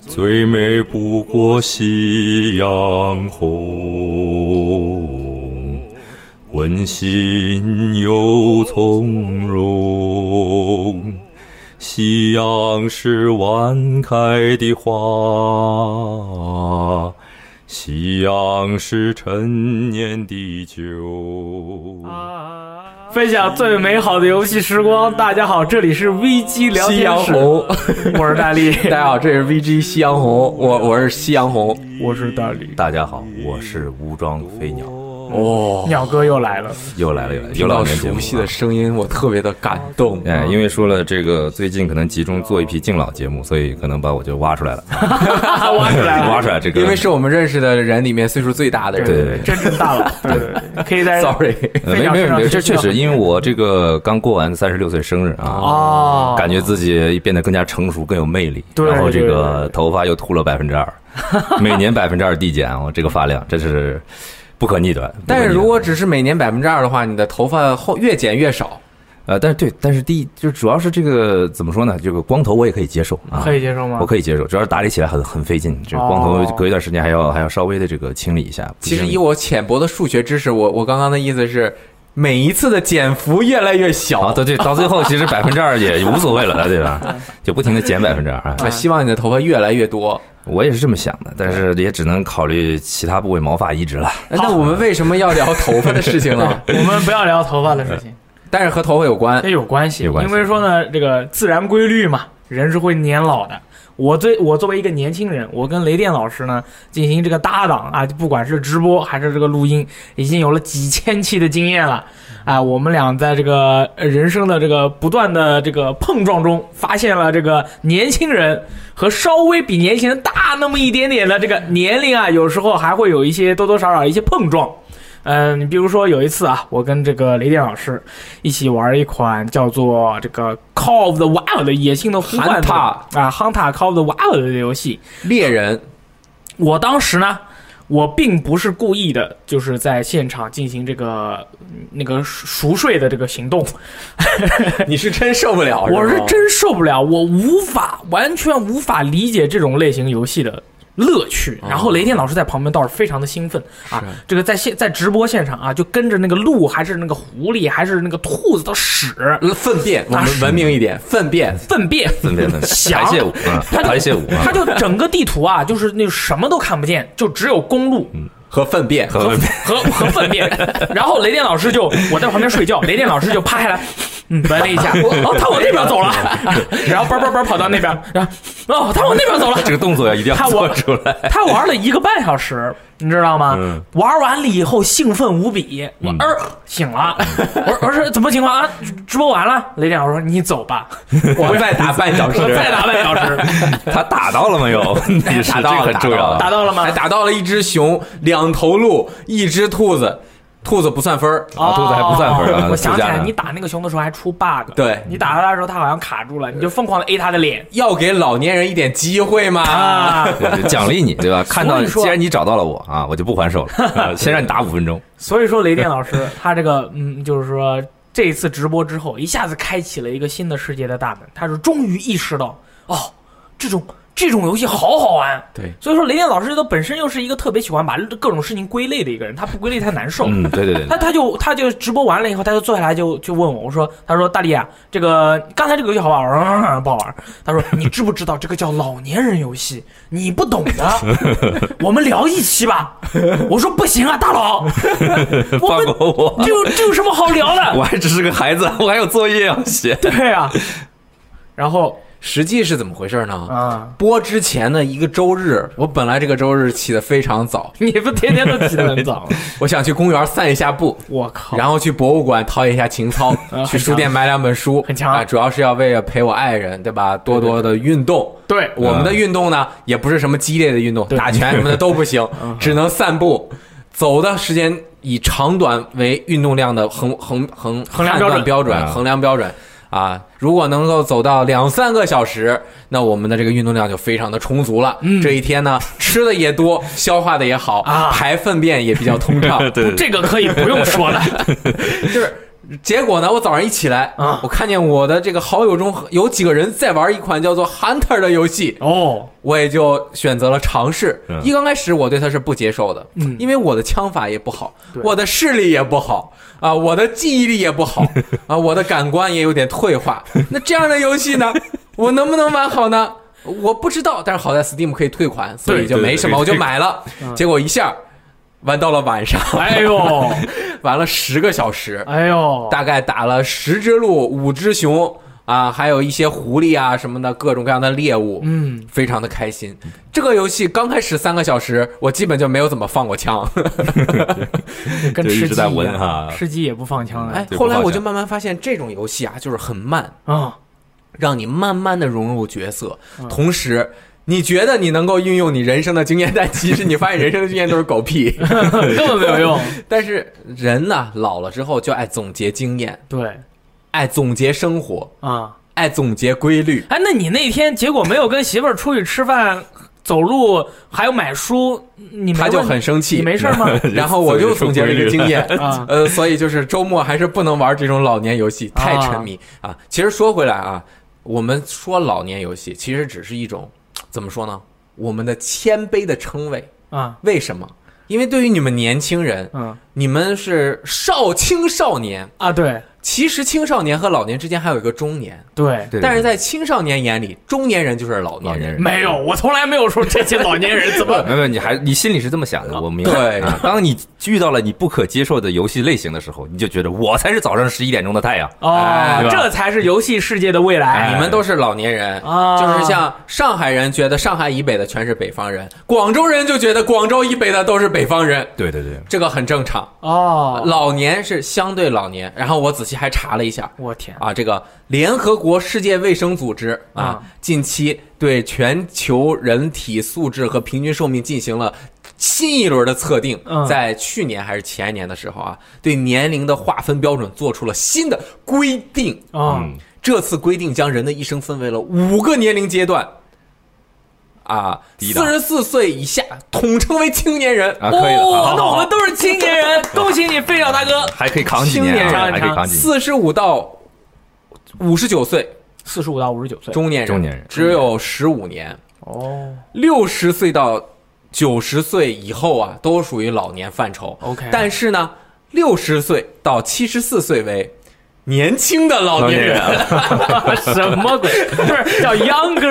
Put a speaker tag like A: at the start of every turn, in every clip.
A: 最美不过夕阳红，温馨又从容。夕阳是晚开的花，夕阳是陈年的酒。
B: 哦
C: 分享最美好的游戏时光。大家好，这里是 VG 聊
B: 夕
C: 天
B: 阳
C: 室，
B: 红，
C: 我是大 力，
B: 大家好，这是 VG 夕阳红，我我是夕阳红，
C: 我是大力，
D: 大家好，我是吴庄飞鸟，
B: 哇、
C: 鸟哥又来 了，
D: 又来了，又来了，又
B: 听
D: 来
B: 到
D: 我们节
B: 熟
D: 目啊了
B: 悉
A: 啊
B: 的声音，我特别的感动。
D: 哎，因为说了这个，最近可能集中做一批敬老节目，所以可能把我就挖出来了，
C: 挖出来 了，
D: 挖出来这个，
B: 因为是我们认识的人里面岁数最大的人。
D: 对对
C: 真正大佬，对对 对，可以在
B: Sorry，
D: 呃
C: 非
D: 没
C: 常
D: 没有
C: 非常
D: 没有，这
C: 需
D: 确
C: 要
D: 实，因为我这个刚过完三十六岁生日啊，
C: 哦，
D: 感觉自己变得更加成熟，更有魅力，
C: 对
D: 然后这
C: 对对
D: 个
C: 对
D: 头发又秃了百分之 二，每年百分之二递减，我这个发量真是不可逆转。
B: 但是
D: 不可逆转
B: 如果只是每年百分之二的话，你的头发后越剪越少。
D: 呃，但是对，但是第一就主要是这个怎么说呢？这个光头我也可以接受啊，
C: 可以接受吗
D: 我？可以接受，主要是打理起来很很费劲，这个光
C: 哦
D: 头隔一段时间还要还要稍微的这个清理一下。
B: 其实
D: 毕
B: 以
D: 竟
B: 我浅薄的数学知识，我我刚刚的意思是，每一次的减幅越来越小。
D: 啊，对对，到最后其实百分之二也无所谓了，对 吧？就不停的减百分之二。
B: 啊，希望你的头发越来越多。
D: 我也是这么想的，但是也只能考虑其他部位毛发移植了。
B: 哎那我们为什么要聊头发的事 情呢？
C: 我们不要聊头发的事情，
B: 但是和头发有关
C: 那。有关系，
D: 有关
C: 因
D: 系嗯
C: 为说呢，这个自然规律嘛，人是会年老的。我最我作为一个年轻人，我跟雷电老师呢进行这个搭档啊，不管是直播还是这个录音，已经有了几千期的经验了啊。我们俩在这个呃人生的这个不断的这个碰撞中，发现了这个年轻人和稍微比年轻人大那么一点点的这个年龄啊，有时候还会有一些多多少少一些碰撞。嗯，你比如说有一次啊，我跟这个雷电老师一起玩一款叫做这个《Call of the Wild》的野性的呼唤的
B: Hunter
C: 啊，《Hunter Call of the Wild》的游戏。
B: 猎人，
C: 我当时呢，我并不是故意的，就是在现场进行这个嗯那个熟睡的这个行动，
B: 你是真受不了，
C: 我
B: 是
C: 是
B: 吗
C: 真受不了，我无法完全无法理解这种类型游戏的。乐趣，然后雷电老师在旁边倒是非常的兴奋啊
B: 是，
C: 这个在现在直播现场啊，就跟着那个鹿还是那个狐狸还是那个兔子的屎
B: 粪便，我
C: 那
B: 们
C: 是
B: 文明一点，粪便。
C: 粪便，
D: 分别分别
C: 想
D: 排泄物啊，
C: 他就
D: 排泄物啊
C: 他，就整个地图啊，就是那什么都看不见，就只有公路
B: 和粪便，
D: 和分别
C: 和 和粪便。然后雷电老师就我在旁边睡觉，雷电老师就趴下来，嗯，闻了一下，哦，他往那边走了， 然后叭叭叭跑到那边，然后哦，他往那边走了，
D: 这个动作要一定
C: 他
D: 要
C: 我
D: 做出来。
C: 他玩了一个半小时，你知道吗？
D: 嗯
C: 玩完了以后兴奋无比，我
D: 嗯
C: 儿、醒了，我我说怎么情况啊？直播完了，雷电老师说你走 吧，
B: 我 再打半小时，
C: 我再打半小时，
D: 他打到了没 有？问题是
B: 打
D: 这
B: 到
D: 个
B: 了
D: 很重要啊。
C: 打到了吗
B: 还？打到了一只熊，两头鹿，一只兔子，兔子不算分儿。
D: 啊兔子还不算分啊
C: 哦我想
D: 附
C: 起
D: 加
C: 来，
D: 呢
C: 你打那个熊的时候还出 bug。
B: 对
C: 你打他的时候，他好像卡住了，你就疯狂的 A 他的脸
B: 要给老年人一点机会嘛。
C: 啊！
D: 对对奖励你，对吧？看到，
C: 所以说
D: 既然你找到了我啊，我就不还手了，啊先让你打五分钟。
C: 所以说，雷电老师 他这个嗯，就是说这一次直播之后，一下子开启了一个新的世界的大门。他是终于意识到，哦，这种这种游戏好好玩。
B: 对，
C: 所以说，雷电老师他本身又是一个特别喜欢把各种事情归类的一个人，他不归类太难受。
D: 嗯，对对对，
C: 他他就他就直播完了以后，他就坐下来就就问我，我说，他说大力啊，这个刚才这个游戏好不好玩儿？我说不好玩儿。他说你知不知道这个叫老年人游戏？你不懂的， 我们聊一期吧。我说不行啊，大佬，我
D: 放
C: 们
D: 过我，
C: 这有这有什么好聊
D: 我
C: 的？
D: 还只是个孩子，我还有作业要写。
C: 对啊，然后
B: 实际是怎么回事呢？
C: 啊，
B: 播之前的一个周日，我本来这个周日起得非常早，
C: 你不天天都起得很早吗？
B: 我想去公园散一下步，
C: 我靠！
B: 然后去博物馆陶冶一下情操
C: 啊，
B: 去书店买两本书，
C: 很强
B: 啊！主要是要为了陪我爱人，对吧？多多的运动。
C: 对
B: 我们的运动呢，也不是什么激烈的运动，
C: 对嗯
B: 打拳什么的都 不行，只能散步，走的时间以长短为运动量的衡衡衡
C: 衡量
B: 判
C: 标准嗯
B: 断标准，
D: 啊
B: 衡量标准。啊，如果能够走到两三个小时，那我们的这个运动量就非常的充足了。
C: 嗯
B: 这一天呢，吃的 也多，消化的也好，
C: 啊
B: 排粪便也比较通畅。
D: 对对对
C: 这个可以不用说了，
B: 就是结果呢，我早上一起来
C: 啊
B: 我看见我的这个好友中有几个人在玩一款叫做 Hunter 的游戏，
C: 哦，
B: 我也就选择了尝试。
D: 嗯
B: 一刚开始我对它是不接受的，
C: 嗯
B: 因为我的枪法也不好，
C: 对
B: 我的视力也不好啊，我的记忆力也不 好啊，我的感官也有点退化。那这样的游戏呢，我能不能玩好呢？我不知道，但是好在 Steam 可以退款，所以
D: 对
B: 就
D: 对
B: 没什么，
D: 对
B: 我就
D: 这个
B: 买了
C: 嗯。
B: 结果一下玩到了晚上，
C: 哎呦，
B: 玩了十个小时，
C: 哎呦，
B: 大概打了十只鹿、五只熊啊，还有一些狐狸啊什么的各种各样的猎物，
C: 嗯，
B: 非常的开心。这个游戏刚开始三个小时，我基本就没有怎么放过枪。
C: 跟
D: 就一
C: 吃
D: 直
C: 鸡
D: 在
C: 一
D: 闻
C: 样
D: 哈
C: 吃鸡也不放枪
B: 哎
C: 哎，
D: 对
B: 后来
D: 不放
B: 我
D: 枪
B: 就慢慢发现，这种游戏啊，就是很慢，
C: 啊，
B: 让你慢慢的融入角色
C: 嗯，
B: 同时。你觉得你能够运用你人生的经验，但其实你发现人生的经验都是狗 屁。
C: 根本没有 用。
B: 但是人呢，老了之后就爱总结经验，
C: 对
B: 爱总结生活，
C: 啊，
B: 爱总结规律。
C: 哎，那你那天结果没有跟媳妇儿出去吃饭、走路，还有买书，你没
B: 他就
C: 问
B: 很生
C: 你
B: 气，
C: 没事儿 吗？
B: 然后我就总结了一个经验
C: 啊，
B: 呃，所以就是周末还是不能玩这种老年游戏，太沉迷啊。其实说回来啊，我们说老年游戏，其实只是一种怎么说呢？我们的谦卑的称谓。
C: 啊，
B: 为什么？因为对于你们年轻人，
C: 嗯
B: 你们是少青少年。
C: 啊，对
B: 其实青少年和老年之间还有一个中年，
C: 对，
D: 对
B: 但是在青少年眼里，中年人就是老
D: 老
B: 年
D: 年
B: 人。
D: 人
C: 没有，我从来没有说这些老年人怎么
D: 没有，没有你还你心里是这么想的，我明白。
B: 对
D: 啊当你遇到了你不可接受的游戏类型的时候，你就觉得我才是早上十一点钟的太阳。
C: 哦
B: 哎，
D: 对吧
C: 这才是游戏世界的未来
B: 你们都是老年人
C: 哎啊
B: 就是像上海人觉得上海以北的全是北方人，广州人就觉得广州以北的都是北方人，
D: 对对对，
B: 这个很正常。
C: 哦。
B: 老年是相对老年，然后我仔细还查了一下
C: 我天，
B: 啊，这个联合国世界卫生组织啊
C: 啊，
B: 近期对全球人体素质和平均寿命进行了。新一轮的测定
C: 嗯，
B: 在去年还是前年的时候啊，对年龄的划分标准做出了新的规定。
C: 嗯，
B: 这次规定将人的一生分为了五个年龄阶段，啊，
D: 低档
B: 四十四岁以下统称为青年人。
D: 啊，可以了，
C: 哦
D: 好，
C: 那
D: 好
C: 我
D: 好
C: 们都是青年 人，恭喜你，飞鸟大哥，
D: 还可以扛几
B: 青
D: 年
B: 年
D: 啊，
C: 人
D: 还可以扛几年。
B: 四十五到五十九岁，
C: 四十五到五十九岁，
B: 中年人，
D: 中年人
B: 只有十五年。
C: 哦
B: 六十岁到九十岁以后啊，都属于老年范畴。
C: ，OK，
B: 但是呢，六十岁到七十四岁为年轻的老
D: 老
B: 年
D: 年
B: 人
D: 人。啊，
C: 什么鬼？不是叫 younger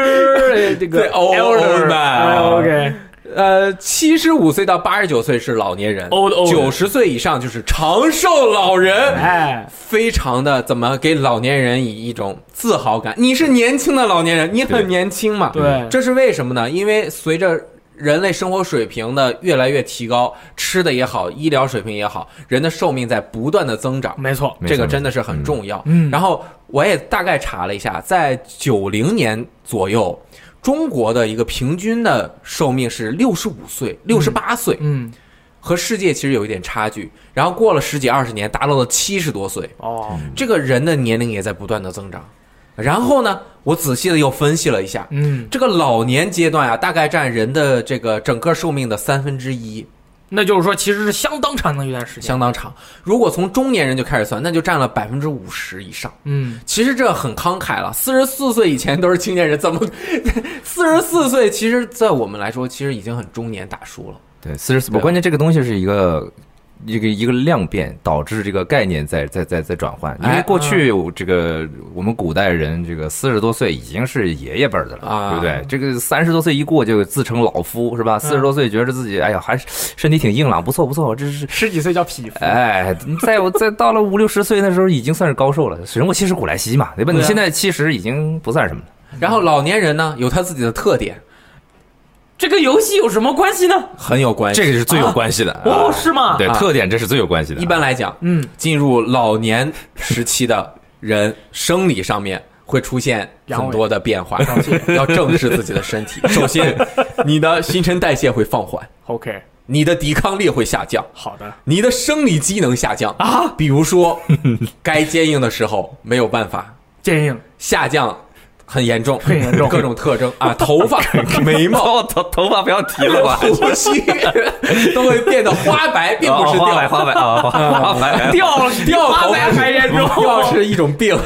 C: 呃这个
B: 对，old
C: elder
B: man
C: 哎 OK，
B: 呃，七十五岁到八十九岁是老年人
C: Old, old
B: 九十岁以上就是长寿老人，
C: 哎，
B: 非常的怎么给老年人以一种自豪感？你是年轻的老年人，你很
D: 对
B: 年轻嘛？
C: 对
B: 这是为什么呢？因为随着人类生活水平的越来越提高，吃的也好，医疗水平也好，人的寿命在不断的增长。
C: 没错，
D: 没错
B: 这个真的是很重要。
C: 嗯
B: 然后我也大概查了一下，在九零年左右，中国的一个平均的寿命是六十五岁、六十八岁，
C: 嗯，
B: 和世界其实有一点差距。然后过了十几二十年，达到了七十多岁，
C: 哦，
B: 这个人的年龄也在不断的增长。然后呢，我仔细的又分析了一下，
C: 嗯，
B: 这个老年阶段啊，大概占人的这个整个寿命的三分之一，
C: 那就是说其实是相当长的一段时间，
B: 相当长。如果从中年人就开始算，那就占了百分之五十以上。
C: 嗯，
B: 其实这很慷慨了，四十四岁以前都是青年人，怎么四十四岁？其实，在我们来说，其实已经很中年大叔了。
D: 对，啊四十四。
B: 对
D: 关键这个东西是一个一个一个量变，导致这个概念在在在在转换。因
B: 哎
D: 为过去这个我们古代人这个四十多岁已经是爷爷辈儿的了，
B: 啊
D: 对不对？这个三十多岁一过就自称老夫是吧？四十多岁觉得自己哎呀还是身体挺硬朗，不错不错，这是。
C: 十几岁叫匹夫
D: 哎，在我在到了五六十岁那时候，已经算是高寿了。人过七十古来稀嘛，对吧？
B: 对啊
D: 你现在七十已经不算什么了。
B: 然后老年人呢，有他自己的特点，
C: 这跟游戏有什么关系呢？
B: 很有关系。
D: 这个是最有关系的，
C: 哦，
D: 啊
C: 是吗？
D: 对
B: 啊
D: 特点，这是最有关系的。
B: 一般来讲，
C: 嗯，
B: 进入老年时期的人，生理上面会出现很多的变化，要正视自己的身体。首先，你的新陈代谢会放缓，
C: ，OK，
B: 你的抵抗力会下降，
C: 好的，
B: 你的生理机能下降啊。比如说，该坚硬的时候没有办法，
C: 坚硬
B: 下降很严重，
C: 很严重
B: 各种特征啊，头发、眉毛、
D: 哦头头头发不要提了吧，
B: 胡须 都会变得花白，并不是
D: 哦花
B: 掉
D: 白花白啊，花花白。
C: 掉了
B: 掉头
C: 头
B: 发
C: 还严重，
B: 掉是一种病。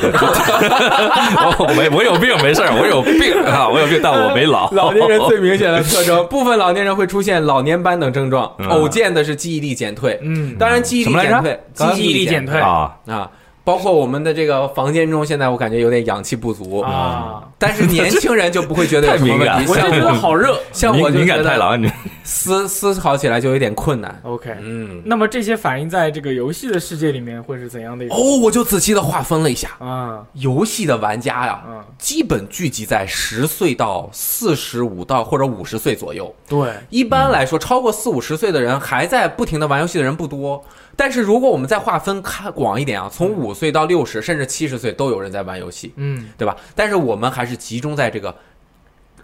D: 我我我有病没事儿，我有病啊，我有病，但我没 老。
B: 老年人最明显的特征， 部分老年人会出现老年斑等症状，
D: 嗯
B: 偶见的是记忆力减退。
C: 嗯，
B: 当然，记忆力
D: 什么来着
B: 减退，刚刚
C: 记忆力减退
D: 啊，
B: 啊，包括我们的这个房间中，现在我感觉有点氧气不足，
C: 啊，
B: 但是年轻人就不会觉得有
D: 太
B: 什么
D: 敏
B: 问
D: 感
B: 题。
C: 我就
B: 像
C: 觉得
B: 我，
C: 好热。
B: 像我
D: 敏
B: 就
D: 敏
B: 觉
D: 感太
B: 得
D: 郎，你
B: 思思考起来就有点困难。
C: OK，
B: 嗯，
C: 那么这些反映在这个游戏的世界里面会是怎样的一
B: 哦
C: 种？，
B: 我就仔细的划分了一下，
C: 啊，
B: 游戏的玩家呀、
C: 嗯，
B: 基本聚集在十岁到四十五到或者五十岁左右。
C: 对，
B: 一般来说，超过四五十岁的人还在不停的玩游戏的人不多。但是如果我们再划分开广一点啊，从五岁到六十甚至七十岁都有人在玩游戏，
C: 嗯，
B: 对吧？但是我们还是集中在这个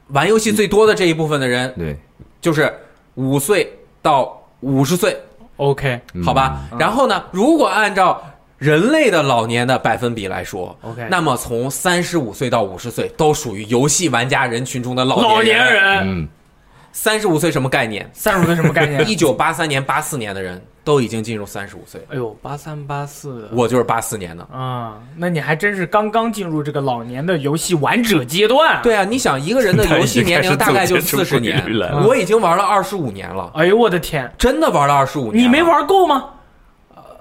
B: 玩游戏最多的这一部分的人，
D: 对，
B: 就是五岁到五十岁，
C: OK
D: 嗯
B: 好吧？然后呢，如果按照人类的老年的百分比来说，
C: OK，
B: 那么从三十五岁到五十岁都属于游戏玩家人群中的
C: 老
B: 老
C: 年
B: 人。
C: 人
D: 嗯，
B: 三十五岁什么概念？
C: 三十岁什么概 念？
B: 一九八三年、八四年的人都已经进入三十五岁了，
C: 哎呦，八三八四的。
B: 我就是八四年的。
C: 啊，那你还真是刚刚进入这个老年的游戏玩者阶段。，
B: 对啊，你想一个人的游戏年龄大概就四 十年
D: 他已经开始走进这个规律来，
C: 了
B: 我已经玩了二十五年了，
C: 哎呦我的天，
B: 真的玩了二十五年。啊
C: 你没？玩够吗？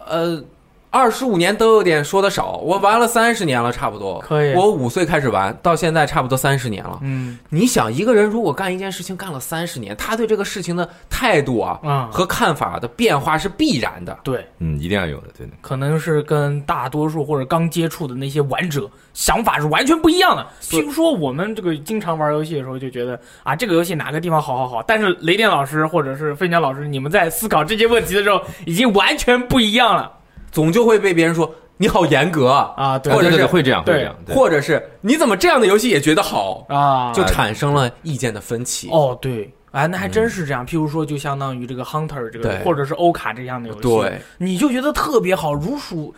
B: 呃，二十五年都有点说的少，我玩了三十年了，差不多。
C: 可以
B: 我五岁开始玩，到现在差不多三十年了。
C: 嗯
B: 你想，一个人如果干一件事情干了三十年，他对这个事情的态度啊，
C: 啊，
B: 和看法的变化是必然的。
C: 对，
D: 嗯，一定要有的，对的。
C: 可能是跟大多数或者刚接触的那些玩者想法是完全不一样的。譬如说，我们这个经常玩游戏的时候就觉得啊，这个游戏哪个地方好好好，但是雷电老师或者是飞鸟老师，你们在思考这些问题的时候，已经完全不一样了
B: 总就会被别人说你好严格啊，
C: 啊！对
B: 或者
D: 对
B: 是
D: 对对会这样，会
C: 对
D: 这样，对
B: 或者是你怎么这样的游戏也觉得好，
C: 啊，
B: 就产生了意见的分歧。
C: 哦对。啊，那还真是这样。譬如说，就相当于这个 Hunter 这个
B: 嗯对，
C: 或者是欧卡这样的游戏，
B: 对，
C: 你就觉得特别好，如数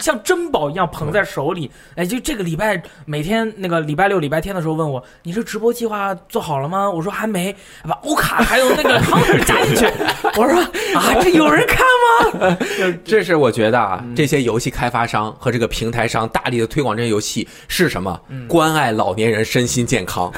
C: 像珍宝一样捧
B: 嗯
C: 在手里。哎，就这个礼拜每天那个礼拜六、礼拜天的时候问我，你这直播计划做好了吗？我说还没，把欧卡还有那 个汤匙加进去。我说啊，这有人看
B: 这是我觉得啊，
C: 嗯
B: 这些游戏开发商和这个平台商大力的推广这些游戏是什么？
C: 嗯
B: 关爱老年人身心 健康，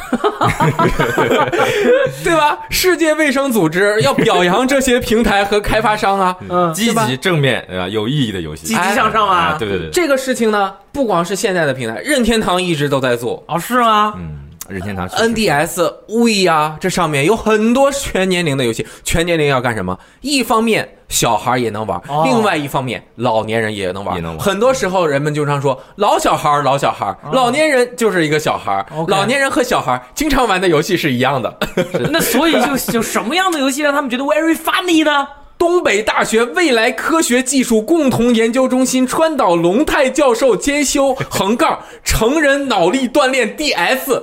B: 对吧？世界卫生组织要表扬这些平台和开发商啊。
C: 吗？嗯，
D: 积极正面对吧？有意义的游戏，
C: 积极向上
D: 哎
C: 啊
D: 哎对对对，
B: 这个事情呢，不光是现在的平台，任天堂一直都在做。
C: 哦，是吗？
D: 嗯，任天堂确实
B: NDS、We 啊，这上面有很多全年龄的游戏。全年龄要干什么？一方面小孩也能玩，
C: 哦
B: 另外一方面老年人也能玩。
D: 也能玩哦
B: 很多时候人们经常说老小孩儿老小孩儿、老年人就是一个小孩儿
C: OK
B: 老年人和小孩儿经常玩的游戏是一样的。
C: 那所以就就什么样的游戏让他们觉得 very funny 呢？
B: 东北大学未来科学技术共同研究中心川岛龙太教授兼修横杠成人脑力锻炼 DS。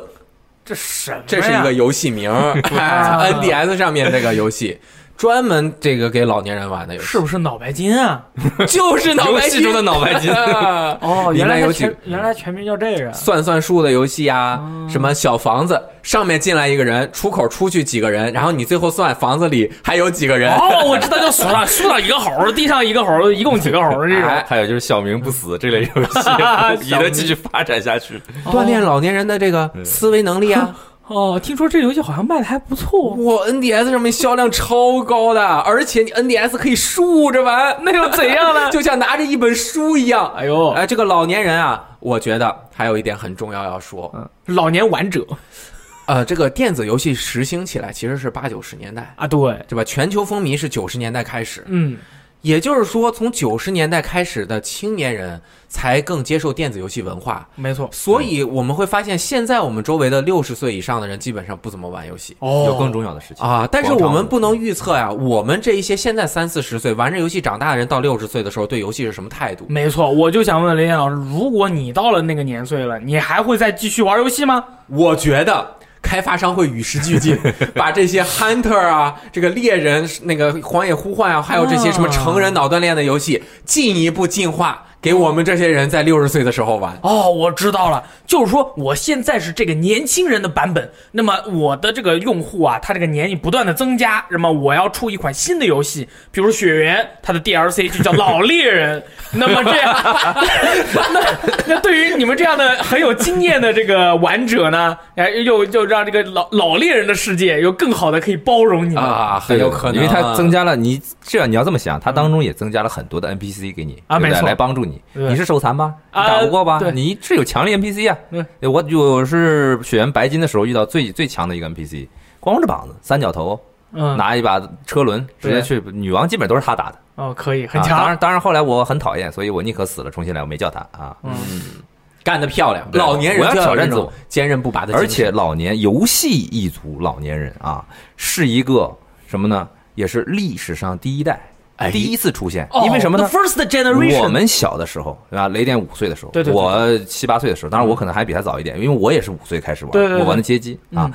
C: 这什么呀？
B: 这是一个游戏名儿、 哎、，NDS 上面这个游戏。专门这个给老年人玩的游戏，
C: 是不是脑白金啊？
B: 就是脑白
D: 游戏
B: 金
D: 中的脑白 金
B: 啊
C: 哦，
B: 里
C: 原
B: 面
C: 来它
B: 有
C: 全
B: 几
C: 原来全名叫这个。
B: 算算数的游戏啊，什么小房子上面进来一个人，出口出去几个人，然后你最后算房子里还有几个人。
C: 哦，我知道，就数了，数到一个猴儿，地上一个猴儿，一共几个猴儿这种。
B: 哎
D: 还有就是小明不死这类游戏，也能继续发展下去。
B: 锻炼老年人的这
D: 哦
B: 个思维能力 啊！
C: 哦，听说这游戏好像卖的还不错。
B: 我 NDS 上面销量超高的，而且你 NDS 可以竖着玩，
C: 那又怎样 呢？
B: 就像拿着一本书一样。
C: 哎呦，
B: 哎，这个老年人啊，我觉得还有一点很重要要说，
C: 老年玩者
B: 呃，这个电子游戏实行起来其实是八九十年代，
C: 啊，对，
B: 对吧？全球风靡是九十年代开始，
C: 嗯，
B: 也就是说，从九十年代开始的青年人才更接受电子游戏文化。
C: 没错。
B: 所以我们会发现，现在我们周围的六十岁以上的人基本上不怎么玩游戏
C: 哦
D: 有更重要的事情
B: 啊。但是
D: 广
B: 我
D: 场
B: 们
D: 舞
B: 不能预测呀，我们这一些现在三四十岁玩着游戏长大的人，到六十岁的时候对游戏是什么态度？
C: 没错，我就想问雷燕老师，如果你到了那个年岁了，你还会再继续玩游戏吗？
B: 我觉得开发商会与时俱 进，把这些 Hunter 啊，这个猎
D: 嗯
B: 人、那个荒野呼唤啊，还有这些什么成人脑锻炼的游戏进一步进化，给我们这些人在六十岁的时候玩。
C: 哦，我知道了，就是说我现在是这个年轻人的版本，那么我的这个用户啊，他这个年龄不断的增加，那么我要出一款新的游戏，比如雪原，它的 DLC 就叫老猎 人，那么这样，那那对于你们这样的很有经验的这个玩者呢，哎，又又让这个老老猎人的世界有更好的可以包容你们。
B: 啊，很有可能，
D: 嗯因为它增加了你这样你要这么想，它当中也增加了很多的 NPC 给你
C: 啊
D: 对不对
C: 没错
D: 来帮助你。
C: 对
D: 你是手残吧？你
C: 啊
D: 打不过吧？
C: 对
D: 你是有强力 NPC 啊。我我是血缘白金的时候遇到最最强的一个 NPC，光着膀子，三角头，
C: 嗯，
D: 拿一把车轮直接
C: 对
D: 去女王，基本都是他打的，
C: 哦，可以，很
D: 啊
C: 强。
D: 当然，当然后来我很讨厌，所以我宁可死了，重新来，我没叫他啊。
C: 嗯
B: 干得漂亮。
D: 对
B: 老年人
D: 我要
B: 就
D: 挑
B: 有
D: 战
B: 这
D: 自
B: 种
D: 我
B: 坚韧不拔的精神，
D: 而且老年游戏一族老年人啊，是一个什么呢？也是历史上第一代，
B: 哎
D: 第一次出现。
C: 哦
D: 因为什么呢？
C: ？The first generation，
D: 我们小的时候，对吧？雷电五岁的时候，
C: 对对对
D: 我七八岁的时候，当然我可能还比他早一点，因为我也是五岁开始玩，
C: 对对对
D: 我玩的街机啊。
C: 嗯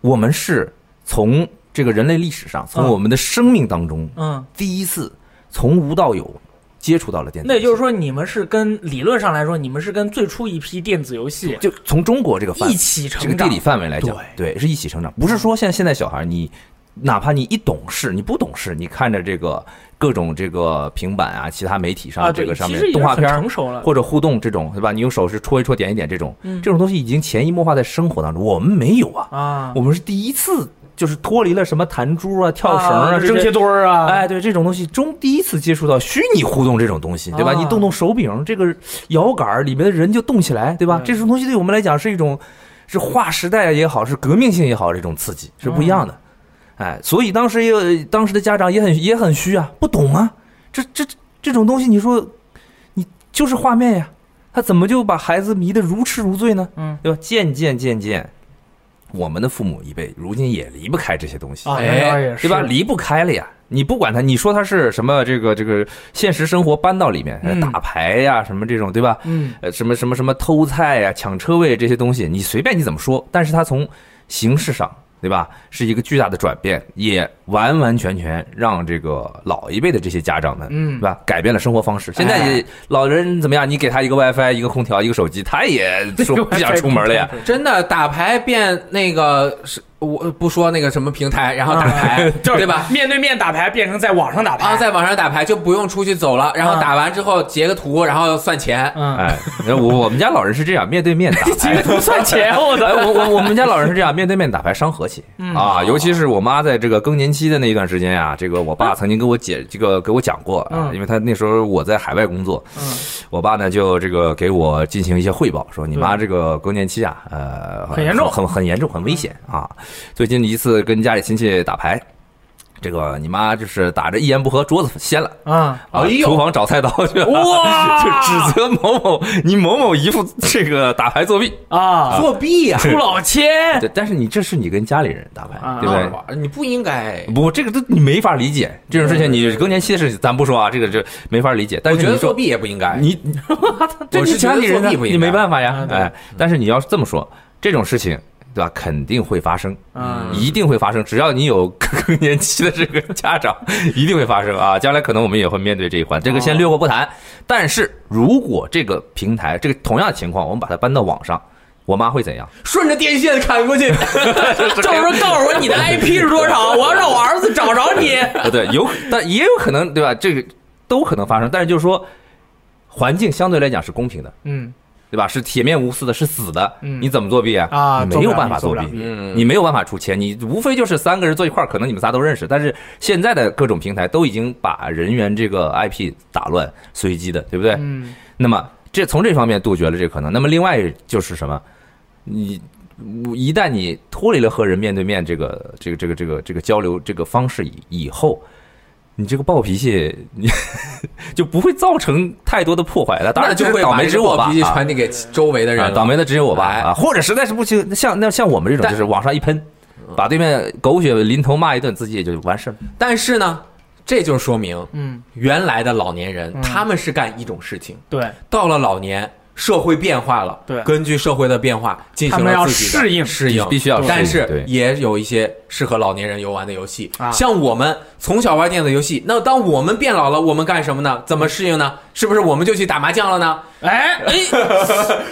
D: 我们是从这个人类历史上，从
C: 嗯
D: 我们的生命当中，
C: 嗯，
D: 第一次从无到有接触到了电子游
C: 那
D: 戏，
C: 也就是说，你们是跟理论上来说，你们是跟最初一批电子游戏
D: 就从中国这个范
C: 一起
D: 这个
C: 成
D: 地
C: 长。
D: 理范围来讲，对是一起成长，不是说像现在小孩你。哪怕你一懂事，你不懂事，你看着这个各种这个平板啊，其他媒体上、
C: 啊，
D: 这
C: 对，
D: 个上
C: 其
D: 面
C: 实已经
D: 动画
C: 很
D: 片儿
C: 成熟了。
D: 或者互动这种，对吧？你用手势戳一戳、点一点这种，
C: 嗯
D: 这种东西已经潜移默化在生活当中。我们没有啊，
C: 啊，
D: 我们是第一次就是脱离了什么弹珠啊、跳绳啊、
C: 啊
D: 这
C: 扔
D: 些
C: 鞋墩儿啊，
D: 哎，对这种东西中第一次接触到虚拟互动这种东西，对吧？
C: 啊
D: 你动动手柄，这个摇杆儿里面的人就动起来，对吧？
C: 对
D: 这种东西对我们来讲是一种，是划时代也好，是革命性也好，这种刺激是不一样的。
C: 嗯
D: 哎，所以当时也有当时的家长也很也很虚啊，不懂啊，这这这种东西，你说你就是画面呀，他怎么就把孩子迷得如痴如醉呢？
C: 嗯，
D: 对吧？渐渐渐渐，我们的父母一辈如今也离不开这些东西
C: 啊，
B: 哎
C: 那倒也是
D: 对吧？离不开了呀。你不管他，你说他是什么这个这个现实生活搬到里面，呃
C: 嗯
D: 打牌呀、什么这种，对吧？
C: 嗯，
D: 呃，什么什么什么偷菜呀、抢车位这些东西，你随便你怎么说，但是他从形式上，对吧，是一个巨大的转变，也完完全全让这个老一辈的这些家长们，
C: 嗯哎
D: 对吧，改变了生活方式。现在也老人怎么样？你给他一个 WiFi、一个空调、一个手机，他也 说不想出门 了呀。
B: 真的打牌变那个是，我不说那个什么平台，然后打
D: 啊
B: 牌，
C: 就是
B: 对吧？
C: 面对面打牌变成在网上打
B: 啊，
C: 牌，
B: 在网上打牌就不用出去走了，然
D: 啊
B: 后打完之后截个图，然后算钱。
C: 嗯，
D: 哎，我我们家老人是这样，面对 面打
C: 这个不算钱，我
D: 哎，
C: 的
D: 我我我们家老人是这样，面对面打牌伤和气、
C: 嗯哦
D: 啊，尤其是我妈在这个更年期的那一段时间啊，这个我爸曾经跟我姐这个给我讲过啊，
C: 嗯
D: 因为他那时候我在海外工作，
C: 嗯
D: 我爸呢就这个给我进行一些汇报，说你妈这个更年期啊，呃，
C: 很严重嗯
D: 很很严重，很危险啊。最近一次跟家里亲戚打牌，这个你妈就是打着一言不合桌子掀了。
C: 嗯，
D: 啊
B: 哎，呦
D: 厨房找菜刀 去了，
C: 哇
D: 就指责某某你某某姨父这个打牌作弊，
C: 啊，
B: 作弊呀、
C: 出老千，
D: 哎 对，但是你这是你跟家里人打牌，
C: 啊
D: 对不对？
B: 对？你不应该。
D: 不，这个都你没法理解这种事情。你更年期的事情，咱不说啊，这个这没法理解。但
B: 我
D: 是
B: 觉
D: 你
B: 得作
D: 说
B: 弊也不应该。
D: 你，这
B: 我
D: 是
B: 是
D: 家里
B: 觉得作
D: 人的，
B: 弊不应
D: 你
B: 该嗯
D: 没办法呀
C: 啊。对
D: 哎，但是你要是这么说，这种事情对吧，肯定会发生，
C: 嗯
D: 一定会发生。只要你有 更年期的这个家长，一定会发生啊。将来可能我们也会面对这一环，这个先略过不谈。但是如果这个平台这个同样的情况，我们把它搬到网上，我妈会怎样？
B: 顺着电线砍过去，
C: 就是说告诉我你的 IP 是多少，我要让我儿子找着你。
D: 啊，对，有，但也有可能，对吧？这个都可能发生，但是就是说，环境相对来讲是公平的，
C: 嗯，
D: 对吧？是铁面无私的，是死的，
C: 嗯
D: 你怎么作弊啊？
C: 啊
D: 你没有办法
C: 做
D: 作
C: 不了
D: 弊，
B: 嗯
D: 你没有办法出钱，你无非就是三个人坐一块儿，可能你们仨都认识，但是现在的各种平台都已经把人员这个 IP 打乱，随机的，对不对？
C: 嗯，
D: 那么这从这方面杜绝了这个可能。那么另外就是什么，你。一旦你脱离了和人面对面这个这个这个这个这个交流这个方式以以后，你这个暴脾气你 就不会造成太多的破坏 了。当然
B: 那
D: 就是
B: 会
D: 倒
B: 把
D: 霉
B: 这
D: 只
B: 个
D: 有我
B: 暴
D: 吧
B: 脾气，
D: 啊
B: 传递给周围的人
D: 啊
B: 了。
D: 倒霉的只有我吧
B: 哎
D: 啊，或者实在是不行，像那像我们这种
B: 但
D: 就是网上一喷，把对面狗血淋头骂一顿，自己也就完事儿了。
B: 但是呢，这就说明，
C: 嗯，
B: 原来的老年人
C: 嗯
B: 他们是干一种事情，
C: 对，
B: 到了老年社会变化了，
C: 对
B: 根据社会的变化进行
C: 他们
B: 了
C: 要
B: 自己的
C: 适应
B: 适应，
D: 必须要适应
B: 但是
D: 对
B: 也有一些适合老年人游玩的游戏，
C: 啊
B: 像我们从小玩电子游戏，那当我们变老了，我们干什么呢？怎么适应呢？是不是我们就去打麻将了呢？
C: 哎 哎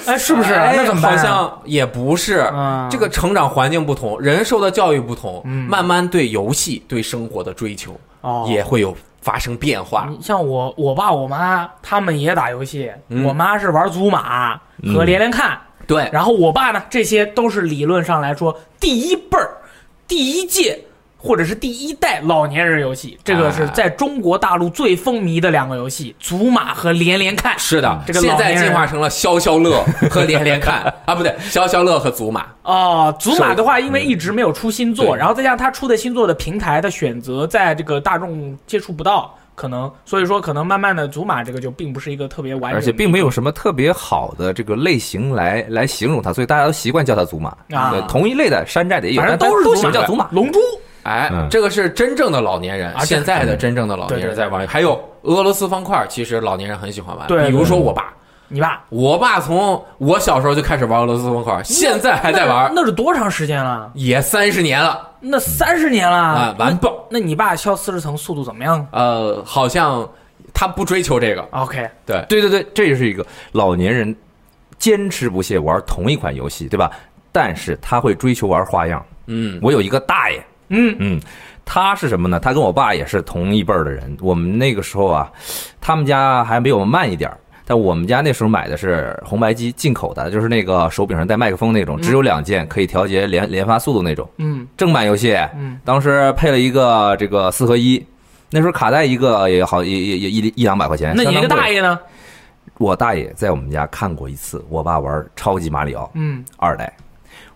C: 哎，是不是？
B: 哎
C: 那怎么办啊？
B: 好像也不是，
C: 嗯
B: 这个成长环境不同，人受的教育不同，
C: 嗯
B: 慢慢对游戏、对生活的追求
C: 哦嗯
B: 也会有发生变化。
C: 你像我，我爸我妈他们也打游戏，
B: 嗯
C: 我妈是玩祖玛和连连看，
B: 对，
C: 然后我爸呢，这些都是理论上来说第一辈儿、第一届或者是第一代老年人游戏，这个是
B: 哎
C: 在中国大陆最风靡的两个游戏——祖玛和连连看。
B: 是的，
C: 嗯这个
B: 现
C: 老年
B: 在
C: 人
B: 进化成了消消乐 和连连看 啊，不对，消消乐和祖玛。
C: 哦，祖玛
B: 是
C: 的话，因为一直没有出新作，
B: 对
C: 然后再加上它出的新作的平台的选择，在这个大众接触不到，可能所以说可能慢慢的祖玛这个就并不是一个特别完整的，
D: 而且并没有什么特别好的这个类型来来形容它，所以大家都习惯叫它祖玛。
C: 啊
D: 对同一类的山寨的也有，
C: 反正
D: 但
C: 都是
D: 都
C: 祖
D: 喜
C: 玛
D: 欢叫祖玛。
C: 龙珠
B: 哎，
D: 嗯
B: 这个是真正的老年人，
C: 啊这
B: 现在的真正的老
C: 对
B: 年
C: 对
B: 人
C: 对
B: 在玩。还有俄罗斯方块，其实老年人很喜欢玩，
C: 对对
B: 比如说我爸。
C: 你爸
B: 我爸从我小时候就开始玩俄罗斯方块，现在还在玩，
C: 那是多长时间了？
B: 也三十年
D: 嗯
B: 了
C: 那三十年了
B: 啊，完爆！
C: 那你爸敲四十层速度怎么样
B: 呃，好像他不追求这个，
C: ？OK，
B: 对，
D: 对对对，这就是一个老年人坚持不懈玩同一款游戏，对吧？但是他会追求玩花样。
B: 嗯，
D: 我有一个大爷，
C: 嗯
D: 嗯，他是什么呢？他跟我爸也是同一辈儿的人。我们那个时候啊，他们家还比我们慢一点儿，但我们家那时候买的是红白机进口的，就是那个手柄上带麦克风那种，只有两键，可以调节连连发速度那种
C: 嗯
D: 正版游戏。
C: 嗯，
D: 当时配了一个这个四合一，那时候卡带一个也好也也也一一两百块钱。
C: 那你那个
D: 哎相当贵
C: 大爷呢？
D: 我大爷在我们家看过一次，我爸玩超级马里奥
C: 嗯，
D: 二代，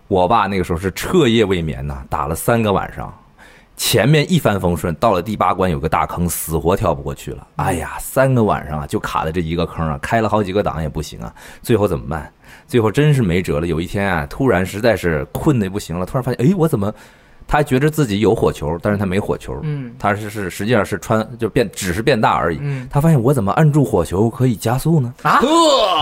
D: 我爸那个时候是彻夜未眠呐，打了三个晚上，前面一帆风顺，到了第八关有个大坑，死活跳不过去了。哎呀，三个晚上啊，就卡在这一个坑啊，开了好几个档也不行啊，最后怎么办？最后真是没辙了。有一天啊，突然实在是困的不行了，突然发现，哎，我怎么？他觉着自己有火球，但是他没火球，
C: 嗯
D: 他是是实际上是穿就变只是变大而已。
C: 嗯
D: 他发现我怎么按住火球可以加速呢？
C: 啊，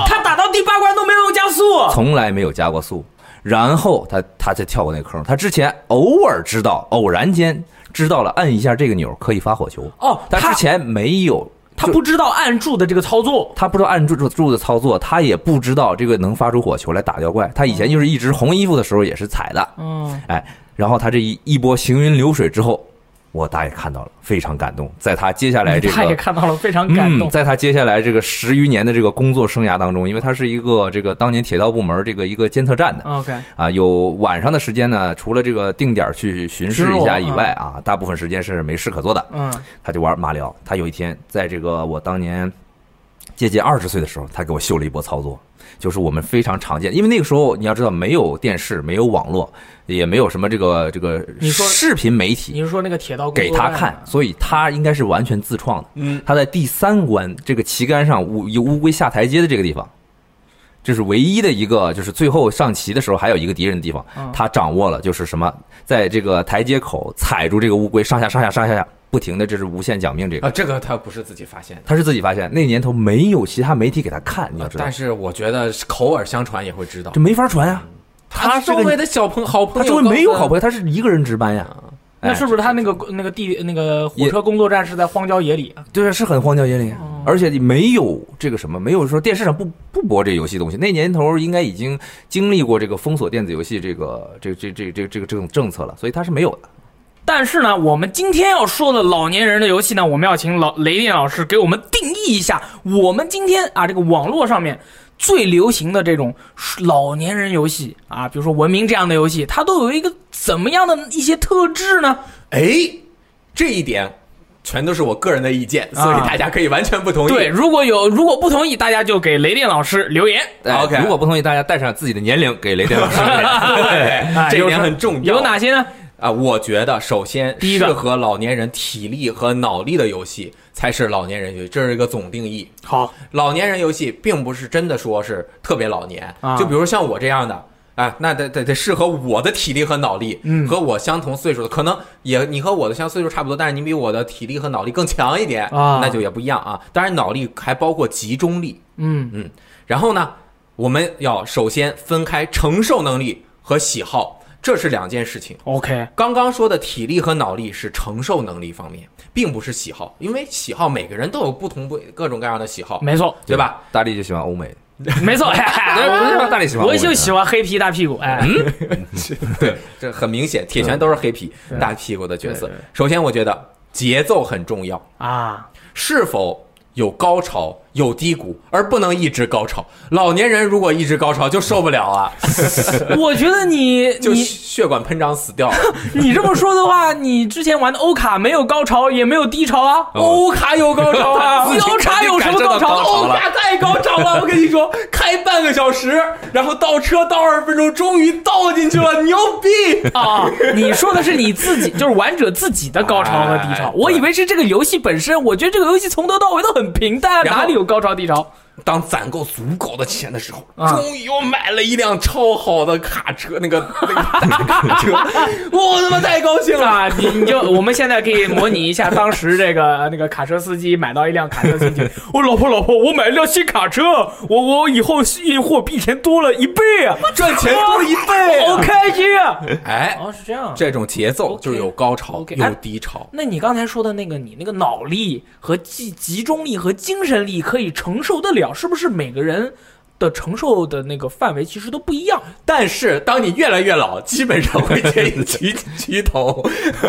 C: 他打到第八关都没有加速，
D: 从来没有加过速。然后他他才跳过那个坑，他之前偶尔知道，偶然间知道了按一下这个钮可以发火球，
C: 哦，
D: 但
C: 他
D: 之前没有，
C: 他
D: 就
C: 不知道按住的这个操作，
D: 他不知道按住住住的操作，他也不知道这个能发出火球来打掉怪。他以前就是一直红衣服的时候也是踩的，
C: 嗯，
D: 哎，然后他这一一波行云流水之后，我大爷看到了，非常感动。在他接下来这个
C: 他也看到了，非常感动
D: 嗯。在他接下来这个十余年的这个工作生涯当中，因为他是一个这个当年铁道部门这个一个监测站的，
C: OK，
D: 啊，有晚上的时间呢，除了这个定点儿去巡视一下以外啊，大部分时间是没事可做的。
C: 嗯
D: 他就玩马里奥。他有一天在这个我当年接近二十岁的时候，他给我秀了一波操作，就是我们非常常见，因为那个时候你要知道没有电视，没有网络，也没有什么这个这个
C: 你说
D: 视频媒体
C: 你是说那个铁道工作
D: 给他
C: 站啊
D: 看，所以他应该是完全自创的。
B: 啊嗯，
D: 他在第三关这个旗杆上乌有乌龟下台阶的这个地方，这是唯一的一个，就是最后上棋的时候还有一个敌人的地方
C: 嗯，
D: 他掌握了，就是什么，在这个台阶口踩住这个乌龟，上下上下上下下不停的，这是无限讲命这个，
B: 啊，这个他不是自己发现的，
D: 他是自己发现，那年头没有其他媒体给他看，你要知道
B: 但，是我觉得口耳相传也会知道
D: 这。没法传呀，他这
B: 周
D: 个
B: 围的小朋好朋
D: 他
B: 友，
D: 周围没有好朋
B: 友，
D: 友，他是一个人值班呀，
C: 那
D: 哎
C: 是不是他那个那个地那个火车工作站是在荒郊野里啊？
D: 对，是很荒郊野岭
C: 哦，
D: 而且你没有这个什么，没有说电视上不不播这游戏东西。那年头应该已经经历过这个封锁电子游戏这个这这这这这个这种政策了，所以它是没有的。
C: 但是呢，我们今天要说的老年人的游戏呢，我们要请老雷电老师给我们定义一下，我们今天啊这个网络上面最流行的这种老年人游戏啊，比如说《文明》这样的游戏，它都有一个怎么样的一些特质呢？
B: 哎，这一点全都是我个人的意见，所以
C: 啊
B: 大家可以完全不同意。
C: 对，如果有如果不同意，大家就给雷电老师留言。
D: 哎
B: OK
D: 如果不同意，大家带上自己的年龄给雷电老师。
C: 哎
B: 这一
C: 有
B: 点
C: 什
B: 很重要。
C: 有哪些呢？
B: 啊？我觉得首先
C: 第一个
B: 适合老年人体力和脑力的游戏才是老年人游戏，这是一个总定义。
C: 好，
B: 老年人游戏并不是真的说是特别老年，
C: 啊
B: 就比如像我这样的。啊，那得得得适合我的体力和脑力，
C: 嗯
B: 和我相同岁数的，可能也你和我的相岁数差不多，但是你比我的体力和脑力更强一点，
C: 啊
B: 那就也不一样啊。当然，脑力还包括集中力，
C: 嗯
B: 然后呢，我们要首先分开承受能力和喜好，这是两件事情。
C: OK，
B: 刚刚说的体力和脑力是承受能力方面，并不是喜好，因为喜好每个人都有不同不各种各样的喜好，
C: 没错，
B: 对吧？？
D: 大力就喜欢欧美，
C: 没错，哎
D: 对 吧大力喜欢
C: 啊我
D: 欧美
C: 就喜欢黑皮大屁股，哎，
B: 对， 嗯这很明显，铁拳都是黑皮
C: 对
B: 大屁股的角色
C: 对对。
B: 首先，我觉得节奏很重要，
C: 啊，
B: 是否有高潮有低谷，而不能一直高潮。老年人如果一直高潮就受不了 啊，
C: 我觉得你
B: 就
C: 你
B: 血管喷张死掉了。
C: 你这么说的话，你之前玩的欧卡没有高潮，也没有低潮啊，
B: 欧卡有高潮啊
C: 自由茶有什么高潮
B: 感受到欧卡太高潮了！我 跟你说，开半个小时，然后倒车倒二十分钟，终于倒进去了，牛逼！
C: 啊，你说的是你自己，就是玩者自己的高潮和低潮
B: 哎。
C: 我以为是这个游戏本身，我觉得这个游戏从头到尾都很平淡，
B: 然后
C: 哪里有高潮低潮？
B: 当攒够足够的钱的时候，
C: 啊
B: 终于我买了一辆超好的卡车，那个那个大卡 车，我他妈太高兴
C: 对
B: 了！
C: 吧？啊你你就我们现在可以模拟一下当时这个那个卡车司机买到一辆卡车司机， 我老婆老婆，我买了辆新卡车，我我以后运货比以前多了一倍啊，
B: 赚钱多一倍
C: 好
B: 啊！
C: 开心啊！
B: 哎，
C: 哦，是这样。
B: 这种节奏
C: OK
B: 就是有高潮
C: OK
B: 有低潮。
C: 那你刚才说的那个，你那个脑力和集集中力和精神力可以承受得了，是不是每个人的承受的那个范围其实都不一样
B: 但是当你越来越老，基本上 会建议举举头，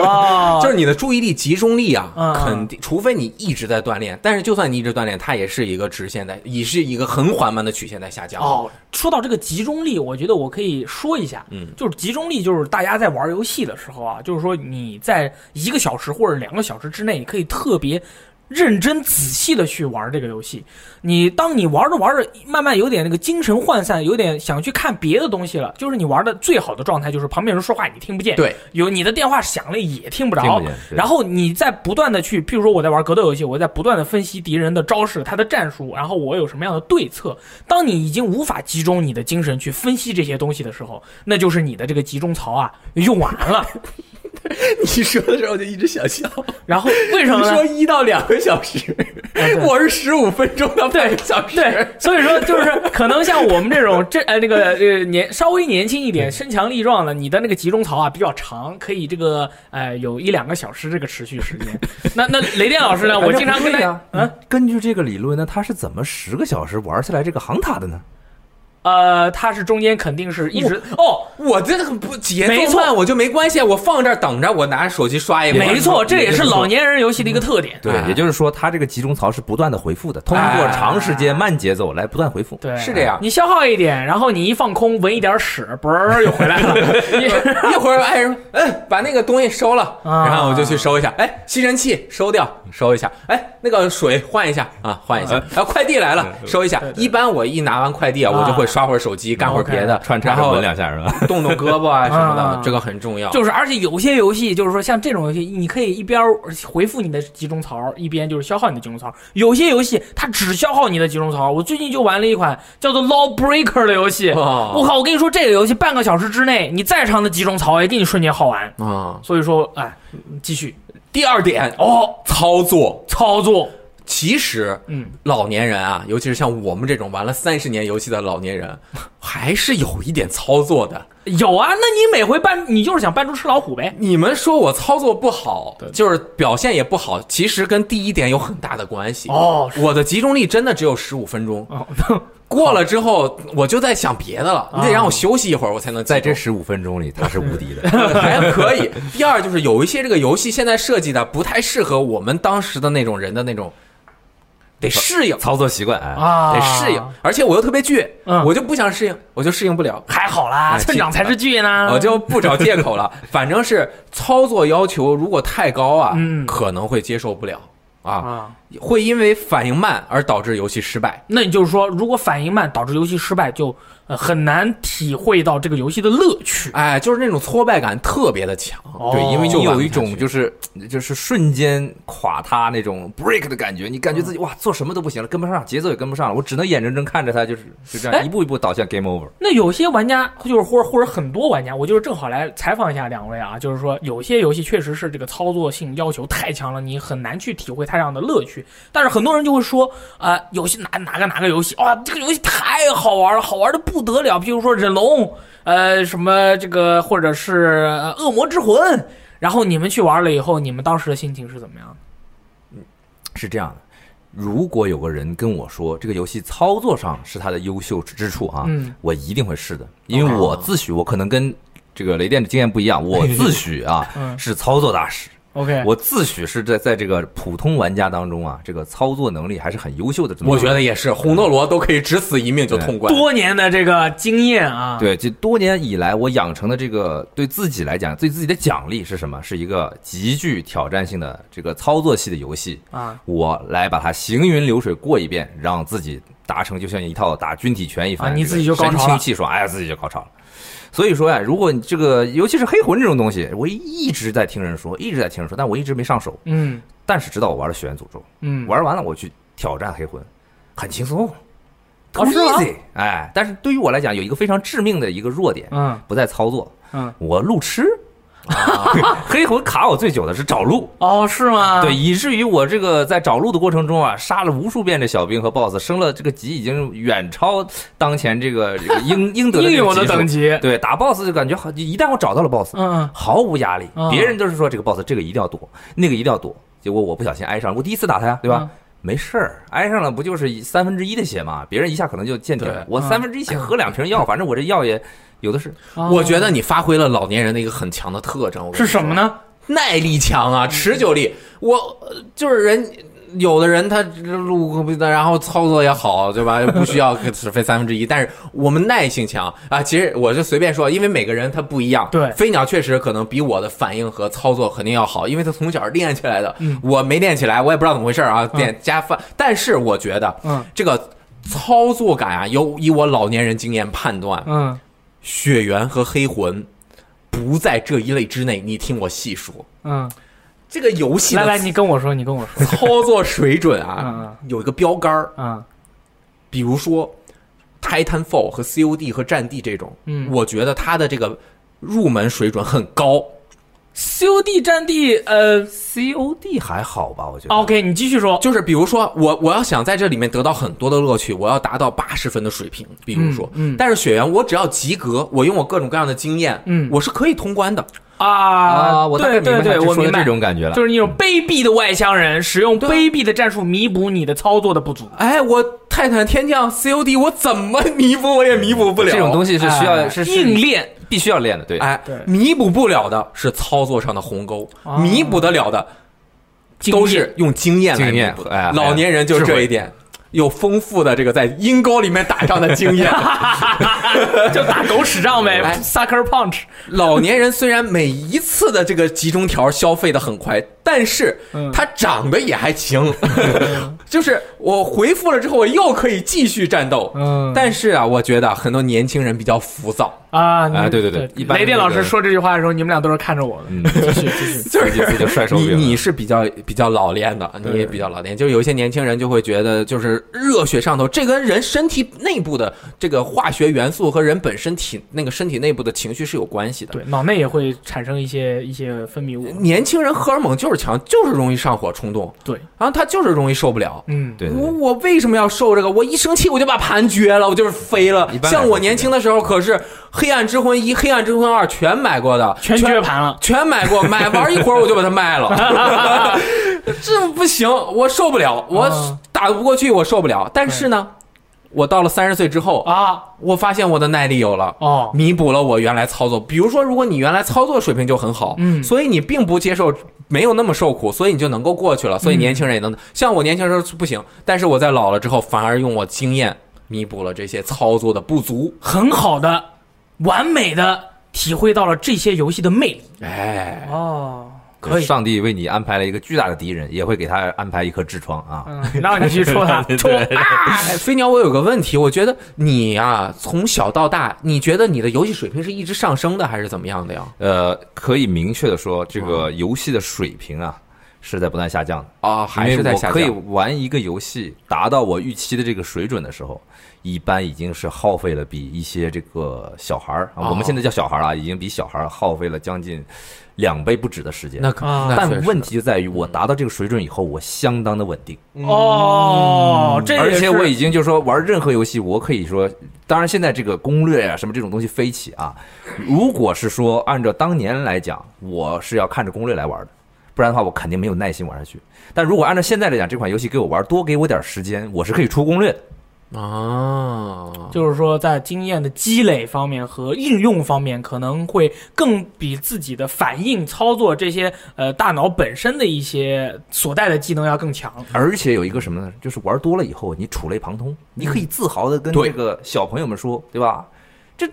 C: 啊
B: 就是你的注意力集中力啊，
C: 嗯
B: 肯定，除非你一直在锻炼，但是就算你一直锻炼，它也是一个直线在，也是一个很缓慢的曲线在下降。，
C: 哦，说到这个集中力，我觉得我可以说一下，
B: 嗯，
C: 就是集中力，就是大家在玩游戏的时候啊，就是说你在一个小时或者两个小时之内，你可以特别认真仔细的去玩这个游戏。你当你玩着玩着，慢慢有点那个精神涣散，有点想去看别的东西了。就是你玩的最好的状态，就是旁边人说话你听不见，
B: 对，
C: 有你的电话响了也听不
D: 听
C: 着
D: 不见，对
C: 然后你在不断的去，譬如说我在玩格斗游戏，我在不断的分析敌人的招式、他的战术，然后我有什么样的对策。当你已经无法集中你的精神去分析这些东西的时候，那就是你的这个集中槽啊用完了。
B: 你说的时候我就一直想笑，
C: 然后为什
B: 你
C: 么呢
B: 说？一到两个小时，我是十五分钟到半个小 时，
C: 对，所以说就是可能像我们这种这呃那个呃年稍微年轻一点、身强力壮的，你的那个集中槽啊比较长，可以这个呃有一两个小时这个持续时间。 那那雷电老师呢？我经常跟
D: 对
C: 他
D: 呀，
C: 嗯。
D: 根据这个理论呢，他是怎么十个小时玩下来这个航塔的呢？
C: 呃，他是中间肯定是一直
B: 哦，我这个不节
C: 没
B: 奏
C: 错
B: 慢我就没关系，啊我放这儿等着，我拿手机刷一会儿。
C: 没错，这也是嗯老
B: 年。
C: 年人游戏的一个特点。
D: 对
B: 哎，
D: 也就是说，他这个集中槽是不断的回复的，通过长时间慢节奏来不断回复。
C: 对，
B: 是这样
C: 你消耗一点，然后你一放空，闻一点屎，啵儿又回来 了。你
B: 一会儿爱人说，哎，把那个东西收了，
C: 啊
B: 然后我就去收一下，哎，吸尘器收掉，收一下，哎，那个水换一下啊，换一下，然后快递来了，收一下。一般我一拿完快递啊，
C: 嗯啊
B: 我就会刷会儿手机，干会儿
C: OK
B: 别的，
D: 穿插
B: 然
D: 着
B: 后
D: 闻两下是吧？
B: 动动胳膊 啊什么
C: 啊
B: 的，这个很重要。
C: 就是，而且有些游戏就是说，像这种游戏，你可以一边回复你的集中槽，一边就是消耗你的集中槽。有些游戏它只消耗你的集中槽。我最近就玩了一款叫做《Law Breaker》的游戏，
B: 哦
C: 我靠！我跟你说，这个游戏半个小时之内，你再长的集中槽也给你瞬间耗完。
B: 啊，
C: 所以说，哎，继续
B: 第二点哦，操作，
C: 操作，
B: 其实
C: 嗯。
B: 老年人啊，尤其是像我们这种玩了三十年游戏的老年人，还是有一点操作的。
C: 有啊，那你每回扮，你就是想扮猪吃老虎呗？
B: 你们说我操作不好，就是表现也不好，其实跟第一点有很大的关系。
C: 哦，
B: 我的集中力真的只有十五分钟，
C: 哦， 啊
B: 过了之后我就在想别的了。你得让我休息一会儿，我才能
D: 在
B: 在
D: 这十五分钟里，他是无敌 的。
B: 还可以。第二就是有一些这个游戏现在设计的不太适合我们当时的那种人的那种，得适应，
D: 操作习惯哎
C: 啊，
B: 得适应，，而且我又特别倔，
C: 嗯
B: 我就不想适应，我就适应不了。
C: 还好啦，
B: 哎哦
C: 村长才是巨呢。
B: 我呃就不找借口了。反正是操作要求如果太高啊，
C: 嗯
B: 可能会接受不了啊，
C: 啊，
B: 会因为反应慢而导致游戏失败。
C: 那你就是说，如果反应慢导致游戏失败，就呃很难体会到这个游戏的乐趣。
B: 哎，就是那种挫败感特别的强。
C: 哦
D: 对，因为
B: 就
D: 你
B: 玩不
D: 有一
B: 下
D: 种
B: 去
D: 就是就是瞬间垮塌那种 break 的感觉，你感觉
C: 嗯
D: 自己哇做什么都不行了，跟不上节奏也跟不上了，我只能眼睁睁看着他就是就这
C: 哎
D: 样一步一步倒向 game over。
C: 那有些玩家，就是或者或者很多玩家，我就是正好来采访一下两位啊，就是说有些游戏确实是这个操作性要求太强了，你很难去体会它这样的乐趣。去。但是很多人就会说，啊、游戏哪哪个哪个游戏，哇，这个游戏太好玩了，好玩的不得了。譬如说忍龙，呃，什么这个，或者是呃恶魔之魂。然后你们去玩了以后，你们当时的心情是怎么样的？
D: 是这样的，如果有个人跟我说这个游戏操作上是它的优秀之处啊，
C: 嗯哦
D: 我一定会试的，因为我自诩我可能跟这个雷电的经验不一 样，我自诩啊、
C: 嗯
D: 是操作大师，
C: ，OK，
D: 我自诩是在在这个普通玩家当中啊，这个操作能力还是很优秀的这么一个。
B: 我觉得也是，红斗罗都可以只死一命就通关。
C: 多年的这个经验啊，，
D: 对，这多年以来我养成的这个对自己来讲，对自己的奖励是什么？是一个极具挑战性的这个操作系的游戏
C: 啊，
D: 我来把它行云流水过一遍，让自己达成就像一套打军体拳一番，
C: 啊你自己就高潮了
D: 神清气爽，哎，自己就高潮了。所以说呀、如果你这个尤其是黑魂这种东西，我一直在听人说，一直在听人说，但我一直没上手。
C: 嗯
D: 但是直到我玩了《血源诅咒》，
C: 嗯，
D: 玩完了我去挑战黑魂，很轻松，
C: 哦是吗
D: easy。哎，但是对于我来讲，有一个非常致命的一个弱点，
C: 嗯
D: 不在操作，
C: 嗯，
D: 我路痴。啊 黑魂卡我最久的是找路，
C: 哦，是吗？
D: 对，，以至于我这个在找路的过程中啊，杀了无数遍这小兵和 BOSS，升了这个级已经远超当前这个这个应应得的
C: 应
D: 这
C: 有
D: 个
C: 的
D: 级数
C: 等。级，
D: 对，打 BOSS 就感觉好，一旦我找到了 BOSS，
C: 嗯嗯，
D: 毫无压力
C: 嗯，
D: 别人都是说这个 BOSS 这个一定要躲，那个一定要躲，结果我不小心挨上了，我第一次打他呀，对
C: 啊
D: 吧？没事儿，挨上了不就是三分之一的血嘛？别人一下可能就见底
B: 对
D: 了，我
C: 嗯
D: 三分之一血喝两 瓶药，反正我这药也有的是。
C: 嗯？
B: 我觉得你发挥了老年人的一个很强的特征，我
C: 哦
B: 跟你
C: 是
B: 说
C: 什么？呢？
B: 耐力
C: 嗯
B: 强啊，持久力。我呃就是人，有的人他路，然后操作也好，对吧？不 需要只费三分之一，但是我们耐性强啊。其实我就随便说，因为每个人他不一样。
C: 对
B: 飞鸟确实可能比我的反应和操作肯定要好，因为他从小练起来的。
C: 嗯
B: 我没练起来，我也不知道怎么回事啊。练加饭，但是我觉得
C: 嗯
B: 这个。操作感啊，由以我老年人经验判断，
C: 嗯，
B: 血缘和黑魂不在这一类之内。你听我细说，
C: 嗯，
B: 这个游戏
C: 来
B: 的
C: 来，你跟我说，你跟我说，
B: 操作水准
C: 嗯
B: 啊，有一个标杆儿，
C: 嗯
B: 比如说 Titanfall 和 COD 和战地这种，
C: 嗯
B: 我觉得它的这个入门水准很高。
C: ，COD 战地，呃
D: COD 还好吧，我觉得。
C: ，OK，你继续说，
B: 就是比如说，我我要想在这里面得到很多的乐趣，我要达到八十分的水平，比如说，
C: 嗯嗯
B: 但是雪原我只要及格，我用我各种各样的经验，
C: 嗯
B: 我是可以通关的。
C: 啊，
D: 我大概
C: 对
D: 明
C: 对
D: 白
C: 对，
D: 他
C: 我
D: 说
C: 明
D: 的
C: 白
D: 这种感觉了嗯啊
C: 就。是你有卑鄙的外乡人使用卑鄙的战术弥补你的操作的不足。
B: 哎，我泰坦天降 COD，我怎么弥补我也弥补不了。
D: 这种东西是需要
C: 哎
D: 是
C: 硬
D: 是
C: 练，
D: 必须要练的，对。
B: 哎
C: 对，
B: 弥补不了的是操作上的鸿沟，
C: 哦
B: 弥补得了的
C: 经验
B: 都是用经验来
D: 经
B: 弥
D: 验
B: 补的。
D: 哎哎
B: 老年人就是
D: 智
B: 这
D: 慧
B: 一点，有丰富的这个在阴沟里面打仗的经 验。
C: 就打狗屎仗 呗
B: 哎
C: ，sucker punch。
B: 老年人虽然每一次的这个集中条消费的很快，但是
C: 嗯
B: 他长得也还行，嗯 就是我回复了之后，我又可以继续战斗。
C: 嗯
B: 但是啊，我觉得很多年轻人比较浮躁，
C: 啊，你
D: 哎对对对一般
C: 雷电
D: 那
C: 老
D: 个
C: 师说这句话的时候，你们俩都是看着我的。
D: 嗯
C: 继续继 续。
B: 就是
D: 自己就摔手柄
B: 你
D: 了
B: 你是比较比较老练的，你也比较老练，就是有一些年轻人就会觉得，就是热血上头，这跟人身体内部的这个化学元素和人本身体那个身体内部的情绪是有关系的。
C: 对，脑内也会产生一些一些分泌物。
B: 年轻人荷尔蒙就是强，就是容易上火冲动，
C: 对，
B: 然后他就是容易受不了。
C: 嗯，
D: 对对
B: 我
D: 对
B: 我为什么要受这个？我一生气我就把盘撅了，我就是飞了
D: 一。般来说
B: 像我年轻的时候，可是《黑暗之魂一》《黑暗之魂二》全买过的，
C: 全绝盘了。
B: 全买 过，买玩一会儿我就把它卖了，这不行，我受不了，我
C: 嗯
B: 打不过去，我受不了。但是呢，我到了三十岁之后，
C: 啊，
B: 我发现我的耐力有了。
C: 哦，
B: 弥补了我原来操作，比如说，如果你原来操作水平就很好，
C: 嗯
B: 所以你并不接受，没有那么受苦，所以你就能够过去
C: 嗯
B: 了。所以年轻人也能、像我年轻时候不行，但是我在老了之后，反而用我经验弥补了这些操作的不足。
C: 很好的，完美的体会到了这些游戏的魅力。
B: 哎，
C: 哦，
D: 就
C: 可
D: 是
C: 以，
D: 上帝为你安排了一个巨大的敌人，也会给他安排一颗痔疮啊。
C: 嗯，然后你去戳 他，戳啊，
B: 哎，飞鸟，我有个问题，我觉得你呀、从小到大，你觉得你的游戏水平是一直上升的，还是怎么样的呀？
D: 呃，可以明确的说，这个游戏的水平啊，是在不断下降的，
B: 啊，还
D: 因
B: 是
D: 为
B: 在
D: 我
B: 下
D: 可以
B: 降。
D: 玩一个游戏达到我预期的这个水准的时候，一般已经是耗费了比一些这个小孩儿、啊
B: 哦
D: 我们现在叫小孩儿啊，已经比小孩儿耗费了将近两倍不止的时间。
B: 那可
C: 啊
B: 那确
D: 但
B: 实嗯
D: 问题就在于，我达到这个水准以后，我相当的稳定。
C: 哦，这也
D: 而且
C: 是
D: 我已经就是说玩任何游戏，我可以说，当然现在这个攻略啊什么这种东西飞起啊，如果是说按照当年来讲，我是要看着攻略来玩的，不然的话我肯定没有耐心玩下去。但如果按照现在来讲，这款游戏给我玩多给我点时间，我是可以出攻略的。
C: 嗯
B: 啊，
C: 就是说，在经验的积累方面和应用方面，可能会更比自己的反应、操作这些呃大脑本身的一些所带的技能要更强。
D: 而且有一个什么呢？就是玩多了以后，你触类旁通，你可以自豪的跟
B: 对
D: 这个小朋友们说，对吧？这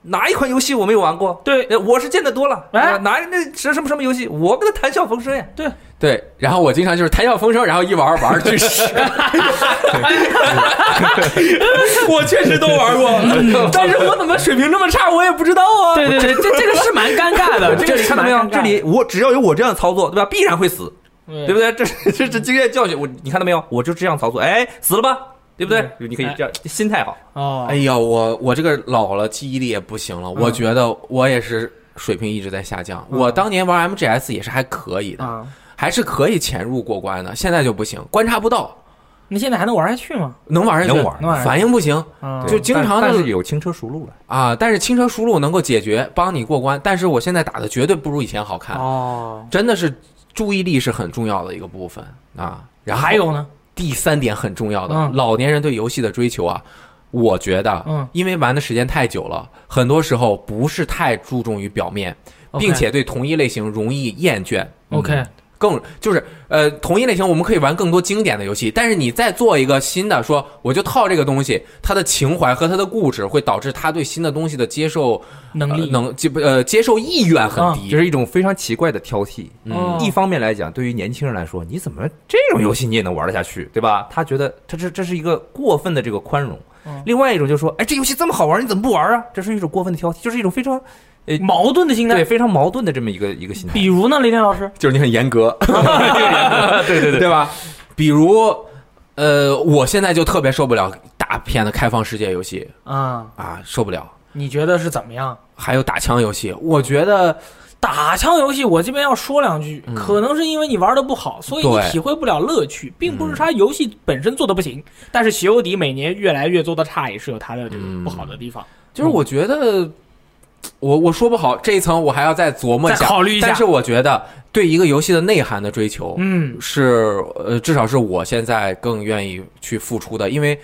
D: 哪一款游戏我没有玩过？
C: 对
D: 呃我是见得多了。
C: 哎
D: 哎，哪那什什么什么游戏，我跟他谈笑风生呀。
B: 对，然后我经常就是谈笑风生，然后一玩玩 儿去屎。
D: 我确实都玩过， 但是我怎么水平这么差，我也不知道啊。
C: 对对对，这这个是蛮尴尬的，
D: 这
C: 这个
D: 里
C: 是
D: 看到
C: 蛮
D: 没有
C: 尴？尬
D: 这
C: 的。
D: 里我只要有我这样操作，对吧？必然会死，
C: 对
D: 对不对？这这这经验教训，我你看到没有？我就这样操作，哎，死了吧，对不对？你可以这样，心态好。
C: 哦，
B: 哎呀，我我这个老了，记忆力也不行了。
D: 嗯
B: 我觉得我也是水平一直在下降。我当年玩 MGS 也是还可以
D: 嗯
B: 的，
C: 啊，
B: 还是可以潜入过关的，现在就不行，观察不到，
C: 那现在还能玩下去吗？
B: 能玩下去，
D: 能玩嗯
C: 能玩
B: 反应不行
C: 啊，
B: 就经常
D: 但但
B: 的
D: 是有轻车熟路了。
B: 啊。但是轻车熟路能够解决，帮你过关。但是我现在打的绝对不如以前好看，
C: 哦，
B: 真的是注意力是很重要的一个部分啊。然后
C: 还有呢？
B: 第三点很重要的，
C: 嗯
B: 老年人对游戏的追求啊，我觉得，啊
C: 嗯
B: 因为玩的时间太久了，很多时候不是太注重于表面，
C: OK
B: 并且对同一类型容易厌倦。
C: OK，
B: 更就是呃，同一类型我们可以玩更多经典的游戏，但是你再做一个新的，说我就套这个东西，它的情怀和它的固执会导致他对新的东西的接受
C: 能力啊
B: 呃能接呃接受意愿很低。
D: 这是一种非常奇怪的挑剔。
C: 哦
D: 一方面来讲，对于年轻人来说，你怎么这种游戏你也能玩得下去，对吧？他觉得他这这是一个过分的这个宽容
C: 嗯。
D: 另外一种就是说，哎，这游戏这么好玩，你怎么不玩啊？这是一种过分的挑剔，就是一种非常
C: 矛盾的心
D: 对
C: 态。
D: 非常矛盾的这么一个一个心态。
C: 比如呢，雷电老师，
B: 就是你很严格，
D: 对对
B: 对吧？比如，呃，我现在就特别受不了大片的开放世界游戏
C: 啊，
B: 啊，受不了。
C: 你觉得是怎么样？
B: 还有打枪游戏，我觉得
C: 打枪游戏，我这边要说两句，
B: 嗯
C: 可能是因为你玩的不好，所以你
B: 对
C: 体会不了乐趣，并不是它游戏本身做的不
B: 嗯
C: 行，但是席欧迪每年越来越做的差，也是有它的这个
B: 嗯
C: 不好的地方。
B: 就是我觉得，我我说不好这一层，我还要再琢磨一下，
C: 再考虑一下
B: 但是我觉得对一个游戏的内涵的追求，
C: 嗯，
B: 是呃，至少是我现在更愿意去付出的，因为。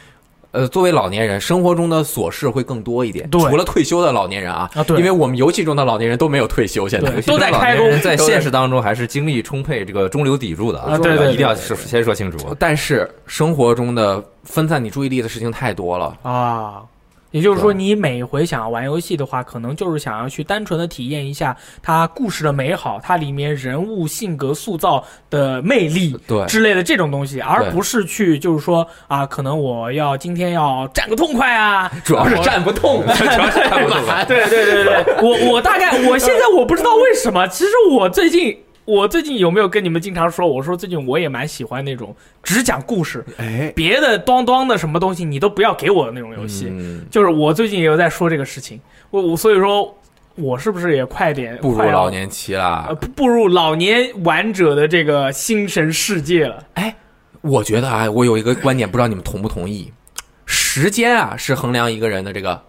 B: 呃，作为老年人，生活中的琐事会更多一点。
C: 对
B: 除了退休的老年人啊，
C: 啊对
B: 因为我们游戏中的老年人都没有退休，现在
C: 对都在开工
D: 在现实当中还是精力充沛、这个中流砥柱的
C: 啊对对对
D: 一定要是先说清楚。
B: 但是生活中的分散你注意力的事情太多了。
C: 啊。也就是说，
B: 对
C: 你每回想要玩游戏的话，可能就是想要去单纯的体验一下它故事的美好，它里面人物性格塑造的魅力
B: 对
C: 之类的这种东西，而
B: 对
C: 不是去就是说啊，可能我要今天要战个痛快啊，
B: 主要是站不 动，主要是站不动。
C: 对对对对，我我大概我现在我不知道为什么，其实我最近我最近有没有跟你们经常说，我说最近我也蛮喜欢那种只讲故事，
B: 哎，
C: 别的当当的什么东西你都不要给我的那种游戏。
B: 嗯，
C: 就是我最近也有在说这个事情，我我所以说我是不是也快点
B: 步入
C: 快要
B: 老年期
C: 呃
B: 啦。
C: 不步入老年玩者的这个精神世界了？
B: 哎，我觉得啊，我有一个观点，不知道你们同不同意？时间啊，是衡量一个人的这个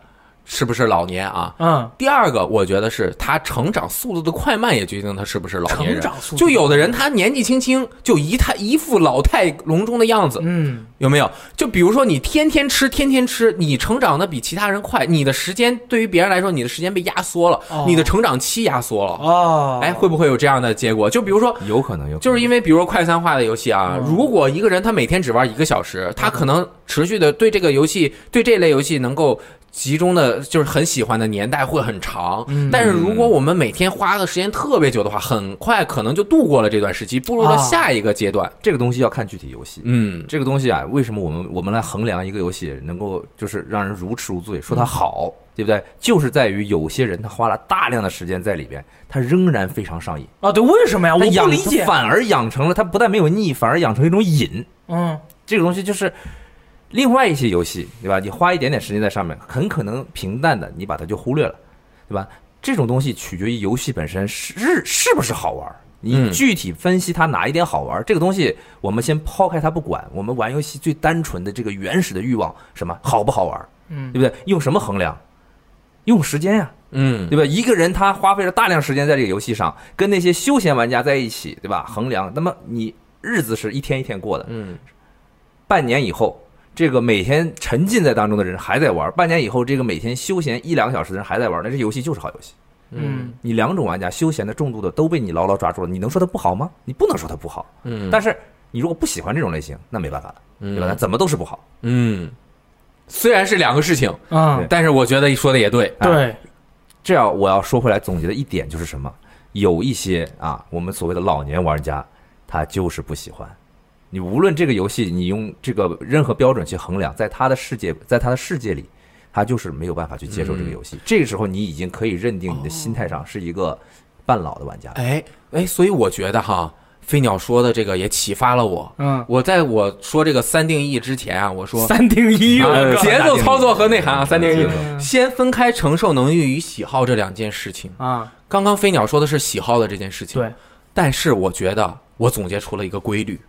B: 是不是老年啊。
C: 嗯，
B: 第二个，我觉得是他成长速度的快慢也决定他是不是老年
C: 成
B: 人。
C: 长速度
B: 就有的人他年纪轻轻就一态一副老态龙钟的样子，
C: 嗯
B: 有没有？就比如说你天天吃，天天吃，你成长的比其他人快，你的时间对于别人来说，你的时间被压缩了，
C: 哦
B: 你的成长期压缩了。
C: 哦，
B: 哎，会不会有这样的结果？就比如说，
D: 有可能有可能，
B: 就是因为比如说快餐化的游戏啊，如果一个人他每天只玩一个小时，他可能持续的对这个游戏，对这类游戏能够。集中的就是很喜欢的年代会很长，但是如果我们每天花的时间特别久的话，很快可能就度过了这段时期，步入
C: 啊
B: 到下一个阶段。
D: 这个东西要看具体游戏。
B: 嗯，
D: 这个东西啊，为什么我们我们来衡量一个游戏能够就是让人如痴如醉，说它好，对不对？就是在于有些人他花了大量的时间在里边，他仍然非常上瘾，
C: 啊，对，为什么呀？我
D: 他
C: 不
D: 养
C: 理解
D: 他。反而养成了他不但没有腻，反而养成一种瘾。
C: 嗯，
D: 这个东西就是另外一些游戏，对吧？你花一点点时间在上面，很可能平淡的你把它就忽略了，对吧？这种东西取决于游戏本身是是是不是好玩儿。你
B: 嗯
D: 具体分析它哪一点好玩儿，这个东西我们先抛开它不管。我们玩游戏最单纯的这个原始的欲望，什么好不好玩儿，
C: 嗯
D: 对不对？用什么衡量？用时间呀、
B: 嗯，
D: 对吧？一个人他花费了大量时间在这个游戏上，跟那些休闲玩家在一起，对吧？衡量，那么你日子是一天一天过的，
B: 嗯，
D: 半年以后，这个每天沉浸在当中的人还在玩；半年以后，这个每天休闲一两个小时的人还在玩，那这游戏就是好游戏。
C: 嗯
D: 你两种玩家，休闲的、重度的都被你牢牢抓住了，你能说它不好吗？你不能说它不好。
B: 嗯，
D: 但是你如果不喜欢这种类型，那没办法了，对吧？那怎么都是不好。
B: 嗯，虽然是两个事情，
C: 嗯，
B: 但是我觉得说的也对。
C: 对，
D: 这样我要说回来，总结的一点就是什么？有一些啊，我们所谓的老年玩家，他就是不喜欢。你无论这个游戏，你用这个任何标准去衡量，在他的世界，在他的世界里，他就是没有办法去接受这个游戏。这个时候，你已经可以认定你的心态上是一个半老的玩家。
B: 哎哎，所以我觉得哈，飞鸟说的这个也启发了我。
C: 嗯，
B: 我在我说这个三定义之前啊，我说
C: 三定 一，
B: 啊
C: 我靠
B: 节奏操作和内涵啊，三定义
D: 嗯。
B: 先分开承受能力与喜好这两件事情。
C: 啊，
B: 刚刚飞鸟说的是喜好的这件事情，
C: 对。
B: 但是我觉得我总结出了一个规律：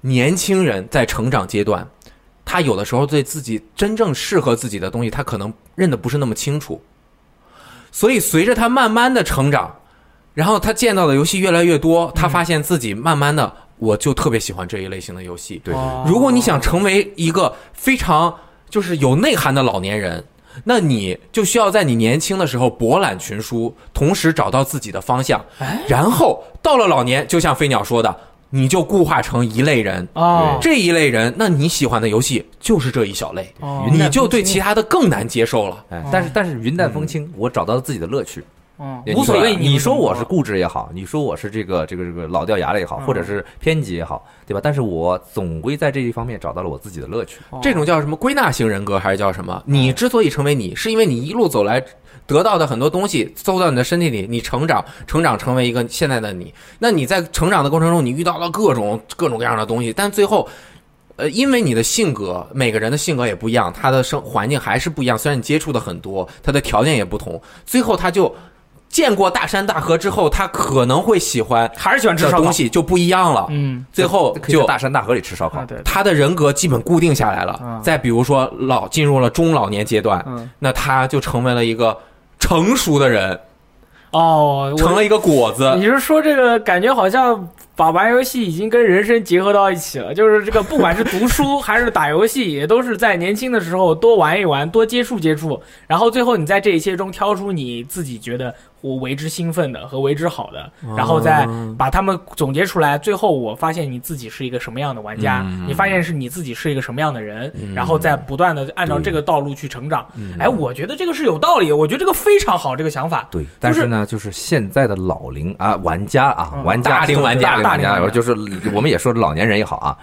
B: 年轻人在成长阶段，他有的时候对自己真正适合自己的东西，他可能认得不是那么清楚。所以随着他慢慢的成长，然后他见到的游戏越来越多，他发现自己慢慢的，我就特别喜欢这一类型的游戏。
D: 对
C: 哦
B: 如果你想成为一个非常就是有内涵的老年人，那你就需要在你年轻的时候博览群书，同时找到自己的方向，
C: 哎
B: 然后到了老年，就像飞鸟说的，你就固化成一类人。
C: 哦，
B: 这一类人，那你喜欢的游戏就是这一小类，
C: 哦
B: 你就对其他的更难接受了。
D: 哎，但是但是云淡风轻，我找到了自己的乐趣，
C: 嗯
D: 也
C: 无所谓。
D: 你说你说
C: 们
D: 我是固执也好，你说我是这个这个这个老掉牙了也好，
C: 嗯
D: 或者是偏激也好，对吧？但是我总归在这一方面找到了我自己的乐趣。
C: 哦
B: 这种叫什么归纳型人格，还是叫什么？你之所以成为你，是因为你一路走来得到的很多东西，搜到你的身体里，你成长，成长成为一个现在的你。那你在成长的过程中，你遇到了各种各种各样的东西，但最后。呃，因为你的性格，每个人的性格也不一样，他的生环境还是不一样。虽然你接触的很多，他的条件也不同，最后他就见过大山大河之后，他可能会喜欢
C: 还是喜欢吃
B: 的
C: 烧烤
B: 东，西就不一样了。
C: 嗯，
B: 最后
D: 可以在
B: 就
D: 大山大河里吃烧
C: 啊
D: 烤。
C: 对，
B: 他的人格基本固定下来
C: 嗯
B: 了。再比如说老进入了中老年阶段，
C: 嗯，
B: 那他就成为了一个成熟的人，
C: 哦，我
B: 成了一个果子。
C: 你是说这个感觉好像把玩游戏已经跟人生结合到一起了？就是这个，不管是读书 还是打游戏，也都是在年轻的时候多玩一玩，多接触接触，然后最后你在这一切中挑出你自己觉得我为之兴奋的和为之好的，然后再
B: 哦
C: 把它们总结出来。最后我发现你自己是一个什么样的玩家，
B: 嗯
C: 你发现是你自己是一个什么样的人，
B: 嗯
C: 然后再不断的按照
D: 对
C: 这个道路去成长。
B: 嗯
C: 哎，我觉得这个是有道理，我觉得这个非常好，这个想法。
D: 对，但是呢，就是现在的老龄啊玩家啊
C: 嗯，
D: 玩家
B: 大龄玩家
D: 大龄
C: 大
D: 玩
C: 龄玩家
D: 家，
C: 嗯
D: 就是我们也说老年人也好啊，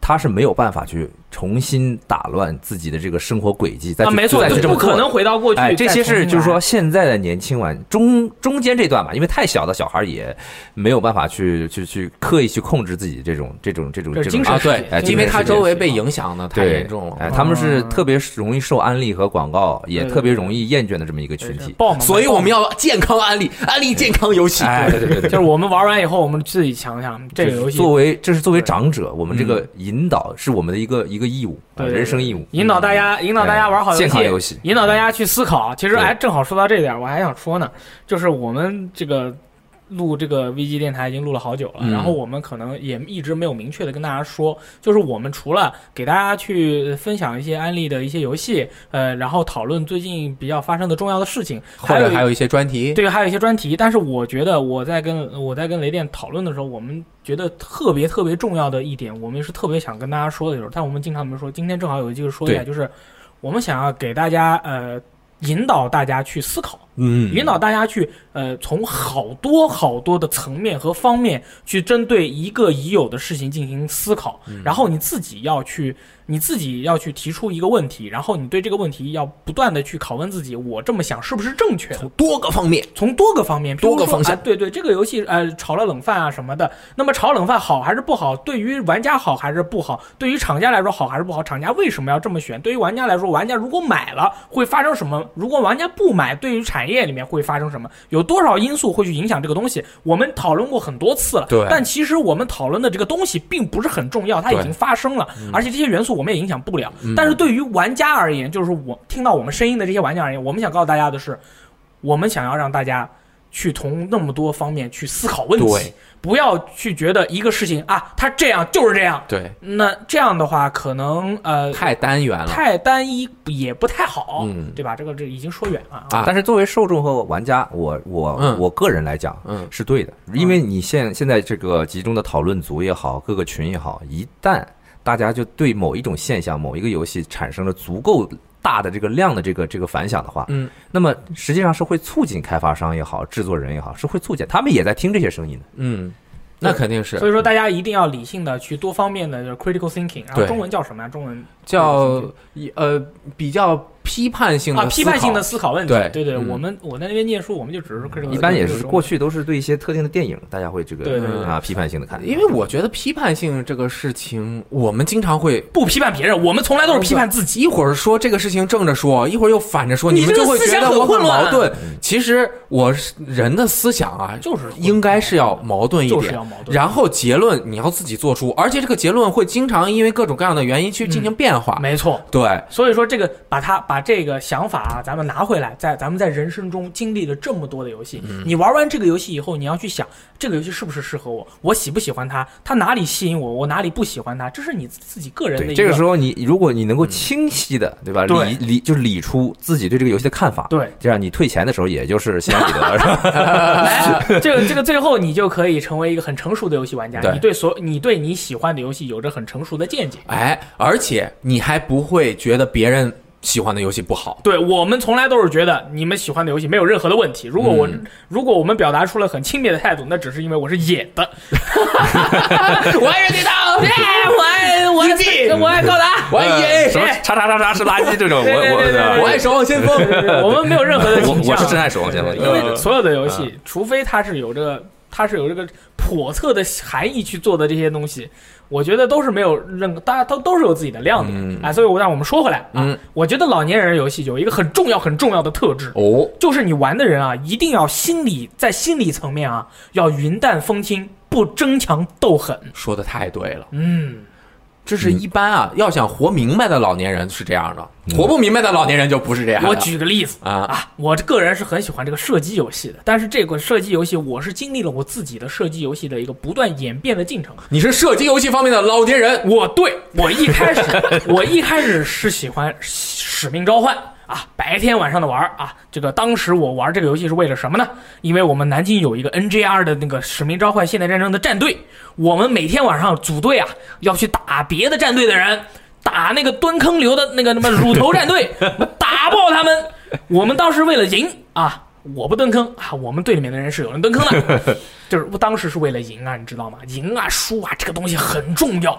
D: 他是没有办法去重新打乱自己的这个生活轨迹，再
C: 啊，
D: 去
C: 没错，
D: 再去
C: 就
D: 这
C: 不
D: 么
C: 可
D: 做的
C: 能回到过去。
D: 哎，这
C: 再重
D: 些是
C: 新
D: 就
C: 来
D: 是说现在的年轻玩中中间这段吧，因为太小的小孩也没有办法去去去刻意去控制自己这种这种这种
C: 对
D: 这
C: 精
D: 种
C: 神
B: 啊，
D: 啊
B: 对
D: 哎，
B: 因
D: 精神
B: 为
D: 世
B: 他
D: 界
B: 周围被影响的太
D: 对
B: 严重了，
D: 哎，他们是
C: 嗯
D: 特别容易受安利和广告，也
C: 对
D: 特别容易厌倦的这么一个群体。
C: 爆嘛，
B: 所以我们要健康安利，安利健康游戏。
D: 哎，对对对对
C: 就是我们玩完以后，我们自己想想这个游戏，
D: 作为这是作为长者，我们这个引导是我们的一个一个义务，
C: 嗯
D: 啊
C: 对对对
D: 人生义务。嗯
C: 引导大家，引导大家玩好
D: 哎健康游戏
C: 引导大家去思考。其实，
D: 对
C: 哎，正好说到这点，我还想说呢，就是我们这个录这个 VG 电台已经录了好久了，
B: 嗯
C: 然后我们可能也一直没有明确的跟大家说，就是我们除了给大家去分享一些安利的一些游戏，呃，然后讨论最近比较发生的重要的事情，
B: 或者
C: 有一
B: 还有一些专题，
C: 对，还有一些专题，但是我觉得我在跟我在跟雷电讨论的时候，我们觉得特别特别重要的一点，我们是特别想跟大家说的，就是，但我们经常没说。今天正好有一句说一下，
B: 对
C: 就是我们想要给大家呃引导大家去思考，
B: 嗯，
C: 引导大家去呃，从好多好多的层面和方面去针对一个已有的事情进行思考，
B: 嗯
C: 然后你自己要去，你自己要去提出一个问题，然后你对这个问题要不断的去拷问自己，我这么想是不是正确的？
B: 从多个方面，
C: 从多个方面，比如说
B: 多个方向
C: 啊对对，这个游戏呃炒了冷饭啊什么的，那么炒冷饭好还是不好？对于玩家好还是不好？对于厂家来说好还是不好？厂家为什么要这么选？对于玩家来说，玩家如果买了会发生什么？如果玩家不买，对于产业里面会发生什么？有多少因素会去影响这个东西？我们讨论过很多次了，
B: 对
C: 但其实我们讨论的这个东西并不是很重要，它已
B: 对
C: 经发生了，
B: 嗯
C: 而且这些元素我们也影响不了。但是对于玩家而言，就是我听到我们声音的这些玩家而言，我们想告诉大家的是，我们想要让大家去从那么多方面去思考问题
B: 对，
C: 不要去觉得一个事情啊，它这样就是这样。
B: 对，
C: 那这样的话，可能呃
B: 太单元了
C: 太单一也不太好，
B: 嗯
C: 对吧？这个这已经说远了啊。
B: 啊。
D: 但是作为受众和玩家，我我、
B: 嗯
D: 我个人来讲，
B: 嗯
D: 是对的，因为你现现在这个集中的讨论组也好，各个群也好，一旦大家就对某一种现象、某一个游戏产生了足够大的这个量的这个这个反响的话，
B: 嗯，
D: 那么实际上是会促进开发商也好，制作人也好，是会促进他们也在听这些声音的。
B: 嗯，那肯定是
C: 所以说，大家一定要理性的去多方面的就是 critical thinking，然后
B: 对
C: 中文叫什么呀？中文
B: 叫呃比较批判性的
C: 啊，批判性的思考问题。
B: 对
C: 对对，
B: 嗯
C: 我们我在那边念书，我们就只是 critical，
D: 一般也
C: thinking，
D: 是
C: 中文
D: 过去都是对一些特定的电影，大家会这
C: 嗯
D: 个
C: 对对
B: 对
D: 啊批判性的看，
B: 因为我觉得批判性这个事情，我们经常会
C: 不批判别人，我们从来都是批判自己。
B: 一会儿说这个事情正着说，一会儿又反着说，
C: 你
B: 你们
C: 这个
B: 就会
C: 思
B: 觉
C: 想
B: 得
C: 很
B: 我
C: 混
B: 很矛
C: 乱
B: 盾。其实我是人的思想啊，
C: 就是混乱
B: 应该是要矛盾一点，
C: 就是要矛盾
B: 然后结论你要自己做出，而且这个结论会经常因为各种各样的原因去进行变化。
C: 没错，
B: 对，
C: 所以说这个把它把这个想法啊，咱们拿回来，在咱们在人生中经历了这么多的游戏，
D: 嗯
C: 你玩完这个游戏以后，你要去想这个游戏是不是适合我，我喜不喜欢它，它哪里吸引我，我哪里不喜欢它，这是你自己个人的一
D: 对，这
C: 个嗯
D: 个时候你如果你能够清晰的，对吧？
C: 对
D: 理理就理出自己对这个游戏的看法，
C: 对
D: 这样你退钱的时候也就是心安理得，是吧？
C: 来，哎这个这个最后你就可以成为一个很成熟的游戏玩家，
B: 对
C: 你对所你对你喜欢的游戏有着很成熟的见解。
B: 哎，而且你还不会觉得别人喜欢的游戏不好。
C: 对我们从来都是觉得你们喜欢的游戏没有任何的问题。如果我、
D: 嗯
C: 如果我们表达出了很轻蔑的态度，那只是因为我是野的，
B: 我爱任天堂，
C: 耶，我爱 我爱我爱高达，
B: 我爱 EA，
D: 什么叉叉叉叉是垃圾这种，我
C: 哎对对对对
D: 我
B: 我爱守望先锋。
C: 我们没有任何的
D: 我
C: 倾
D: 我
C: 向
D: 是。真爱守望先锋，
C: 因为所有的游
D: 啊
C: 戏，除非它是有这个它是有这个叵测的含义去做的这些东西，我觉得都是没有任大家都都是有自己的亮点。
D: 嗯
C: 哎，所以我让我们说回来啊
B: 嗯，
C: 我觉得老年人游戏有一个很重要很重要的特质，
B: 哦，
C: 就是你玩的人啊，一定要心理在心理层面啊，要云淡风轻，不争强斗狠。
B: 说的太对了，
C: 嗯，
B: 这是一般啊，要想活明白的老年人是这样的，活不明白的老年人就不是这样的。
C: 我举个例子。
B: 啊，
C: 啊，我这个人是很喜欢这个射击游戏的，但是这个射击游戏我是经历了我自己的射击游戏的一个不断演变的进程。
B: 你是射击游戏方面的老年人，
C: 我对我一开始， 我一开始是喜欢使命召唤啊，白天晚上的玩儿啊。这个当时我玩这个游戏是为了什么呢？因为我们南京有一个 NGR 的那个使命召唤现代战争的战队，我们每天晚上组队啊，要去打别的战队的人，打那个蹲坑流的那个什么乳头战队，打爆他们。我们当时为了赢啊。我不蹲坑啊，我们队里面的人是有人蹲坑的，就是我当时是为了赢啊，你知道吗？赢啊输啊，这个东西很重要。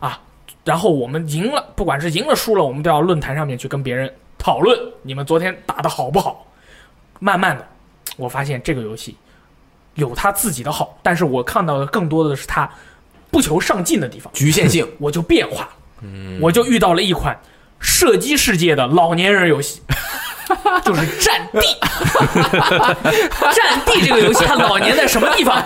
C: 啊，然后我们赢了，不管是赢了输了，我们都要论坛上面去跟别人讨论你们昨天打的好不好。慢慢的，我发现这个游戏有它自己的好，但是我看到的更多的是它不求上进的地方，
B: 局 限性
C: 我就变化了，我就遇到了一款射击世界的老年人游戏。就是战地，战地这个游戏，它老年在什么地方？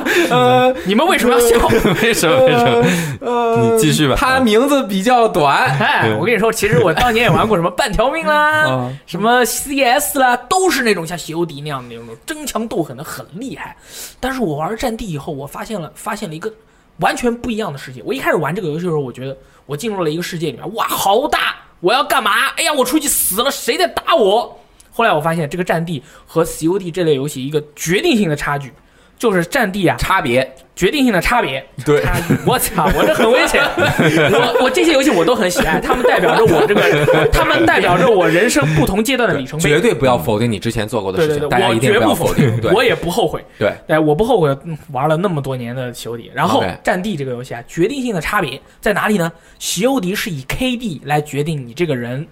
C: 你们为什么要笑？
D: 为什么为什么？
B: 呃
D: 你继续吧
B: 他名字比较短，
C: 哎，我跟你说，其实我当年也玩过什么半条命啦
B: 嗯，
C: 什么 CS 啦，都是那种像席欧迪那样的那种争强斗狠的，很厉害。但是我玩战地以后，我发现了发现了一个完全不一样的世界。我一开始玩这个游戏的时候，我觉得我进入了一个世界里面，哇，好大！我要干嘛？哎呀，我出去死了，谁在打我？后来我发现这个战地和 COD 这类游戏一个决定性的差距，就是占地啊，
B: 差别
C: 决定性的差别。
B: 对
C: 差异我操，我这很危 险。我我这些游戏我都很喜爱，他们代表着我这 个，他们代表着我人生不同阶段的里程
B: 绝
C: 碑。
B: 对不要否定你之前做过的
C: 对
B: 事
C: 对
B: 情，
C: 对，
B: 大家
C: 我
B: 一定
C: 绝
B: 不要
C: 不
B: 否
C: 否
B: 定。对
C: 我也不后悔。
B: 对，
C: 哎，我不后悔嗯玩了那么多年的席欧迪。然后
B: OK
C: 《战地》这个游戏啊，决定性的差别在哪里呢？席欧迪是以 KD 来决定你这个人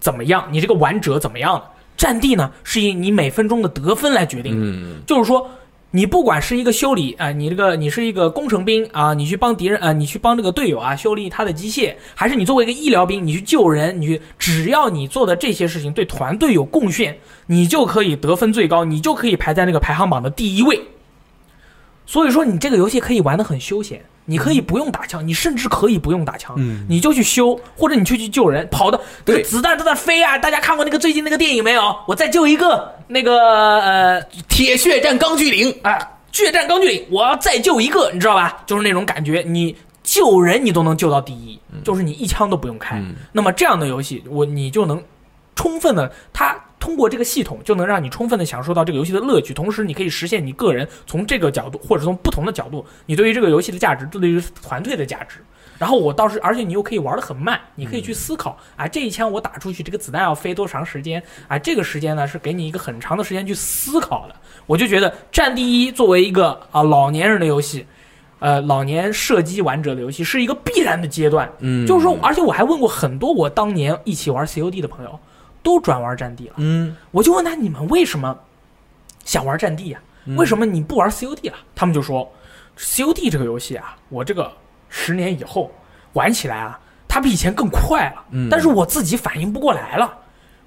C: 怎么样，你这个玩者怎么样的。战地呢，是以你每分钟的得分来决定的。
B: 嗯，
C: 就是说，你不管是一个修理啊、你这个你是一个工程兵啊、你去帮敌人啊、你去帮这个队友啊修理他的机械，还是你作为一个医疗兵，你去救人，你去只要你做的这些事情对团队有贡献，你就可以得分最高，你就可以排在那个排行榜的第一位。所以说，你这个游戏可以玩得很休闲，你可以不用打枪，你甚至可以不用打枪，
B: 嗯
C: 你就去修，或者你就去救人，跑的
B: 对
C: 这个子弹都在飞啊！大家看过那个最近那个电影没有？我再救一个，那个呃，
B: 铁血战钢锯岭，
C: 啊，血战钢锯岭，我要再救一个，你知道吧？就是那种感觉，你救人你都能救到第一，就是你一枪都不用开。
B: 嗯
C: 那么这样的游戏，我你就能充分的，它通过这个系统就能让你充分的享受到这个游戏的乐趣，同时你可以实现你个人从这个角度或者从不同的角度，你对于这个游戏的价值，对于团队的价值。然后我倒是，而且你又可以玩得很慢，你可以去思考啊，这一枪我打出去，这个子弹要飞多长时间啊？这个时间呢是给你一个很长的时间去思考的。我就觉得《战地一》作为一个啊老年人的游戏，呃老年射击玩者的游戏是一个必然的阶段。
B: 嗯
C: 就是说，而且我还问过很多我当年一起玩 COD 的朋友，都转玩战地了。
B: 嗯，
C: 我就问他你们为什么想玩战地呀、啊
B: 嗯
C: 为什么你不玩 COD 了？啊他们就说 COD 这个游戏啊，我这个十年以后玩起来啊，它比以前更快了，
B: 嗯
C: 但是我自己反应不过来了，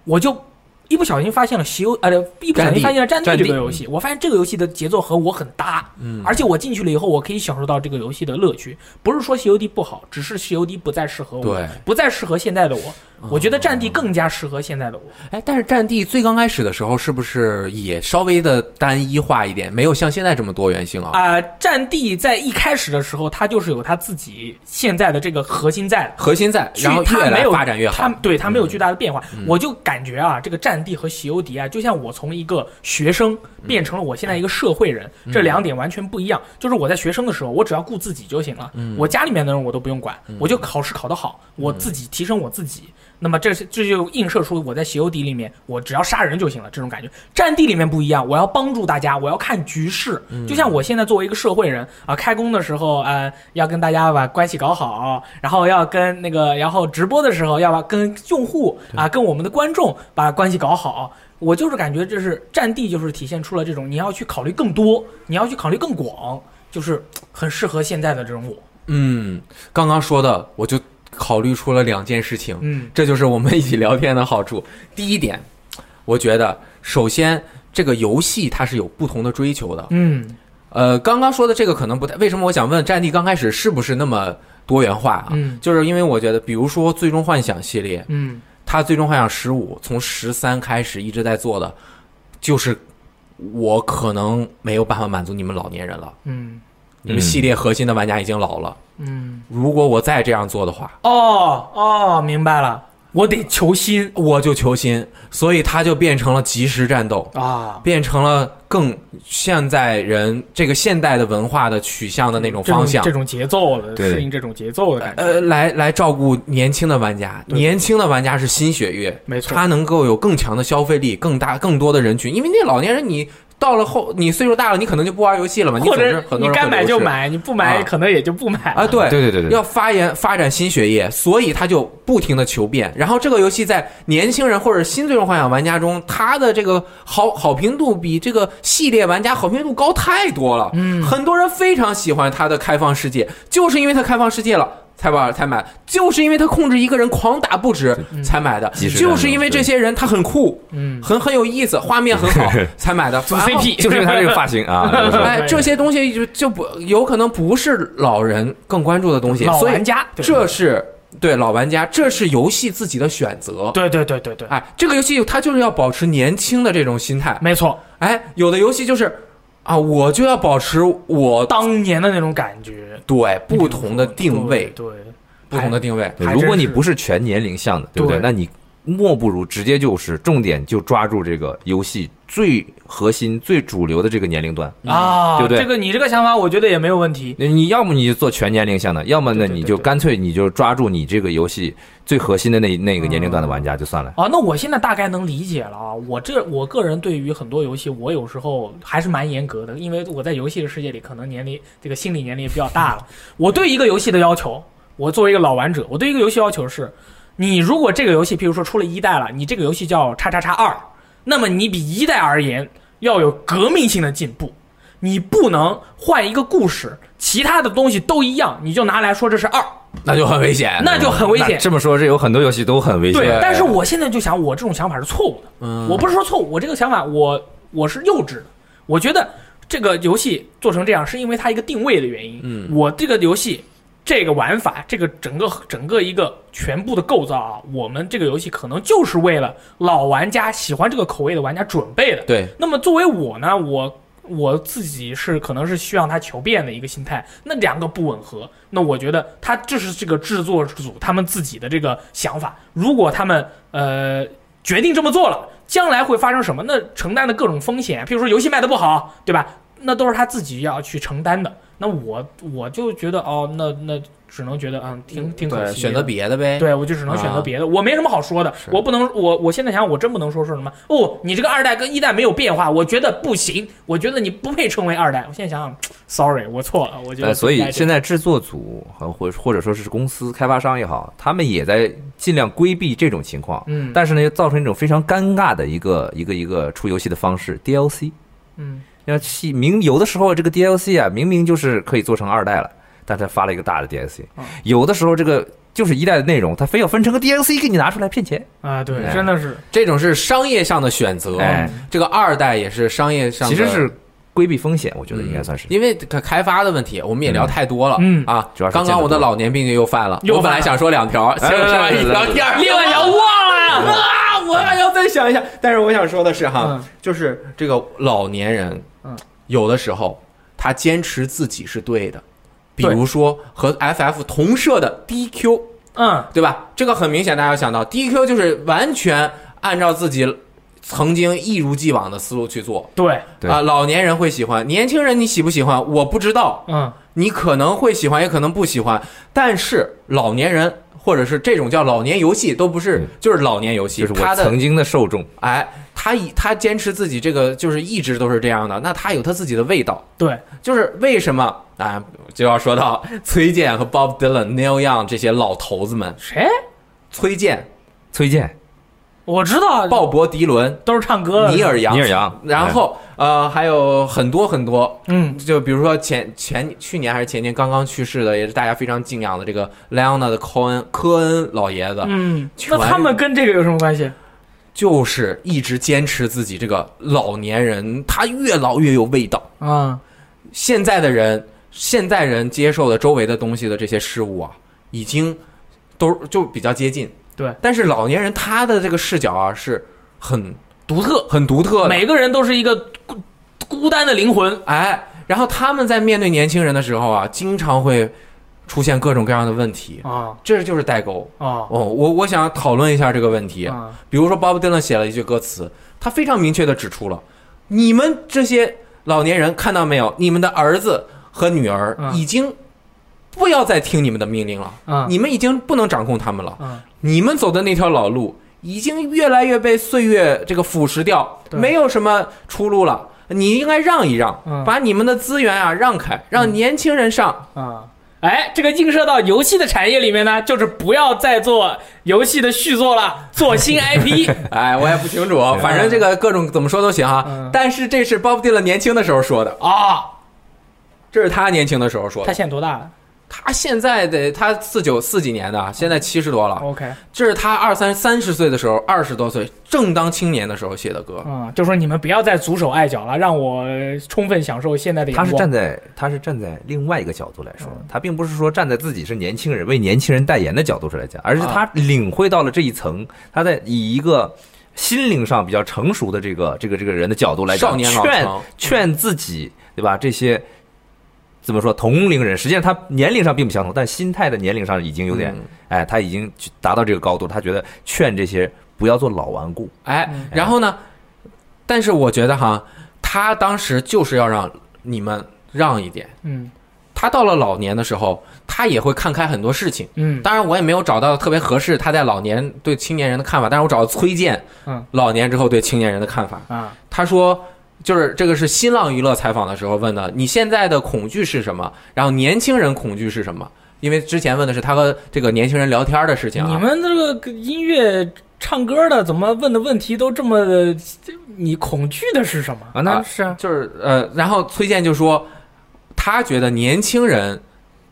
C: 我就。一不小心发现了《西游》呃，一不小
B: 战地
C: 心发现了《战地
B: 战》地
C: 这个游戏，我发现这个游戏的节奏和我很搭，嗯，而且我进去了以后，我可以享受到这个游戏的乐趣。不是说《西游记》不好，只是《西游记》不再适合我
B: 对，
C: 不再适合现在的我。我觉得《战地》更加适合现在的我。
B: 哎，但是战地最刚开始的时候，是不是也稍微的单一化一点，没有像现在这么多元性啊？
C: 啊、战地在一开始的时候，它就是有它自己现在的这个核心在的，
B: 核心在，
C: 去
B: 然后
C: 它
B: 越
C: 没
B: 来
C: 有
B: 发展越好嗯
C: 它。对它没有巨大的变化。我就感觉啊，这个战地和席欧迪啊，就像我从一个学生
B: 嗯
C: 变成了我现在一个社会人，这两点完全不一样。就是我在学生的时候，我只要顾自己就行了，
B: 嗯
C: 我家里面的人我都不用管，我就考试考得好，我自己提升我自己。那么这是这就映射出我在席欧迪里面，我只要杀人就行了这种感觉。战地里面不一样，我要帮助大家，我要看局势。就像我现在作为一个社会人啊，开工的时候呃要跟大家把关系搞好，然后要跟那个，然后直播的时候要把跟用户啊跟我们的观众把关系搞好。我就是感觉这是战地，就是体现出了这种你要去考虑更多，你要去考虑更广，就是很适合现在的这种我。
B: 嗯，刚刚说的，我就考虑出了两件事情。
C: 嗯
B: 这就是我们一起聊天的好处。第一点，我觉得首先这个游戏它是有不同的追求的。
C: 嗯
B: 呃，刚刚说的这个可能不太，为什么我想问《战地》刚开始是不是那么多元化啊？
C: 嗯
B: 就是因为我觉得，比如说《最终幻想》系列，
C: 嗯
B: 它《最终幻想十五》从十三开始一直在做的，就是我可能没有办法满足你们老年人了，
C: 嗯
B: 你们系列核心的玩家已经老了。
C: 嗯。
B: 如果我再这样做的话，
C: 哦哦，明白了，我得求新
B: 我就求新，所以它就变成了即时战斗，
C: 啊。
B: 变成了更现在人这个现代的文化的取向的那种
C: 这种
B: 方向
C: 这。种节奏的，
D: 对
C: 适应这种节奏的感觉。
B: 呃，来来照顾年轻的玩家，
C: 对
B: 年轻的玩家是新血液，
C: 没错
B: 他能够有更强的消费力，更大更多的人群，因为那老年人你到了后，你岁数大了，你可能就不玩游戏了嘛，你
C: 或
B: 总是
C: 者
B: 很多
C: 你
B: 人
C: 该
B: 会
C: 买
B: 流
C: 就
B: 失
C: 买，你不买
B: 啊
C: 可能也就不买
B: 啊，
C: 了。
B: 对
D: 对对对对
B: 要发言发展新血液，所以他就不停的求变。然后这个游戏在年轻人或者新最终幻想玩家中，它的这个好好评度比这个系列玩家好评度高太多了。嗯，很多人非常喜欢它的开放世界，就是因为它开放世界了。才玩才买，就是因为它控制一个人狂打不止才买的，
D: 即时战斗
B: 就是因为这些人他很酷，
C: 嗯，
B: 很很有意思，画面很 好才买的。组
C: CP
D: 就是因为他这个发型啊，就是 说
B: 哎，这些东西就就不有可能不是老人更关注的东西，
C: 老
B: 所以
C: 玩家，对
B: 这是对老玩家，这是游戏自己的选择。
C: 对对对对对，
B: 哎，这个游戏它就是要保持年轻的这种心态。
C: 没错，
B: 哎，有的游戏就是啊，我就要保持我
C: 当年的那种感觉，
B: 对不同的定位，
C: 对，对哎
B: 不同的定位。
D: 对
C: 还真
D: 如果你
C: 是
D: 不是全年龄向的，对不对？
C: 对
D: 那你莫不如直接就是重点就抓住这个游戏最核心、最主流的这个年龄段。
C: 啊，
D: 对不对
C: 这个你这个想法，我觉得也没有问题。
D: 那你要么你就做全年龄向的，要么呢
C: 对对对
D: 你就干脆你就抓住你这个游戏最核心的那那个年龄段的玩家就算了。
C: 啊，那我现在大概能理解了啊。我这我个人对于很多游戏，我有时候还是蛮严格的，因为我在游戏的世界里，可能年龄这个心理年龄也比较大了。我对一个游戏的要求，我作为一个老玩者，我对一个游戏要求是，你如果这个游戏，譬如说出了一代了，你这个游戏叫叉叉叉二，那么你比一代而言要有革命性的进步，你不能换一个故事，其他的东西都一样，你就拿来说这是二，
B: 那就很危险。
C: 那就很危险
D: 哎那。这么说，这有很多游戏都很危险。
C: 对，但是我现在就想，我这种想法是错误的。
B: 嗯
C: 我不是说错误，我这个想法我我是幼稚的。我觉得这个游戏做成这样，是因为它一个定位的原因。
B: 嗯，
C: 我这个游戏这个玩法，这个整个整个一个全部的构造啊，我们这个游戏可能就是为了老玩家喜欢这个口味的玩家准备的。
B: 对，
C: 那么作为我呢，我我自己是可能是希望他求变的一个心态，那两个不吻合，那我觉得他这是这个制作组他们自己的这个想法，如果他们呃决定这么做了，将来会发生什么？那承担的各种风险，譬如说游戏卖的不好，对吧？那都是他自己要去承担的。那我我就觉得哦，那那只能觉得嗯，挺挺可
B: 对，
C: 惜的，
B: 选择别的呗。
C: 对，我就只能选择别的，我没什么好说的，我不能，我我现在想想，我真不能说是什么哦，你这个二代跟一代没有变化，我觉得不行，我觉得你不配称为二代。我现在想想，sorry，我错了，我觉得
D: 呃，
C: 不
D: 所
C: 应该这样、
D: 以现在制作组和或或者说是公司开发商也好，他们也在尽量规避这种情况。
C: 嗯
D: 但是呢，又造成一种非常尴尬的一个一个一个出游戏的方式 DLC。
C: 嗯，
D: 要去明有的时候这个 DLC 啊，明明就是可以做成二代了，但他发了一个大的 DLC
C: 嗯。
D: 有的时候这个就是一代的内容，他非要分成个 DLC 给你拿出来骗钱。
C: 啊，对，
D: 哎
C: 真的是，
B: 这种是商业上的选择，
D: 哎
B: 这个二代也是商业上
D: 其
B: 的，
D: 实是规避风险，我觉得应该
B: 嗯
D: 算是。
B: 因为开开发的问题，我们也聊太多了，
C: 嗯
B: 啊
D: 主要，是
B: 刚刚我的老年病就又犯了，
C: 又
B: 我本
C: 犯
B: 来
C: 了
B: 想说两条，结
D: 哎
B: 果
D: 来
B: 是吧？
D: 来来
B: 一条，第二条
C: 另外一条忘了，
B: 啊，我还要再想一下。但是我想说的是哈，
C: 嗯
B: 就是这个老年人，
C: 嗯，
B: 有的时候他坚持自己是对的，比
C: 对
B: 如说和 FF 同社的 DQ，
C: 嗯，
B: 对吧？这个很明显，大家要想到 DQ 就是完全按照自己曾经一如既往的思路去做。
C: 对，
D: 对
B: 啊、老年人会喜欢，年轻人你喜不喜欢？我不知道，
C: 嗯，
B: 你可能会喜欢，也可能不喜欢。但是老年人或者是这种叫老年游戏，都不是
D: 嗯，
B: 就是老年游戏，
D: 就是
B: 他
D: 我
B: 的
D: 曾经的受众，
B: 哎，他以他坚持自己这个就是一直都是这样的，那他有他自己的味道。
C: 对，
B: 就是为什么啊？就要说到崔健和 Bob Dylan、Neil Young 这些老头子们，
C: 谁？
B: 崔健、
D: 崔健、
C: 我知道，
B: 鲍勃迪伦、
C: 都是唱歌的，
B: 尼尔杨、
D: 嗯尼尔杨哎
B: 然后呃还有很多很多，
C: 嗯，
B: 就比如说前前去年还是前年刚刚去世的，也是大家非常敬仰的这个 Leonard Cohen 科恩老爷子，
C: 嗯，
B: 啊全
C: 那他们跟这个有什么关系？
B: 就是一直坚持自己这个老年人，他越老越有味道。
C: 啊、
B: 现在的人，现在人接受的周围的东西的这些事物啊，已经都就比较接近。
C: 对，
B: 但是老年人他的这个视角啊，是很
C: 独特，
B: 很独特的。
C: 每个人都是一个孤孤单的灵魂，
B: 哎，然后他们在面对年轻人的时候啊，经常会出现各种各样的问题，
C: 啊
B: 这就是代沟。
C: 啊
B: 哦，我我想讨论一下这个问题。
C: 啊，
B: 比如说，鲍勃迪伦写了一句歌词，他非常明确的指出了，你们这些老年人看到没有，你们的儿子和女儿
C: 嗯
B: 已经不要再听你们的命令了，
C: 嗯
B: 你们已经不能掌控他们了，
C: 嗯
B: 你们走的那条老路已经越来越被岁月这个腐蚀掉，
C: 对
B: 没有什么出路了。你应该让一让，
C: 嗯
B: 把你们的资源啊让开，让年轻人上。
C: 啊，哎，这个映射到游戏的产业里面呢，就是不要再做游戏的续作了，做新 IP。
B: 哎，我也不清楚， 反正这个各种怎么说都行啊。
C: 嗯
B: 但是这是鲍勃迪伦年轻的时候说的，
C: 啊，
B: 这是他年轻的时候说
C: 他
B: 的。
C: 现在多大了
B: 他现在得他四九四几年的，现在七十多了。
C: ？OK，
B: 这是他二三三十岁的时候，二十多岁正当青年的时候写的歌。
C: 嗯，就说你们不要再阻手碍脚了，让我充分享受现在的
D: 他
C: 阳
D: 是
C: 光。
D: 站在他是站在另外一个角度来说，
B: 嗯
D: 他并不是说站在自己是年轻人为年轻人代言的角度上来讲，而
B: 啊
D: 是他领会到了这一层，他在以一个心灵上比较成熟的这个这个这个人的角度来讲，
B: 少年老
D: 劝
B: 成
D: 劝自己，对吧？这些怎么说同龄人，实际上他年龄上并不相同，但心态的年龄上已经有点，
B: 嗯
D: 哎，他已经达到这个高度，他觉得劝这些。不要做老顽固。
B: 哎
C: 嗯，
B: 然后呢？但是我觉得哈，他当时就是要让你们让一点。
C: 嗯
B: 他到了老年的时候，他也会看开很多事情。
C: 嗯，
B: 当然，我也没有找到特别合适他在老年对青年人的看法，但是我找到崔健，
C: 嗯，
B: 老年之后对青年人的看法。
C: 啊，
B: 他说，就是这个是新浪娱乐采访的时候问的，你现在的恐惧是什么？然后年轻人恐惧是什么？因为之前问的是他和这个年轻人聊天的事情
C: 你
B: 啊。
C: 们这个音乐唱歌的怎么问的问题都这么的？你恐惧的是什么？
D: 啊，那是啊，
B: 就是呃，然后崔健就说，他觉得年轻人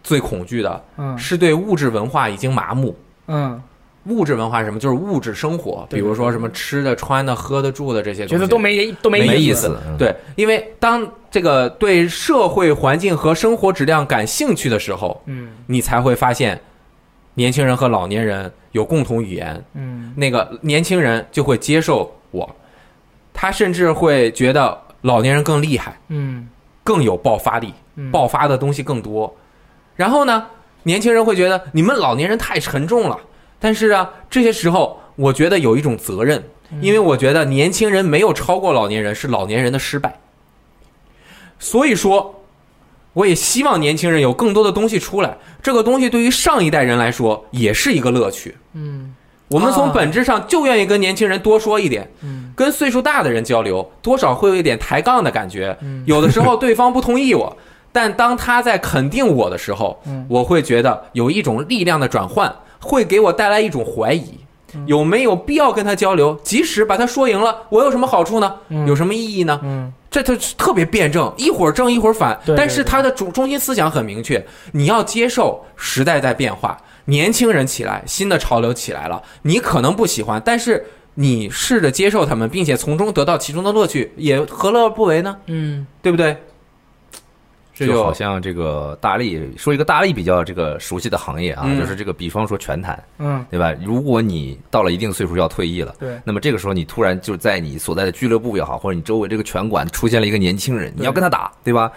B: 最恐惧的
C: 嗯
B: 是对物质文化已经麻木。
C: 嗯，
B: 物质文化是什么？就是物质生活，比
C: 对
B: 如说什么吃的、穿的、喝的、住的这些东西，
C: 觉得都没都
B: 没
C: 意
D: 意
B: 思
D: 思。
B: 对，因为当这个对社会环境和生活质量感兴趣的时候，
C: 嗯
B: 你才会发现，年轻人和老年人有共同语言，
C: 嗯
B: 那个年轻人就会接受我，他甚至会觉得老年人更厉害，
C: 嗯
B: 更有爆发力，
C: 嗯，
B: 爆发的东西更多。然后呢，年轻人会觉得你们老年人太沉重了。但是啊，这些时候我觉得有一种责任，因为我觉得年轻人没有超过老年人是老年人的失败。所以说，我也希望年轻人有更多的东西出来。这个东西对于上一代人来说也是一个乐趣。
C: 嗯
B: 我们从
D: 啊
B: 本质上就愿意跟年轻人多说一点，
C: 嗯
B: 跟岁数大的人交流，多少会有一点抬杠的感觉。
C: 嗯
B: 有的时候对方不同意我，但当他在肯定我的时候，
C: 嗯
B: 我会觉得有一种力量的转换，会给我带来一种怀疑，
C: 嗯
B: 有没有必要跟他交流？即使把他说赢了，我有什么好处呢？
C: 嗯
B: 有什么意义呢？
C: 嗯
B: 这他是特别辩证，一会儿正一会儿反，
C: 对对
B: 但是他的主中心思想很明确，你要接受时代在变化，年轻人起来，新的潮流起来了，你可能不喜欢，但是你试着接受他们，并且从中得到其中的乐趣，也何乐而不为呢？
C: 嗯
B: 对不对？这
D: 就好像这个大力说一个大力比较这个熟悉的行业啊，
B: 嗯
D: 就是这个，比方说拳坛，
C: 嗯，
D: 对吧？如果你到了一定岁数要退役了，
C: 对，
D: 那么这个时候你突然就在你所在的俱乐部也好，或者你周围这个拳馆出现了一个年轻人，你要跟他打，对吧？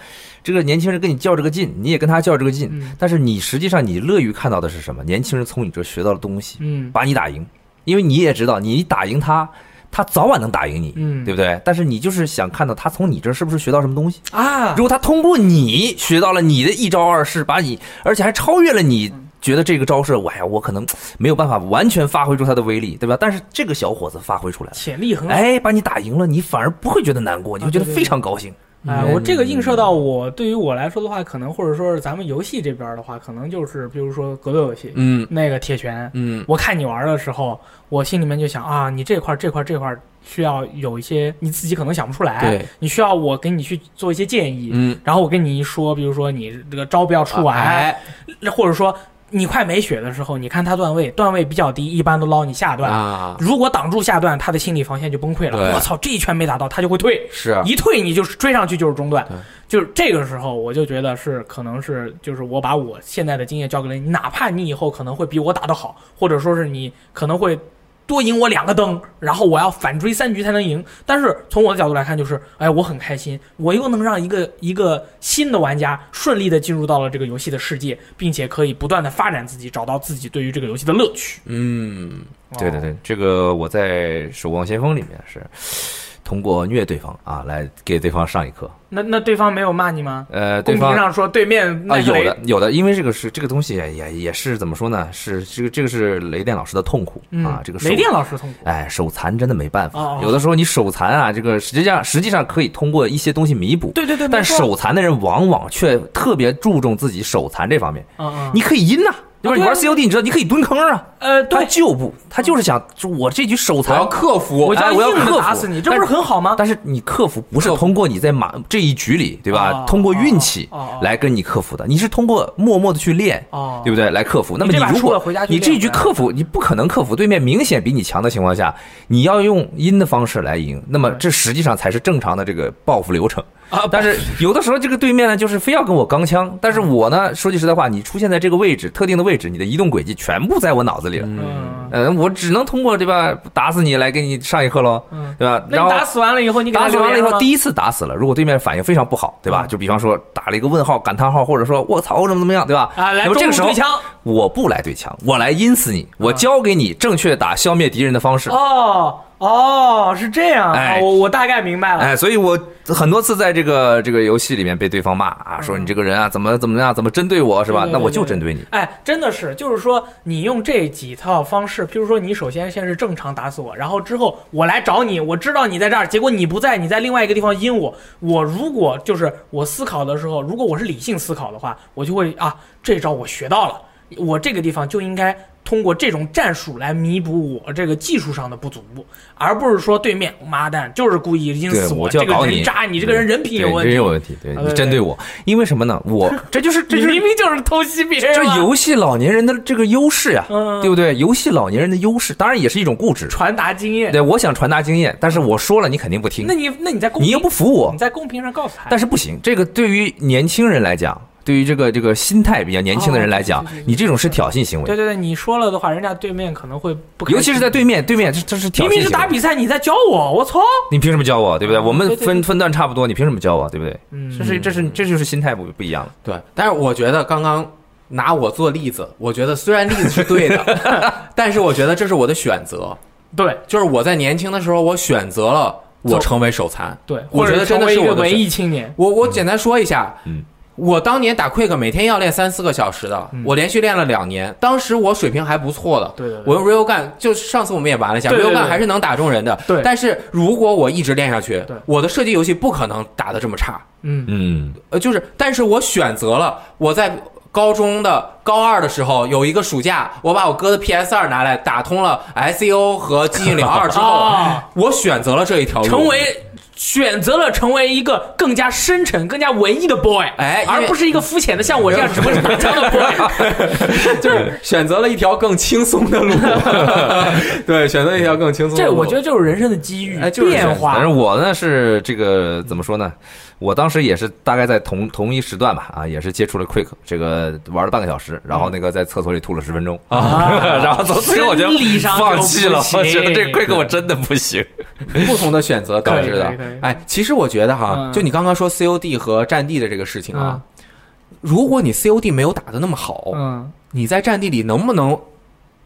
D: 这个年轻人跟你较这个劲，你也跟他较这个劲，
C: 嗯
D: 但是你实际上你乐于看到的是什么？年轻人从你这学到了东西，
C: 嗯
D: 把你打赢，因为你也知道你打赢他，他早晚能打赢你，
C: 嗯
D: 对不对？但是你就是想看到他从你这儿是不是学到什么东西。
C: 啊，
D: 如果他通过你学到了你的一招二式，把你而且还超越了你，觉得这个招式，哎呀，我可能没有办法完全发挥出它的威力，对吧？但是这个小伙子发挥出来了，
C: 潜力很好。
D: 哎，把你打赢了，你反而不会觉得难过，你会觉得非常高兴。
C: 啊，
B: 嗯
C: 我这个映射到我对于我来说的话，可能或者说是咱们游戏这边儿的话，可能就是比如说格斗游戏，
B: 嗯
C: 那个铁拳，
B: 嗯
C: 我看你玩的时候，我心里面就想啊，你这块儿这块儿这块儿需要有一些你自己可能想不出来，
B: 对，
C: 你需要我给你去做一些建议，
B: 嗯，
C: 然后我跟你一说，比如说你这个招不要出完，
B: 哎
C: 或者说你快没血的时候，你看他段位，段位比较低，一般都捞你下段。
B: 啊，
C: 如果挡住下段，他的心理防线就崩溃
B: 对
C: 了。我操，这一拳没打到，他就会退，
B: 是
C: 一退你就是追上去就是中断
B: 对。
C: 就是这个时候，我就觉得是可能是就是我把我现在的经验交给了你，哪怕你以后可能会比我打得好，或者说是你可能会多赢我两个灯，然后我要反追三局才能赢。但是从我的角度来看，就是哎，我很开心，我又能让一个一个新的玩家顺利的进入到了这个游戏的世界，并且可以不断的发展自己，找到自己对于这个游戏的乐趣。
B: 嗯
D: 对对对，哎这个我在《守望先锋》里面是通过虐对方啊，来给对方上一课。
C: 那那对方没有骂你吗？
D: 呃，对
C: 公
D: 方
C: 屏上说对面
D: 啊，
C: 那
D: 有
C: 个雷
D: 的，有的，因为这个是这个东西也也是怎么说呢？是这个这个是雷电老师的痛苦
C: 嗯
D: 啊，这个手
C: 雷电老师痛苦。
D: 哎，手残真的没办
C: 哦
D: 法
C: 哦，
D: 有的时候你手残啊，这个实际上实际上可以通过一些东西弥补，
C: 对对对，
D: 但
C: 没错
D: 手残的人往往却特别注重自己手残这方面，
C: 嗯嗯，
D: 你可以阴呐、对
C: 对
D: 吧？你玩 COD，你知道你可以蹲坑啊，
C: 呃，
D: 他
C: 对，
D: 就不，他就是想就我这局手
B: 我
D: 残
B: 要，克服，
C: 我就
D: 哎
C: 要
D: 我要
C: 硬
D: 克
C: 的
D: 服
C: 打死你，这不是
D: 但
C: 很好吗？
D: 但是你克服不是通过你在马这一局里，对
C: 哦
D: 吧？通过运气
C: 哦哦哦
D: 来跟你克服的，你是通过默默的去练，
C: 哦，
D: 对不对？来克服。那么
C: 你这把
D: 如
C: 输了
D: 果
C: 回家去
D: 你这
C: 练
D: 一局
C: 呗
D: 克服，你不可能克服对面明显比你强的情况下，你要用阴的方式来赢，那么这实际上才是正常的这个报复流程。
B: 啊
D: 但是有的时候这个对面呢，就是非要跟我刚枪，但是我
C: 嗯
D: 呢，说句实在话，你出现在这个位置，特定的位置，你的移动轨迹全部在我脑子里了。
C: 嗯
D: 嗯、我只能通过对吧，打死你来给你上一课喽，
C: 嗯，
D: 对吧？
C: 那
D: 然后
C: 你打死完了以后，你给他
D: 打死完了以
C: 留言
D: 后，
C: 吗
D: 第一次打死了，如果对面反应非常不好，对吧？
C: 嗯
D: 就比方说打了一个问号、感叹号，或者说我操怎么怎么样，对吧？
C: 啊，来
D: 那么
C: 中
D: 这个
C: 路
D: 时候
C: 对枪
D: 我不来对枪，我来阴死你，我
C: 嗯
D: 教给你正确打消灭敌人的方式。
C: 哦哦，是这样啊，
D: 哎
C: 我我大概明白了。
D: 哎，所以我很多次在这个这个游戏里面被对方骂啊，说你这个人啊，怎么怎么样，怎么针对我是吧？
C: 嗯对对
D: 那我
C: 对
D: 就
C: 对
D: 针对你。
C: 哎，真的是，就是说，你用这几套方式，譬如说，你首先先是正常打死我，然后之后我来找你，我知道你在这儿，结果你不在，你在另外一个地方阴我。我如果就是我思考的时候，如果我是理性思考的话，我就会啊，这招我学到了，我这个地方就应该通过这种战术来弥补我这个技术上的不足，而不是说对面妈蛋就是故意阴
D: 对
C: 死，
D: 我就
C: 这
D: 要
C: 个
D: 搞
C: 人
D: 你嗯
C: 渣，你这个人人品
D: 对
C: 有问
D: 你这
C: 题
D: 有。问题，对
C: 啊
D: 你
C: 对
D: 针对我，因为什么 呢？我这就是这
C: 你
D: 就是
C: 明明就是偷袭别人啊
D: 这
C: 嘛，
D: 游戏老年人的这个优势呀，
C: 嗯
D: 对不对？游戏老年人的优势，当然也是一种固执。
C: 传达经验。
D: 对，我想传达经验，但是我说了你肯定不听
C: 那，你那你在公
D: 你
C: 屏
D: 又不服我
C: 你，在公屏上告诉他，
D: 但是不行，这个对于年轻人来讲，对于这个这个心态比较年轻的人来讲
C: 哦对对对，对
D: 你这种是挑衅行
C: 对
D: 为，
C: 对对，你说了的话，人家对面可能会不开心，
D: 尤其是在对面，对面这这是挑
C: 明
D: 衅
C: 明
D: 行
C: 是打
D: 为。
C: 比赛，你在教我，我操！
D: 你凭什么教我，对不对？
C: 嗯
D: 我们
C: 对对
D: 分
C: 对
D: 分段差不多，你凭什么教我，对不对？
C: 嗯
D: 这是这是这就是心态不不一样了。
B: 对，但是我觉得刚刚拿我做例子，我觉得虽然例子是对的， 但是我觉得这是我的选择，
C: 对
B: 就是我在年轻的时候，我选择了我成为手残。
C: 对，
B: 我
C: 或者
B: 觉得真
C: 成
B: 的
C: 为
B: 是
C: 一个
B: 我的选
C: 文艺青年，
B: 我我简单说一下，
D: 嗯，
B: 我当年打 Quick 每天要练三四个小时的，我连续练了两年，当时我水平还不错的，
C: 嗯对对对
B: 我用 Real Gun 就上次我们也玩了一下
C: 对对对
B: ，Real Gun 还是能打中人的，
C: 对
B: 但是如果我一直练下去
C: 对，
B: 我的射击游戏不可能打得这么差，
C: 嗯，
D: 嗯，
B: 呃，就是，但是我选择了我在高中的高二的时候，有一个暑假，我把我哥的 PS 二拿来打通了 SEO 和寂静岭二 之后，
C: 啊，
B: 我选择了这一条
D: 哦
B: 路，
C: 成为选择了成为一个更加深沉、更加文艺的 boy，
B: 哎因为
C: 而不是一个肤浅的像我这样只会打枪的 boy。
B: 就是选择了一条更轻松的路， 对，选择一条更轻松的
C: 这
B: 路。
C: 我觉得就是人生的机遇
B: 哎、就是
C: 变
D: 反
C: 化
D: 正。我呢是这个怎么说呢？我当时也是大概在同同一时段吧，啊，也是接触了 Quick 这个玩了半个小时，然后
C: 嗯
D: 那个在厕所里吐了十分钟啊， 然后从此以后 我就
C: 生理上就
D: 放弃了，
C: 不
D: 我觉得这
C: 行
D: Quick 我真的不行。
B: 不同的选择导致的
C: 可以可以可以。
B: 哎，其实我觉得哈，
C: 嗯
B: 就你刚刚说 COD 和战地的这个事情啊，如果你 COD 没有打的那么好，
C: 嗯，
B: 你在战地里能不能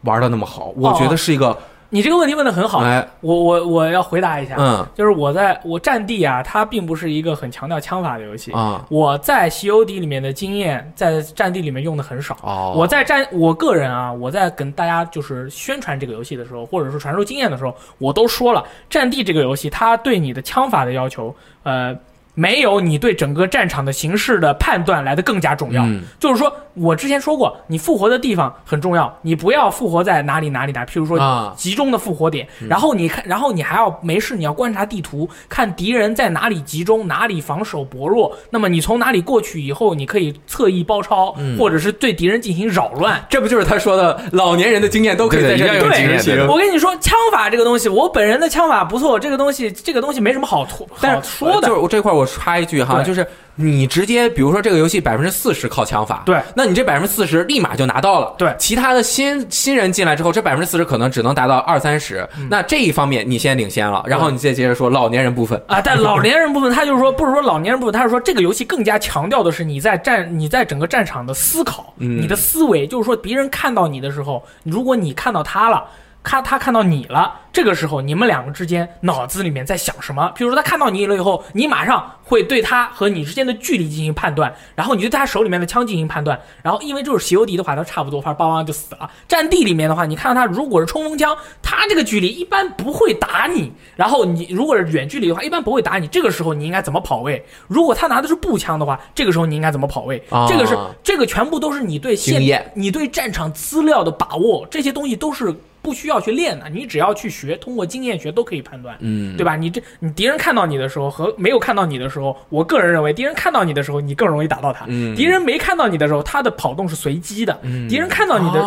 B: 玩的那么好？我觉得是一个，
C: 你这个问题问的哦很好，
B: 哎，
C: 我我我要回答一下，
B: 嗯
C: 就是我在我战地啊，它并不是一个很强调枪法的游戏。
B: 啊，
C: 我在 COD 里面的经验，在战地里面用的很少。
B: 哦，
C: 我在战，我个人啊，我在跟大家就是宣传这个游戏的时候，或者是传授经验的时候，我都说了，战地这个游戏它对你的枪法的要求，呃，没有你对整个战场的形势的判断来的更加重要。
B: 嗯
C: 就是说我之前说过，你复活的地方很重要，你不要复活在哪里哪里哪，譬如说
B: 啊
C: 集中的复活点，然后你看，然后你还要没事，你要观察地图，看敌人在哪里集中，哪里防守薄弱，那么你从哪里过去以后，你可以侧翼包抄，或者是对敌人进行扰乱。
B: 这不就是他说的老年人的经验都可以在这里
D: 对对一定要有
B: 执
D: 经验
B: 行
D: 对？
C: 我跟你说，枪法这个东西，我本人的枪法不错，这个东西这个东西没什么好吐好
B: 但是呃
C: 说的
B: 就。是我这块我插一句哈，
C: 对
B: 就是你直接比如说这个游戏百分之四十靠枪法，
C: 对
B: 那你这百分之四十立马就拿到了，
C: 对
B: 其他的新新人进来之后，这百分之四十可能只能达到二三十，
C: 嗯
B: 那这一方面你先领先了，然后你再接着说老年人部分，
C: 啊，但老年人部分，他就是说，不是说老年人部分，他是说这个游戏更加强调的是你在战，你在整个战场的思考，
B: 嗯
C: 你的思维，就是说别人看到你的时候，如果你看到他了。看他看到你了，这个时候你们两个之间脑子里面在想什么？比如说他看到你了以后，你马上会对他和你之间的距离进行判断，然后你对他手里面的枪进行判断，然后因为就是席欧迪的话，他差不多啪邦邦就死了。战地里面的话，你看到他如果是冲锋枪，他这个距离一般不会打你，然后你如果是远距离的话，一般不会打你。这个时候你应该怎么跑位？如果他拿的是步枪的话，这个时候你应该怎么跑位？
B: 啊
C: 这个是这个全部都是你对现
B: 经验
C: 你对战场资料的把握，这些东西都是不需要去练的，你只要去学，通过经验学都可以判断，
B: 嗯
C: 对吧？你这你敌人看到你的时候和没有看到你的时候，我个人认为敌人看到你的时候，你更容易打到他。
B: 嗯
C: 敌人没看到你的时候，他的跑动是随机的。敌人看到你的，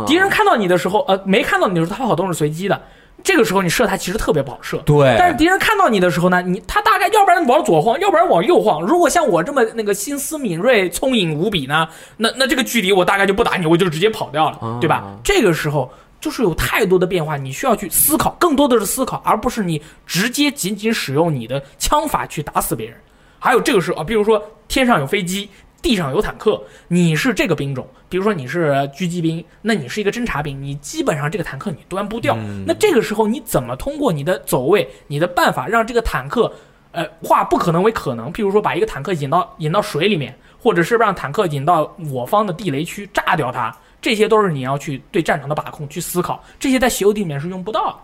B: 的
C: 敌人看到你的时候，呃，没看到你的时候，他跑动是随机的。这个时候你射他其实特别不好射，
B: 对
C: 但是敌人看到你的时候呢，你他大概概要不然往左晃，要不然往右晃。如果像我这么那个心思敏锐、聪颖无比呢，那那这个距离我大概就不打你，我就直接跑掉了，对吧？这个时候就是有太多的变化，你需要去思考，更多的是思考，而不是你直接仅仅使用你的枪法去打死别人。还有这个时候啊，比如说天上有飞机，地上有坦克，你是这个兵种，比如说你是狙击兵，那你是一个侦察兵，你基本上这个坦克你端不掉。那这个时候你怎么通过你的走位、你的办法让这个坦克，呃，化不可能为可能？譬如说把一个坦克引到引到水里面，或者是让坦克引到我方的地雷区炸掉它，这些都是你要去对战场的把控去思考，这些在 COD 里面是用不到的。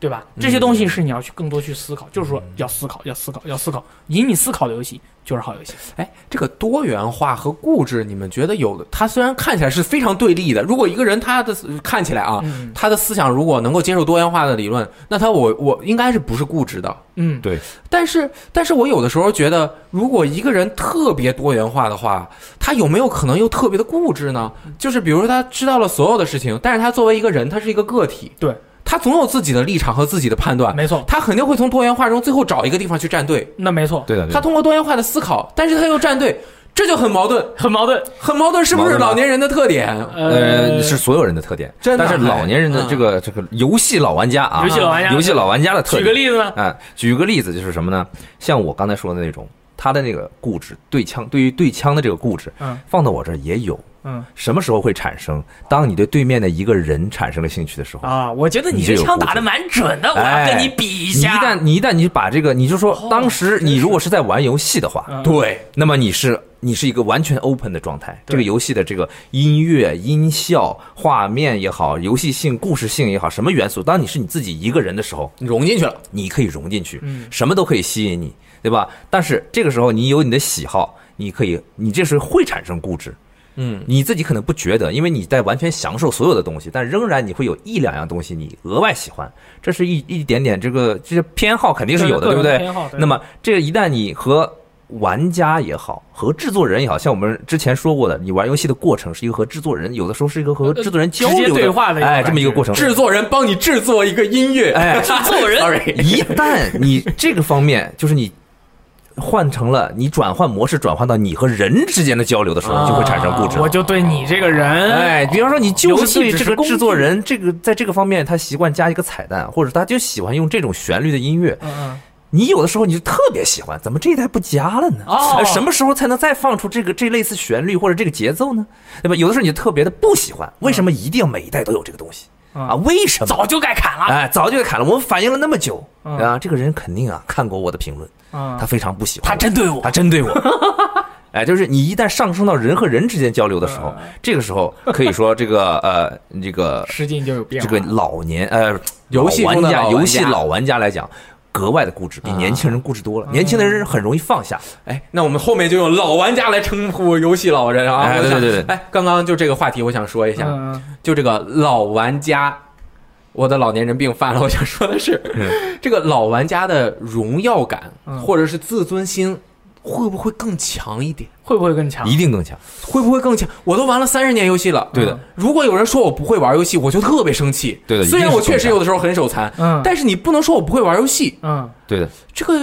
C: 对吧？这些
D: 嗯
C: 东西是你要去更多去思考，就是说要思考，要思考，要思考，引你思考的游戏就是好游戏。
B: 哎，这个多元化和固执，你们觉得有的？他虽然看起来是非常对立的，如果一个人他的思看起来啊，
C: 嗯
B: 他的思想如果能够接受多元化的理论，那他我我应该是不是固执的？
C: 嗯，
D: 对，
B: 但是，但是我有的时候觉得，如果一个人特别多元化的话，他有没有可能又特别的固执呢？就是比如说，他知道了所有的事情，但是他作为一个人，他是一个个体，
C: 对，
B: 他总有自己的立场和自己的判
D: 啊
B: 断，
C: 没错，
B: 他肯定会从多元化中最后找一个地方去站队。
C: 那没错，
D: 对的，对
B: 他
D: 的
B: 通过多元化的思考，但是他又站队，这就很矛盾，
C: 很矛盾。
B: 很矛盾，是不
D: 矛
B: 是
D: 盾吧
B: 老年人的特点？
C: 呃，
D: 是所有人的特点，
B: 真的
D: 但是老年人的这个、这个游戏老玩家啊，
C: 嗯游戏老玩家
D: 游戏老玩家的特
C: 举
D: 点，
C: 个例子呢？
D: 啊，举个例子就是什么呢？像我刚才说的那种，他的那个固执，对枪对于对枪的这个固执，
C: 嗯
D: 放到我这儿也有。
C: 嗯
D: 什么时候会产生？当你对对面的一个人产生了兴趣的时候。
C: 啊，我觉得你
D: 你
C: 这
D: 这有
C: 枪
D: 固
C: 打
D: 执
C: 的蛮准的，我要
D: 哎
C: 跟你比一
D: 你一
C: 下。
D: 旦你一旦你把这个，你就说
C: 哦，
D: 当时
C: 真
D: 你
C: 是
D: 如果是在玩游戏的话，
C: 嗯
B: 对，
D: 那么你是你是一个完全 open 的状态，
C: 对
D: 这个游戏的这个音乐、音效、画面也好，游戏性、故事性也好，什么元素，当你是你自己一个人的时候，
B: 融进去了。
D: 你可以融进去，
C: 嗯
D: 什么都可以吸引你，对吧？但是这个时候你有你的喜好，你可以，你这时候会产生固执，
B: 嗯，
D: 你自己可能不觉得，因为你在完全享受所有的东西，但仍然你会有一两样东西你额外喜欢，这是一一点点这个这些偏好肯定是有的，
C: 个人
D: 对不对？
C: 偏好对
D: 那么这个一旦你和玩家也好，和制作人也好，像我们之前说过的，你玩游戏的过程是一个和制作人，有的时候是一个和
C: 呃
D: 制作人交
C: 直接
D: 流的
C: 对话的一个
D: 哎，
C: 感
D: 这么一个
C: 觉
D: 过程。
B: 制 作人帮你制作一个音乐，
D: 哎
B: 制作 人，sorry，
D: 一旦你这个方面，就是你换成了你转换模式转换到你和人之间的交流的时候，就会产生固执
C: 啊。我就对你这个人，
D: 哎，比方说你
C: 游
D: 就是
C: 戏只
D: 对这
C: 是
D: 个
C: 工具
D: 制作人，这个在这个方面他习惯加一个彩蛋，或者他就喜欢用这种旋律的音乐。
C: 嗯嗯，
D: 你有的时候你就特别喜欢，怎么这一代不加了呢？
C: 哦
D: 哎什么时候才能再放出这个这类似旋律或者这个节奏呢？对吧？有的时候你就特别的不喜欢，为什么一定要每一代都有这个东西
C: 嗯
D: 啊？为什么？
C: 早就该
B: 啊
C: 砍了。
D: 哎，早就给砍了。我们反应了那么久
C: 嗯
D: 啊，这个人肯定啊看过我的评论，
C: 嗯
D: 他非常不喜欢我，
C: 他针对我
D: 他，针对我。 哎，就是你一旦上升到人和人之间交流的时
B: 嗯
D: 候，这个时候可以说 这个呃，这个
C: 失禁就有变
D: 这
C: 化。
D: 个老年呃
B: 啊游戏
D: 老
B: 中的
D: 玩家
B: 老玩
D: 游戏
B: 家嗯
D: 老玩家来讲。格外的固执，比年轻人固执多了。年轻的人很容易放下，
B: 哎，那我们后面就用老玩家来称呼游戏老人啊。
D: 哎
B: 我
D: 对
B: 想
D: 对对对
B: 哎，刚刚就这个话题，我想说一下，
C: 嗯嗯
B: 就这个老玩家，我的老年人病犯了。我想说的是， 这个老玩家的荣耀感、
C: 嗯
B: 或者是自尊心，会不会更强一点？
C: 会不会更
B: 嗯
C: 强？
D: 一定更强。
B: 会不会更强？我都玩了三十年游戏了，嗯
D: 对的。
B: 如果有人说我不会玩游戏，我就特别生气。
D: 对的
B: 虽然
D: 一定是
B: 我确实
D: 更强
B: 有的时候很手残，
C: 嗯
B: 但是你不能说我不会玩游戏，
C: 嗯，
D: 对的，
B: 这个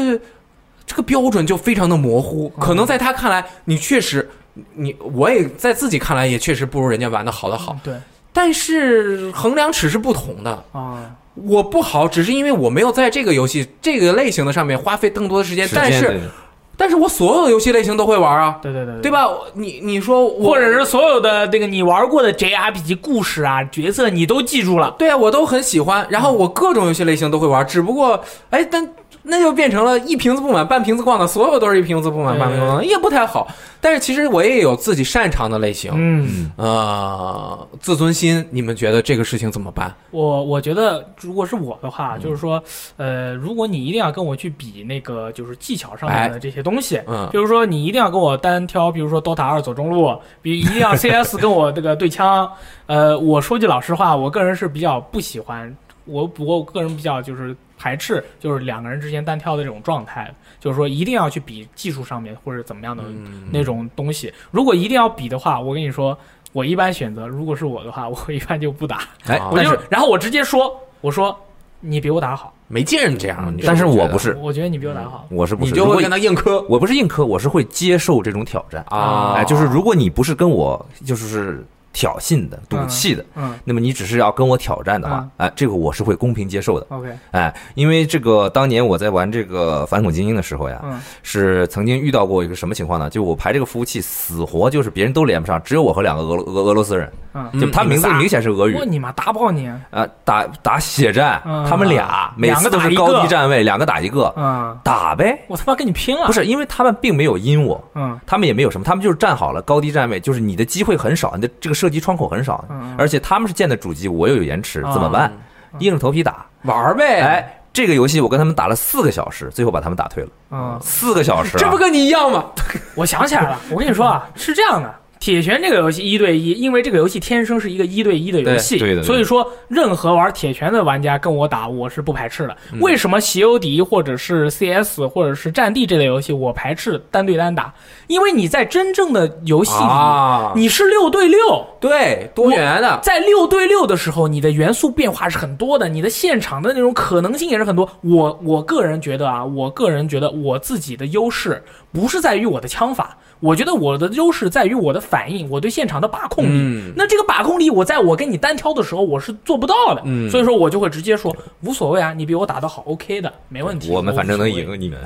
B: 这个标准就非常的模糊，
C: 嗯
B: 可能在他看来，你确实，你我也在自己看来也确实不如人家玩的好的好，
C: 对
B: 但是衡量尺是不同的。
C: 啊，
B: 我不好，只是因为我没有在这个游戏这个类型的上面花费更多的时间，
D: 时
B: 但
D: 间对
B: 是
D: 的
B: 但是我所有的游戏类型都会玩啊，
C: 对对对
B: 对？吧？你你说我，
C: 或者是所有的这个你玩过的 JRPG 故事啊、角色你都记住了，
B: 对啊，我都很喜欢，然
C: 嗯
B: 后我各种游戏类型都会玩，只不过哎，但那就变成了一瓶子不满半瓶子逛的，所有都是一瓶子不满半瓶子逛，也不太好。但是其实我也有自己擅长的类型，
C: 嗯，
B: 呃，自尊心，你们觉得这个事情怎么办？
C: 我我觉得如果是我的话，就是说，呃，如果你一定要跟我去比那个就是技巧上面的这些东西，
B: 嗯
C: 比如说你一定要跟我单挑，比如说 DOTA 二走中路，比一定要 CS 跟我这个对枪，呃，我说句老实话，我个人是比较不喜欢，我我个人比较就是排斥就是两个人之间单挑的这种状态，就是说一定要去比技术上面或者怎么样的
B: 嗯
C: 那种东西。如果一定要比的话，我跟你说，我一般选择，如果是我的话，我一般就不打。
D: 哎
B: 啊，
C: 我
D: 但
C: 就是然后我直接说，我说你比我打得好，
B: 没见人这样。你
D: 但是
B: 不觉
D: 我不
B: 得，
D: 是，嗯
C: 我觉得你比我打好。
D: 我是不
B: 你
D: 是？
B: 就
D: 如
B: 会
D: 果
B: 跟他硬磕
D: 我不是硬磕，我是会接受这种挑战。
B: 啊，
D: 哎，就是如果你不是跟我就是挑衅的、赌气的，
C: 嗯
D: 那么你只是要跟我挑战的话，哎，这个我是会公平接受的。
C: ，OK，
D: 哎，因为这个当年我在玩这个反恐精英的时候呀，
C: 嗯
D: 是曾经遇到过一个什么情况呢？就我排这个服务器死活就是别人都连不上，只有我和两个俄罗俄俄罗斯人，
C: 嗯，
D: 就他
B: 嗯你们
D: 名字
B: 仨
D: 明显是俄语
C: 我。你妈打爆你，
D: 啊，打打血战
C: 嗯，
D: 他们俩每
C: 两个
D: 次都
C: 打
D: 是
C: 一
D: 高
C: 个
D: 低站位，两个打一个，
C: 嗯，
D: 打呗。
C: 我他妈跟你拼了，
D: 不，是，因为他们并没有阴我，
C: 嗯
D: 他们也没有什么，他们就是站好了高低站位，就是你的机会很少，你的这个射击窗口很少，
C: 嗯，
D: 而且他们是建的主机，我又有延迟，
C: 啊
D: 怎么办？硬着头皮打。
B: 玩儿呗，
D: 哎，这个游戏我跟他们打了四个小时，最后把他们打退了。
C: 嗯，
D: 四个小时啊、
B: 这不跟你一样吗？
C: 我想起来了，我跟你说啊，是这样的。铁拳这个游戏一对一，因为这个游戏天生是一个一对一的游戏，
D: 对对的对的
C: 所以说任何玩铁拳的玩家跟我打，我是不排斥的。
D: 嗯
C: 为什么席欧迪或者是 CS 或者是战地这类游戏我排斥单对单打？因为你在真正的游戏里，
B: 啊，
C: 你是六对六，
B: 对多元的，
C: 在六对六的时候，你的元素变化是很多的，你的现场的那种可能性也是很多。我我个人觉得啊，我个人觉得我自己的优势不是在于我的枪法，我觉得我的优势在于我的反应，我对现场的把控力。
B: 嗯
C: 那这个把控力，我在我跟你单挑的时候我是做不到的，
B: 嗯
C: 所以说我就会直接说无所谓啊，你比我打得好，OK 的，没问题。
D: 我们反正能
C: 无所谓。
D: 赢你们。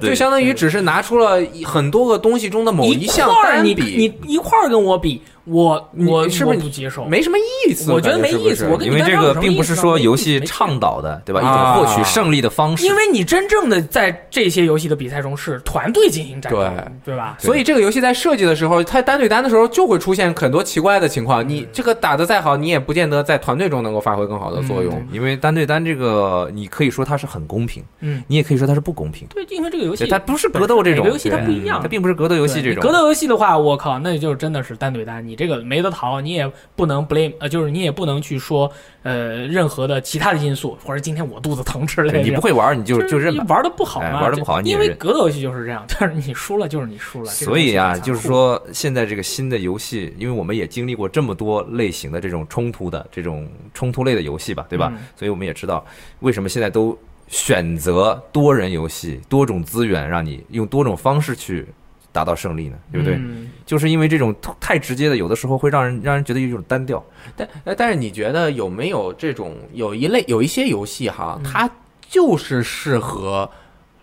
B: 就相当于只是拿出了一很多个东西中的某
C: 一
B: 项
C: 块儿
B: 单
C: 你
B: 比，
C: 你一块儿跟我比，我
B: 你
C: 我
B: 是不是
C: 我不接受？
B: 没什么意思，
C: 我觉得
B: 感
C: 没
B: 是不
C: 意思
B: 是
C: 我跟
D: 因为这个并不是说游戏
C: 没
D: 倡导的，对吧？一
B: 啊
D: 种获取胜利的方 式。
C: 因为你真正的在这些游戏的比赛中是团队进行战斗，
B: 对
C: 对吧？
B: 所以这个游戏在设计的时候，它单对单的时候就会出现很多奇怪的情况。你这个打得再好，你也不见得在团队中能够发挥更好的作用
C: 嗯。
D: 因为单对单这个，你可以说它是很公平，
C: 嗯，
D: 你也可以说它是不公平。
C: 对，因为这个游戏
D: 对，它不是格斗这
C: 每
D: 种
C: 个游戏它
D: 对
C: 不一样
D: 它。并不是格斗游戏
C: 对
D: 这种。
C: 格斗游戏的话，我靠，那就真的是单对单，你这个没得逃，你也不能 blame，呃，就是你也不能去说呃任何的其他的因素，或者今天我肚子疼之类的。
D: 对你不会玩儿，你就就认
C: 你
D: 吧。
C: 玩的不好
D: 哎
C: 嘛，
D: 玩得不好
C: 就
D: 你也
C: 因为
D: 认
C: 格斗游戏就是这样， 但是你输了就是你输了。这个
D: 所以啊，
C: 东西很残酷
D: 就是说现在这个新的游戏，因为我们也经历过这么多类型的这种冲突的这种冲突类的游戏吧，对吧？
C: 嗯
D: 所以我们也知道为什么现在都选择多人游戏、多种资源，让你用多种方式去达到胜利呢，对不对？
C: 嗯
D: 就是因为这种太直接的，有的时候会让人让人觉得有一种单调。
B: 但呃但是你觉得有没有这种有一类有一些游戏哈，
C: 嗯
B: 它就是适合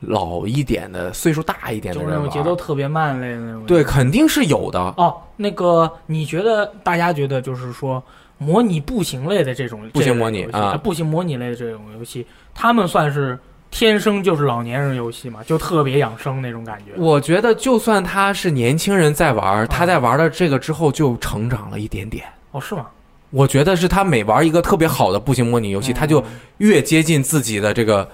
B: 老一点的、岁数大一点的
C: 就是
B: 人
C: 那种
B: 玩
C: 节奏特别慢类的那种。
B: 对，肯定是有的。
C: 哦，那个你觉得大家觉得就是说模拟步行类的这种
B: 步行
C: 这类
B: 模拟
C: 游戏
B: 啊
C: 呃步行模拟类的这种游戏，他们算是天生就是老年人游戏嘛，就特别养生那种感觉。
B: 我觉得，就算他是年轻人在玩，他
C: 嗯
B: 在玩了这个之后就成长了一点点。
C: 哦，是吗？
B: 我觉得是他每玩一个特别好的步行模拟
C: 嗯
B: 游戏，他就越接近自己的这个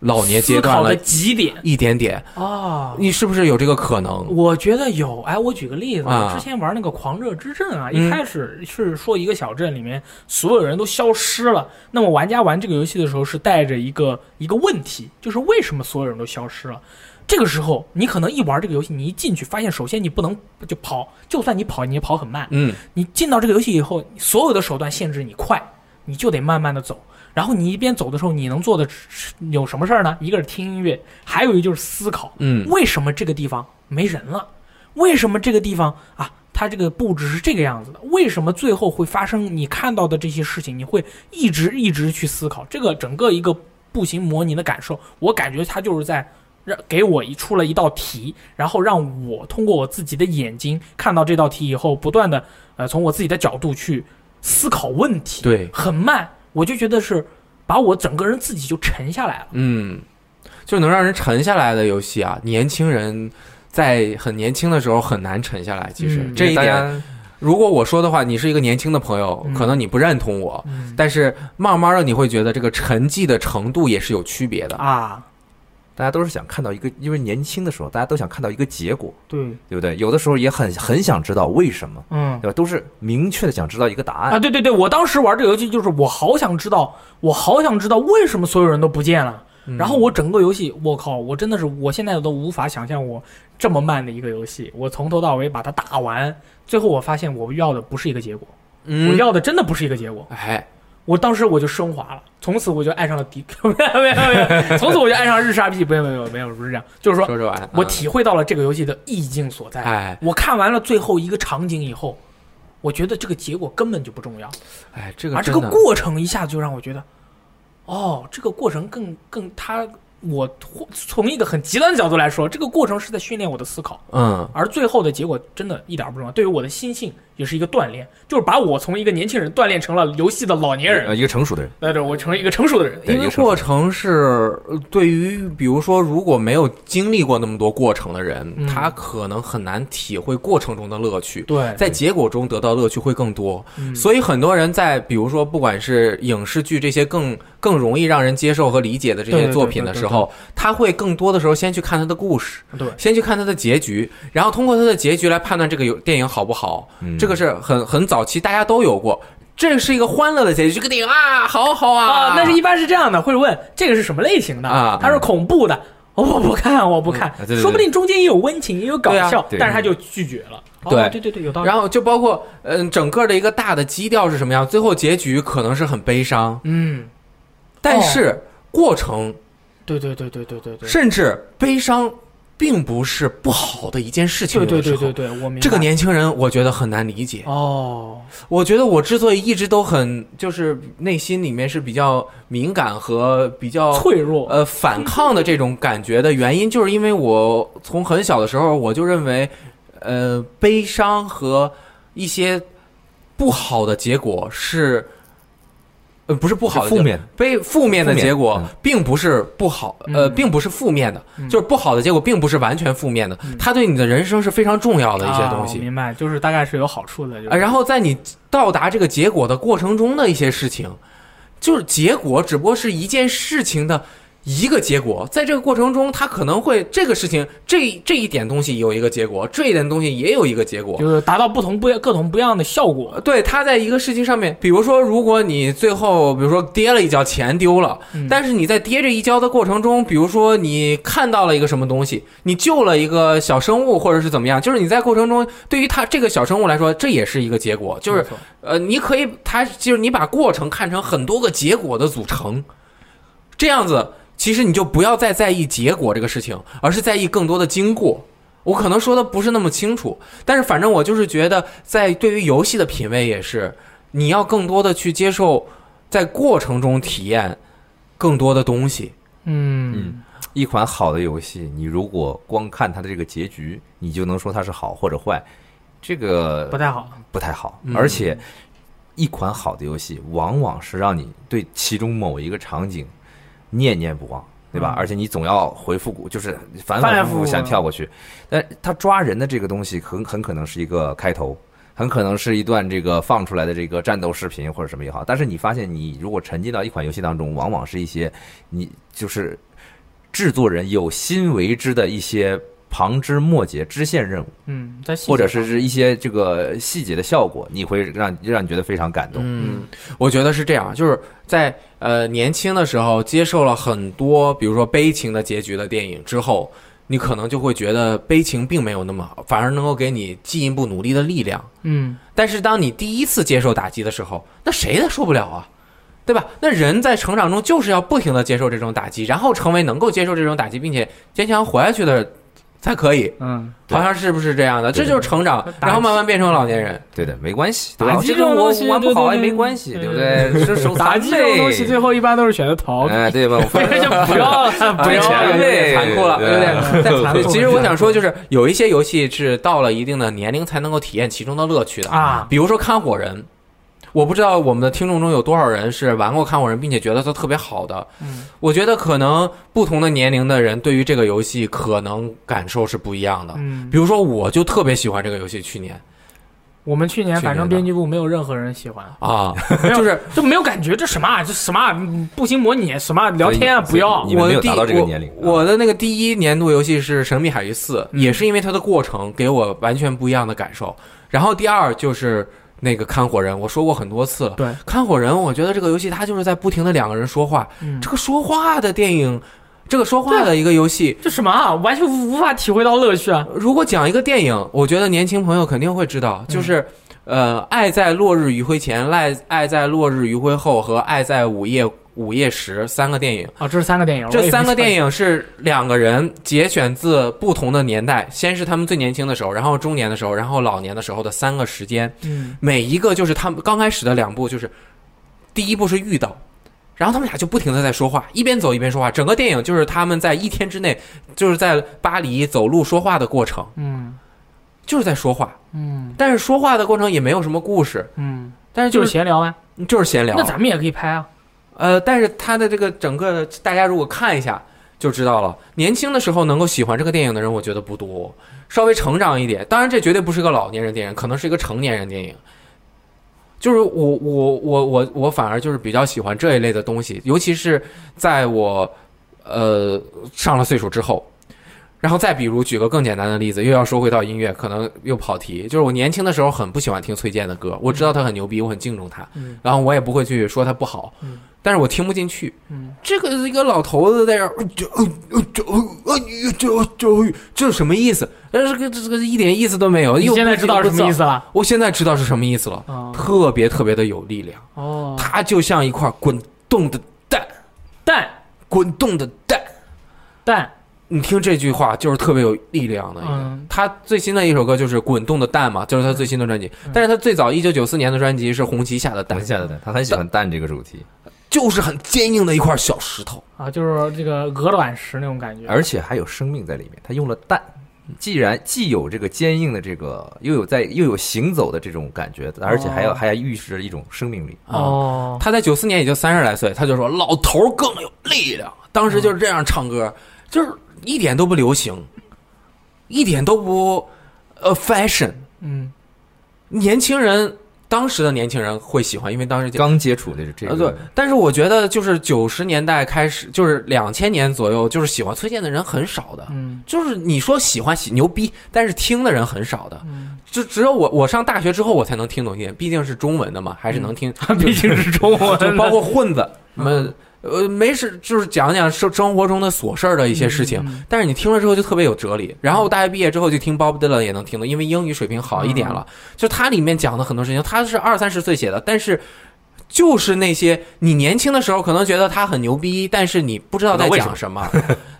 B: 老年阶
C: 思
B: 段
C: 考
B: 了
C: 的极点
B: 一点点。
C: 啊。
B: 你是不是有这个可能？
C: 我觉得有，哎，我举个例子，
B: 啊
C: 我之前玩那个《狂热之阵》啊，
B: 嗯
C: 一开始是说一个小镇里面所有人都消失了，那么玩家玩这个游戏的时候是带着一个一个问题，就是为什么所有人都消失了？这个时候，你可能一玩这个游戏，你一进去发现，首先你不能就跑，就算你跑，你也跑很慢。
B: 嗯，
C: 你进到这个游戏以后，所有的手段限制你快，你就得慢慢的走。然后你一边走的时候，你能做的只是有什么事儿呢？一个是听音乐，还有一个就是思考。
B: 嗯
C: 为什么这个地方没人了？为什么这个地方啊，它这个布置是这个样子的？为什么最后会发生你看到的这些事情？你会一直一直去思考这个整个一个步行模拟的感受。我感觉它就是在让给我一出了一道题，然后让我通过我自己的眼睛看到这道题以后，不断的呃从我自己的角度去思考问题。
B: 对
C: 很慢，我就觉得是把我整个人自己就沉下来了。
B: 嗯，就能让人沉下来的游戏啊，年轻人。在很年轻的时候很难沉下来，其实、
C: 嗯
B: 这一
D: 大
B: 点，
D: 家
B: 如果我说的话，你是一个年轻的朋友，
C: 嗯
B: 可能你不认同我，
C: 嗯
B: 但是慢慢的你会觉得这个沉寂的程度也是有区别的。
C: 啊，
D: 大家都是想看到一个，因为年轻的时候大家都想看到一个结果，
C: 对，
D: 对不对？有的时候也很很想知道为什么，
C: 嗯。
D: 对吧？都是明确的想知道一个答
C: 啊，
D: 案。
C: 对对对，我当时玩这个游戏就是我好想知道，我好想知道为什么所有人都不见了。
B: 嗯
C: 然后我整个游戏，我靠，我真的是我现在都无法想象我这么慢的一个游戏，我从头到尾把它打完，最后我发现我要的不是一个结果，我
B: 嗯，
C: 要的真的不是一个结果，
B: 哎，
C: 我当时我就升华了，从此我就爱上了迪 克，没有没有没有，从此我就爱上日杀 B，没有没有没有，不是这样，就是说
B: 说着玩，
C: 我
B: 嗯
C: 体会到了这个游戏的意境所在。
B: 哎
C: 我看完了最后一个场景以后，我觉得这个结果根本就不重要，
B: 哎，这个
C: 啊而这
B: 真
C: 个
B: 的
C: 过程一下子就让我觉得，哦，这个过程更更他我从一个很极端的角度来说，这个过程是在训练我的思考。
B: 嗯
C: 而最后的结果真的一点儿不重要，对于我的心性也是一个锻炼，就是把我从一个年轻人锻炼成了游戏的老年人，
A: 呃，一个成熟的人，
C: 那对，我成了一个成熟的人。
A: 对
B: 因为
A: 一个
B: 过程是呃对于比如说如果没有经历过那么多过程的人，
C: 嗯
B: 他可能很难体会过程中的乐趣。
C: 对，
B: 在结果中得到乐趣会更多，
C: 嗯
B: 所以很多人在比如说不管是影视剧这些更更容易让人接受和理解的这
C: 对
B: 些
C: 对
B: 作品的
C: 对对
B: 时候，他会更多的时候先去看他的故事，
C: 对，
B: 先去看它的结局，然后通过它的结局来判断这个有电影好不好。
C: 嗯
B: 这个是很很早期大家都有过，这是一个欢乐的结局，这个电影啊，好好啊。
C: 啊，那是一般是这样的，会问这个是什么类型的
B: 啊
C: 他说恐怖的，哦我不看，我不
A: 嗯
C: 看
A: 啊对对，对
C: 说不定中间也有温情，也有搞
B: 对
C: 笑
A: 对，
C: 但是他就拒绝了。哦
B: 对啊
C: 对对对，有道理。
B: 然后就包括嗯，整个的一个大的基调是什么样，最后结局可能是很悲伤，
C: 嗯，
B: 但是过程
C: 对对对对对哦对对，
B: 甚至悲伤并不是不好的一件事情。
C: 对对对
B: 有的时候
C: 对对，我明白。
B: 这个年轻人我觉得很难理解。
C: 哦，
B: 我觉得我之所以一直都很就是内心里面是比较敏感和比较
C: 哦脆弱，
B: 呃反抗的这种感觉的原因，就是因为我从很小的时候我就认为，呃，悲伤和一些不好的结果是，呃，不是不好的
A: 是负面
B: 结果，悲负面的
A: 负面
B: 结果
A: 嗯
B: 并不是不好，呃，
C: 嗯
B: 并不是负面的，
C: 嗯
B: 就是不好的结果并不是完全负面的，它对你的人生是非常重要的一些东
C: 啊我
B: 西。
C: 明白，就是大概是有好处的。就是
B: 啊，然后在你到达这个结果的过程中的一些事情，就是结果只不过是一件事情的一个结果，在这个过程中，它可能会这个事情这这一点东西有一个结果，这一点东西也有一个结果。
C: 就是达到不同不各种不一样的效果。
B: 对，它在一个事情上面，比如说，如果你最后，比如说跌了一跤，钱丢了，
C: 嗯
B: 但是你在跌这一跤的过程中，比如说你看到了一个什么东西，你救了一个小生物，或者是怎么样，就是你在过程中，对于它这个小生物来说，这也是一个结果，就是
C: 没错
B: 呃，你可以，它就是你把过程看成很多个结果的组成，这样子，其实你就不要再在意结果这个事情，而是在意更多的经过。我可能说的不是那么清楚，但是反正我就是觉得，在对于游戏的品味也是，你要更多的去接受，在过程中体验更多的东西。
C: 嗯
A: 嗯一款好的游戏，你如果光看它的这个结局，你就能说它是好或者坏，这个
C: 不太好。
A: 不太好
B: 嗯。
A: 而且，一款好的游戏往往是让你对其中某一个场景念念不忘，对吧
C: 嗯？
A: 而且你总要回复过，就是反
C: 反反
A: 反
C: 复啊
A: 复
C: 复
A: 复想跳过去。但它抓人的这个东西，很很可能是一个开头。很可能是一段这个放出来的这个战斗视频或者什么也好，但是你发现你如果沉浸到一款游戏当中，往往是一些你就是制作人有心为之的一些旁枝末节、支线任务。
C: 嗯，在细节
A: 或者
C: 上
A: 是是一些这个细节的效果，你会让让你觉得非常感动。
B: 嗯，我觉得是这样，就是在呃年轻的时候接受了很多，比如说悲情的结局的电影之后，你可能就会觉得悲情并没有那么好，反而能够给你进一步努力的力量。
C: 嗯
B: 但是当你第一次接受打击的时候，那谁也受不了啊，对吧？那人在成长中就是要不停的接受这种打击，然后成为能够接受这种打击并且坚强活下去的才可以。
C: 嗯，
A: 对
B: 好像是不是这样的？这
A: 对
B: 就是成长，
C: 打击
B: 然后慢慢变成老年人。
A: 对的，没关系，对
C: 打
A: 吧？
C: 击
A: 这
C: 这
A: 个
C: 种
A: 我
C: 东西
A: 玩不
C: 对
A: 好
C: 对
A: 也
C: 对
A: 没关系，
C: 对
A: 对不对？是手
C: 打
A: 残
C: 击这种
A: 呗
C: 东西最后一般都是选择 逃避，
A: 哎，对吧？我发
C: 这
A: 现
C: 就不要了，不
A: 对
C: 要
A: 前
C: 了
A: 面。
B: 有点残酷了，有点
C: 对
B: 但
C: 残酷了
B: 其实我想说，就是有一些游戏是到了一定的年龄才能够体验其中的乐趣的
C: 啊
B: 比如说《看火人》，我不知道我们的听众中有多少人是玩过《看火人》，并且觉得它特别好的。
C: 嗯，
B: 我觉得可能不同的年龄的人对于这个游戏可能感受是不一样的。
C: 嗯，
B: 比如说，我就特别喜欢这个游戏，去年
C: 我们去年反正
B: 去年的
C: 编辑部没有任何人喜欢，
B: 啊，
C: 没有
B: 就是
C: 就没有感觉，这什么啊，这什么啊嗯步行模拟，什么啊聊天啊，
A: 所以
C: 不要
A: 所以你们
B: 我
A: 没
B: 的
A: 有
B: 第
A: 达到这个年龄啊
B: 我。我的那个第一年度游戏是《神秘海域四》，
C: 嗯
B: 也是因为它的过程给我完全不一样的感受。然后第二就是那个看火人，我说过很多次了。
C: 对，
B: 看火人，我觉得这个游戏它就是在不停的两个人说话，
C: 嗯
B: 这个说话的电影，这个说话的一个游戏。
C: 这什么啊，完全无无法体会到乐趣啊。嗯
B: 如果讲一个电影，我觉得年轻朋友肯定会知道，就是呃，爱在落日余晖前、爱爱在落日余晖后和爱在午夜午夜时三个电影。
C: 哦，这是三个电影，
B: 这三个电
C: 影
B: 影是两个人节选自不同的年代，先是他们最年轻的时候，然后中年的时候，然后老年的时候的三个时间。，
C: 嗯
B: 每一个就是他们刚开始的两部，就是第一部是遇到，然后他们俩就不停的在说话，一边走一边说话，整个电影就是他们在一天之内，就是在巴黎走路说话的过程，
C: 嗯
B: 就是在说话，
C: 嗯
B: 但是说话的过程也没有什么故事，
C: 嗯，
B: 但是
C: 就
B: 就是是
C: 闲聊呗。
B: 就是闲聊
C: 那。咱们也可以拍啊，
B: 呃，但是他的这个整个，大家如果看一下就知道了。年轻的时候能够喜欢这个电影的人，我觉得不多，稍微成长一点。当然，这绝对不是个老年人电影，可能是一个成年人电影。就是我我我我我反而就是比较喜欢这一类的东西，尤其是在我呃上了岁数之后。然后再比如举个更简单的例子，又要说回到音乐，可能又跑题。就是我年轻的时候很不喜欢听崔健的歌，我知道他很牛逼，我很敬重他，
C: 嗯
B: 然后我也不会去说他不好，
C: 嗯
B: 但是我听不进去。
C: 嗯
B: 这个一个老头子在这儿，哎这这这这这什么意思？但是这个这个一点意思都没有。
C: 你
B: 呃又嗯
C: 现在知道是什么意
B: 思？
C: 思了？
B: 我现在知道是什么意思了，
C: 啊
B: 特别特别的有力量。
C: 哦，
B: 它就像一块滚动的蛋，
C: 蛋
B: 滚动的蛋。
C: 蛋，
B: 你听这句话就是特别有力量的一个。
C: 嗯
B: 他最新的一首歌就是《滚动的蛋》嘛，就是他最新的专辑。但是他最早一九九四年的专辑是《红旗下的蛋
A: 等
D: 嗯
A: 一》，下，等一下他很喜欢蛋这个主题，
B: 就是很坚硬的一块小石头。
C: 啊，就是这个鹅卵石那种感觉。
A: 而且还有生命在里面。他用了蛋，既然既有这个坚硬的这个，又有在又有行走的这种感觉，而且还有
C: 哦
A: 还预示着一种生命力。
B: 啊
C: 哦，
B: 他在九四年也就三十来岁，他就说老头儿更有力量。当时就是这样唱歌，就是一点都不流行，一点都不呃 fashion。
C: 嗯
B: 年轻人当时的年轻人会喜欢，因为当时就
A: 刚接触的这
C: 啊
B: 呃对
A: 个，，
B: 但是我觉得就是九十年代开始，就是两千年左右，就是喜欢崔健的人很少的。
C: 嗯
B: 就是你说喜欢喜牛逼，但是听的人很少的，
C: 嗯，
B: 就只有我我上大学之后我才能听懂一点，毕竟是中文的嘛，还是能听。
C: 嗯 毕竟是 中文
B: 就
C: 的，
B: 包括混子，
C: 嗯
B: 们呃没事就是讲讲生生活中的琐事儿的一些事情。
C: 嗯嗯
B: 但是你听了之后就特别有哲理。然后大学毕业之后就听 Bob Dylan 也能听得，因为英语水平好一点了。就他里面讲的很多事情，他是二三十岁写的，但是。就是那些你年轻的时候可能觉得他很牛逼，但是你不知道在讲什么。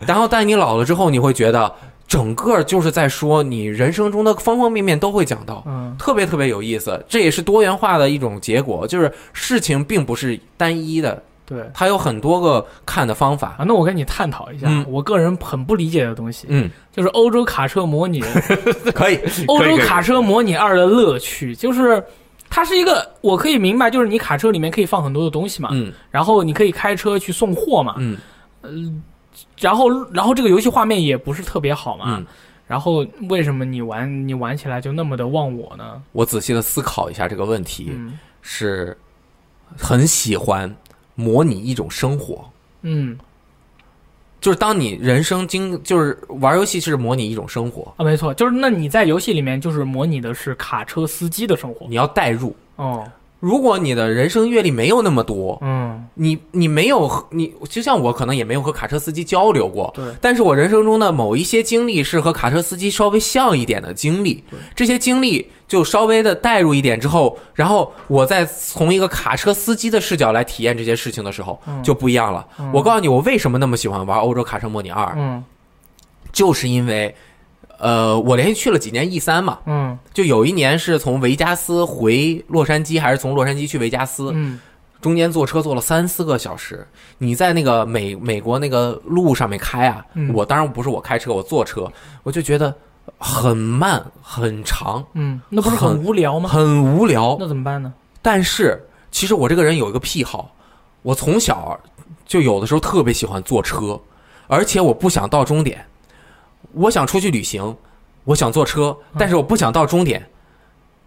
B: 然后，但你老了之后，你会觉得整个就是在说你人生中的方方面面都会讲到。
C: 嗯
B: 特别特别有意思，这也是多元化的一种结果，就是事情并不是单一的，
C: 对啊
B: 它有很多个看的方法。
C: 啊，那我跟你探讨一下
B: 嗯，
C: 我个人很不理解的东西，
B: 嗯，
C: 就是欧洲卡车模拟人
B: 可 以，
C: 欧洲卡车模拟二的乐趣就是。它是一个，我可以明白，就是你卡车里面可以放很多的东西嘛，
B: 嗯
C: 然后你可以开车去送货嘛，
B: 嗯
C: 然后然后这个游戏画面也不是特别好嘛，
B: 嗯，
C: 然后为什么你玩你玩起来就那么的忘我呢？
B: 我仔细的思考一下这个问题，
C: 嗯
B: 是很喜欢模拟一种生活，
C: 嗯
B: 就是当你人生经，就是玩游戏是模拟一种生活，
C: 啊，没错，就是那你在游戏里面就是模拟的是卡车司机的生活
B: 你要代入。
C: 哦，
B: 如果你的人生阅历没有那么多，
C: 嗯
B: 你你没有和你，就像我可能也没有和卡车司机交流过，
C: 对
B: 但是我人生中的某一些经历是和卡车司机稍微像一点的经历，这些经历就稍微的带入一点之后，然后我再从一个卡车司机的视角来体验这些事情的时候，
C: 嗯
B: 就不一样了。
C: 嗯
B: 我告诉你，我为什么那么喜欢玩《欧洲卡车模拟二》，
C: 嗯
B: 就是因为，呃，我连续去了几年 E 三嘛，
C: 嗯
B: 就有一年是从维加斯回洛杉矶，还是从洛杉矶去维加斯，
C: 嗯
B: 中间坐车坐了三四个小时，你在那个美美国那个路上面开啊，
C: 嗯
B: 我当然不是我开车，我坐车，我就觉得很慢、很长、
C: 嗯，那不是很
B: 很
C: 无聊吗？
B: 很无聊。
C: 那怎么办呢？
B: 但是其实我这个人有一个癖好，我从小就有的时候特别喜欢坐车，而且我不想到终点，我想出去旅行，我想坐车，但是我不想到终点，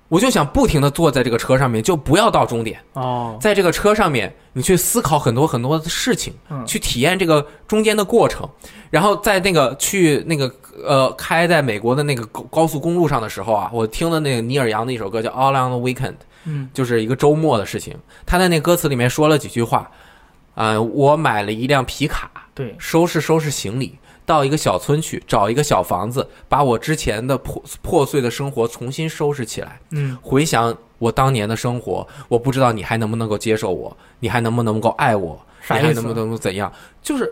B: 我就想不停的坐在这个车上面，就不要到终点。
C: 哦，
B: 在这个车上面，你去思考很多很多的事情，
C: 嗯
B: 去体验这个中间的过程。然后在那个去那个呃开在美国的那个高高速公路上的时候啊，我听了那个尼尔杨的一首歌叫《All on the Weekend》，
C: 嗯
B: 就是一个周末的事情。他在那歌词里呃面说了几句话，啊、我买了一辆皮卡，
C: 对，
B: 收拾收拾行李，到一个小村去找一个小房子，把我之前的破破碎的生活重新收拾起来。
C: 嗯
B: 回想我当年的生活，我不知道你还能不能够接受我，你还能不能够爱我，你
C: 啥意思
B: 还能不能够怎样？就是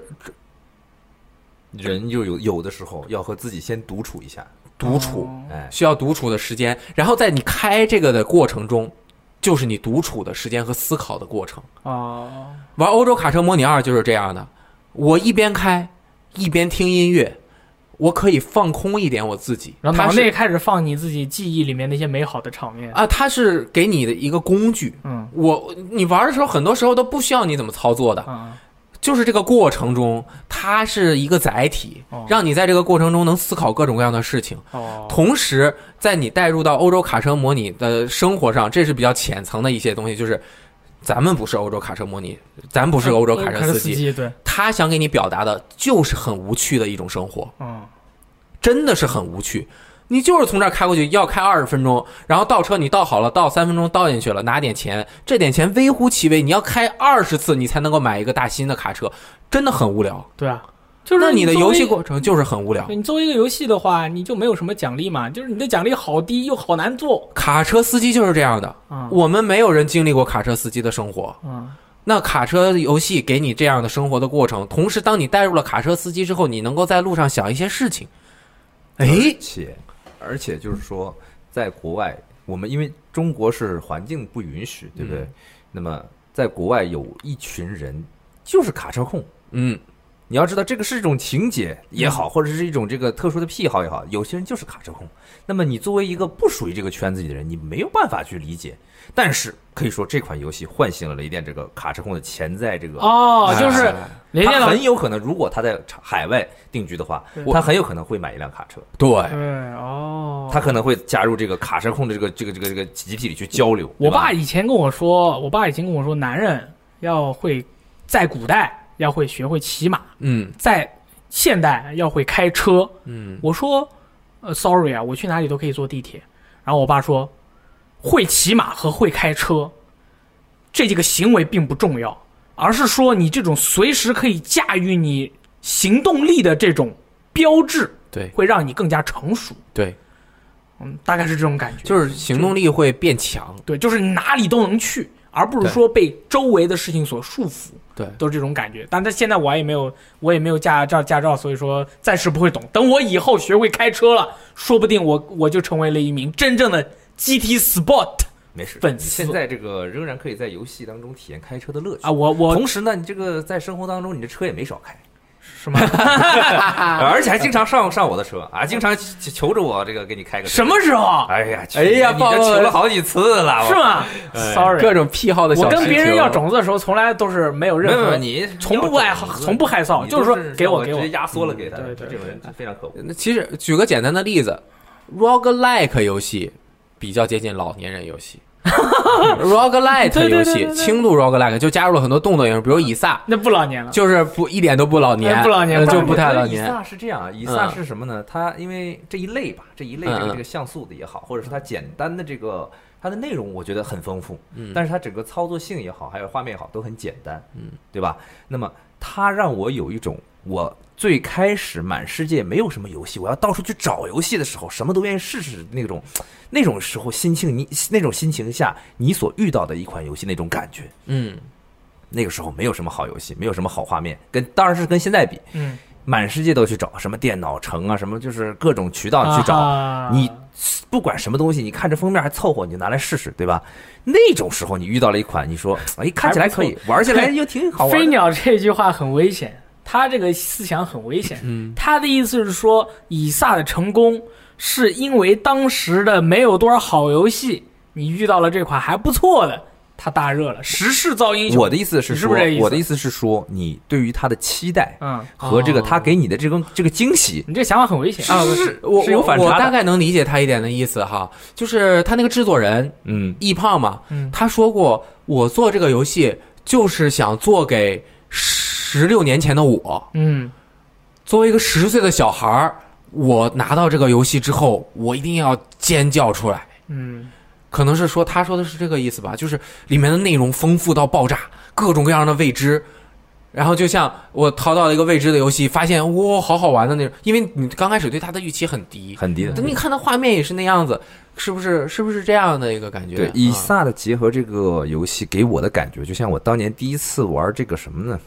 D: 人就有有的时候要和自己先独处一下，
B: 独处，
C: 哦
D: 哎，
B: 需要独处的时间。然后在你开这个的过程中，就是你独处的时间和思考的过程。
C: 哦，
B: 玩欧洲卡车模拟二就是这样的，我一边开一边听音乐，我可以放空一点我自己。
C: 然后
B: 它
C: 脑
B: 是
C: 内开始放你自己记忆里面那些美好的场面。
B: 啊，它是给你的一个工具。
C: 嗯
B: 我你玩的时候，很多时候都不需要你怎么操作的，
C: 啊，
B: 就是这个过程中，它是一个载体
C: 哦，
B: 让你在这个过程中能思考各种各样的事情。
C: 哦，
B: 同时，在你带入到欧洲卡车模拟的生活上，这是比较浅层的一些东西，就是咱们不是欧洲卡车模拟，咱不
C: 不
B: 是欧洲卡车
C: 呃司
B: 司机，
C: 对，
B: 他想给你表达的就是很无趣的一种生活，
C: 嗯，
B: 真的是很无趣。你就是从这儿开过去，要开二十分钟，然后倒车你倒好了，倒三分钟倒进去了，拿点钱，这点钱微乎其微，你要开二十次你才能够买一个大新的卡车，真的很无聊。
C: 对啊，就是
B: 那你的游戏
C: 作为
B: 过程就是很无聊。
C: 你作为一个游戏的话，你就没有什么奖励嘛，就是你的奖励好低又好难做
B: 卡车司机就是这样的，
C: 啊。
B: 我们没有人经历过卡车司机的生活。
C: 嗯，
B: 那卡车游戏给你这样的生活的过程，同时当你带入了卡车司机之后，你能够在路上想一些事情。
D: 而
B: 哎，
D: 且而且就是说，在国外，我们因为中国是环境不允许，对不对？
B: 嗯
D: 那么在国外有一群人就是卡车控。
B: 嗯，
D: 你要知道，这个是一种情节也
C: 嗯
D: 好，或者是一种这个特殊的癖好也好，有些人就是卡车控。那么你作为一个不属于这个圈子里的人，你没有办法去理解。但是可以说，这款游戏唤醒了雷电这个卡车控的潜在这个，
C: 哦，
B: 哎
C: 就是雷电
D: 他
C: 老
D: 很有可能，如果他在海外定居的话
C: 对，
D: 他很有可能会买一辆卡车，
B: 对，
C: 对哦，
D: 他可能会加入这个卡车控的这个这个这个这个集体里去交流。
C: 我
D: 对吧
C: 爸以前跟我说，我爸以前跟我说，男人要会在古代要会学会骑马，
B: 嗯
C: 在现代要会开车。
B: 嗯，
C: 我说，呃，sorry 啊，我去哪里都可以坐地铁。然后我爸说，会骑马和会开车，这几个行为并不重要，而是说你这种随时可以驾驭你行动力的这种标志，
B: 对
C: 会让你更加成熟。
B: 对，
C: 嗯，大概是这种感觉。
B: 就是行动力会变强。
C: 对，就是你哪里都能去，而不是
B: 对
C: 说被周围的事情所束缚，
B: 对，
C: 都是这种感觉。但但现在我也没有，我也没有驾照驾照，所以说暂时不会懂。等我以后学会开车了，说不定我我就成为了一名真正的 GT Sport
D: 没事，
C: 粉
D: 你
C: 丝
D: 现在这个仍然可以在游戏当中体验开车的乐趣
C: 啊！。我我
D: 同时呢，你这个在生活当中，你的车也没少开。
C: 什么 啊
D: 而且还经常上上我的车啊，经常求求着我这个给你开个车
C: 什？么时候
D: 哎呀，去
B: 哎呀
D: 你
B: 暴
D: 这
B: 露
D: 求
B: 了
D: 了好几次了，我
C: 是？吗
B: 各
D: 哎
C: ？Sorry，
B: 种癖好的小
C: 我跟
B: 事
C: 别人
B: 情
C: 要种子的时候，从来都是没有
D: 哦没
C: 任
D: 有没有，
C: 何
D: 你
C: 从不爱好，从不害臊，
D: 你
C: 就是
D: 都
C: 说
D: 是
C: 给
D: 我
C: 我给
D: 直
C: 我
D: 接压缩了给他，
C: 嗯对对
D: 这种人非常可恶。
B: 那其实举个简单的例子，roguelike 游戏比较接近老年人游 戏。roguelite
C: 对对对
B: 游
C: 对
B: 戏
C: 对
B: 轻度 roguelike 就加入了很多动作元素，比如以萨，
C: 那不老年了。
B: 就是不一点都不老年，
C: 哎不老年
B: 呃
C: 不
B: 就
C: 老
B: 不太老
D: 以
B: 年。
D: 撒是这样啊，以撒
B: 嗯
D: 是什么呢？它因为这一类吧，这一
B: 嗯
D: 类这个
B: 嗯
D: 这个像素的也好，或者是它简单的这个它的内容，我觉得很丰富，
B: 嗯
D: 但是它整个操作性也好，还有画面也好，都很简单，
B: 嗯，
D: 对吧？那么它让我有一种我最开始满世界没有什么游戏，我要到处去找游戏的时候，什么都愿意试试那种，那种时候心情你那种心情下你所遇到的一款游戏那种感觉。
B: 嗯，
D: 那个时候没有什么好游戏，没有什么好画面，跟当然是跟现在比，
C: 嗯，
D: 满世界都去找，什么电脑城啊，什么就是各种渠道去找。
C: 啊
D: 你不管什么东西，你看着封面还凑合，你就拿来试试，对吧？那种时候你遇到了一款，你说，哎，看起来可以，玩起来又挺好
C: 飞
D: 玩的。
C: 鸟这句话很危险，他这个思想很危险。
B: 嗯，
C: 他的意思是说，以撒的成功是因为当时的没有多少好游戏，你遇到了这款还不错的，他大热了，时势造英雄。
D: 我的意思是
C: 你是不
D: 说，
C: 是这意思
D: 我的意思是说，你对于它的期待
C: 嗯，
D: 和这个
B: 哦
D: 它给你的这个这个惊喜，
C: 你这想法很危险。
B: 啊，
D: 是
B: 我
D: 是有反
B: 我
D: 差的
B: 大概能理解他一点的意思哈，就是他那个制作人
D: 嗯，
B: 易胖嘛，
C: 嗯
B: 他说过，我做这个游戏就是想做给十六年前的我，
C: 嗯，
B: 作为一个十岁的小孩儿，我拿到这个游戏之后，我一定要尖叫出来。
C: 嗯，
B: 可能是说他说的是这个意思吧，就是里面的内容丰富到爆炸，各种各样的未知，然后就像我淘到了一个未知的游戏，发现哇、好好玩的那种，因为你刚开始对它的预期很低，
A: 很低的。
B: 等你看它画面也是那样子，是不是？是不是这样的一个感觉？
A: 对，以
B: 啊
A: 萨的结合这个游戏给我的感觉，就像我当年第一次玩这个什么呢，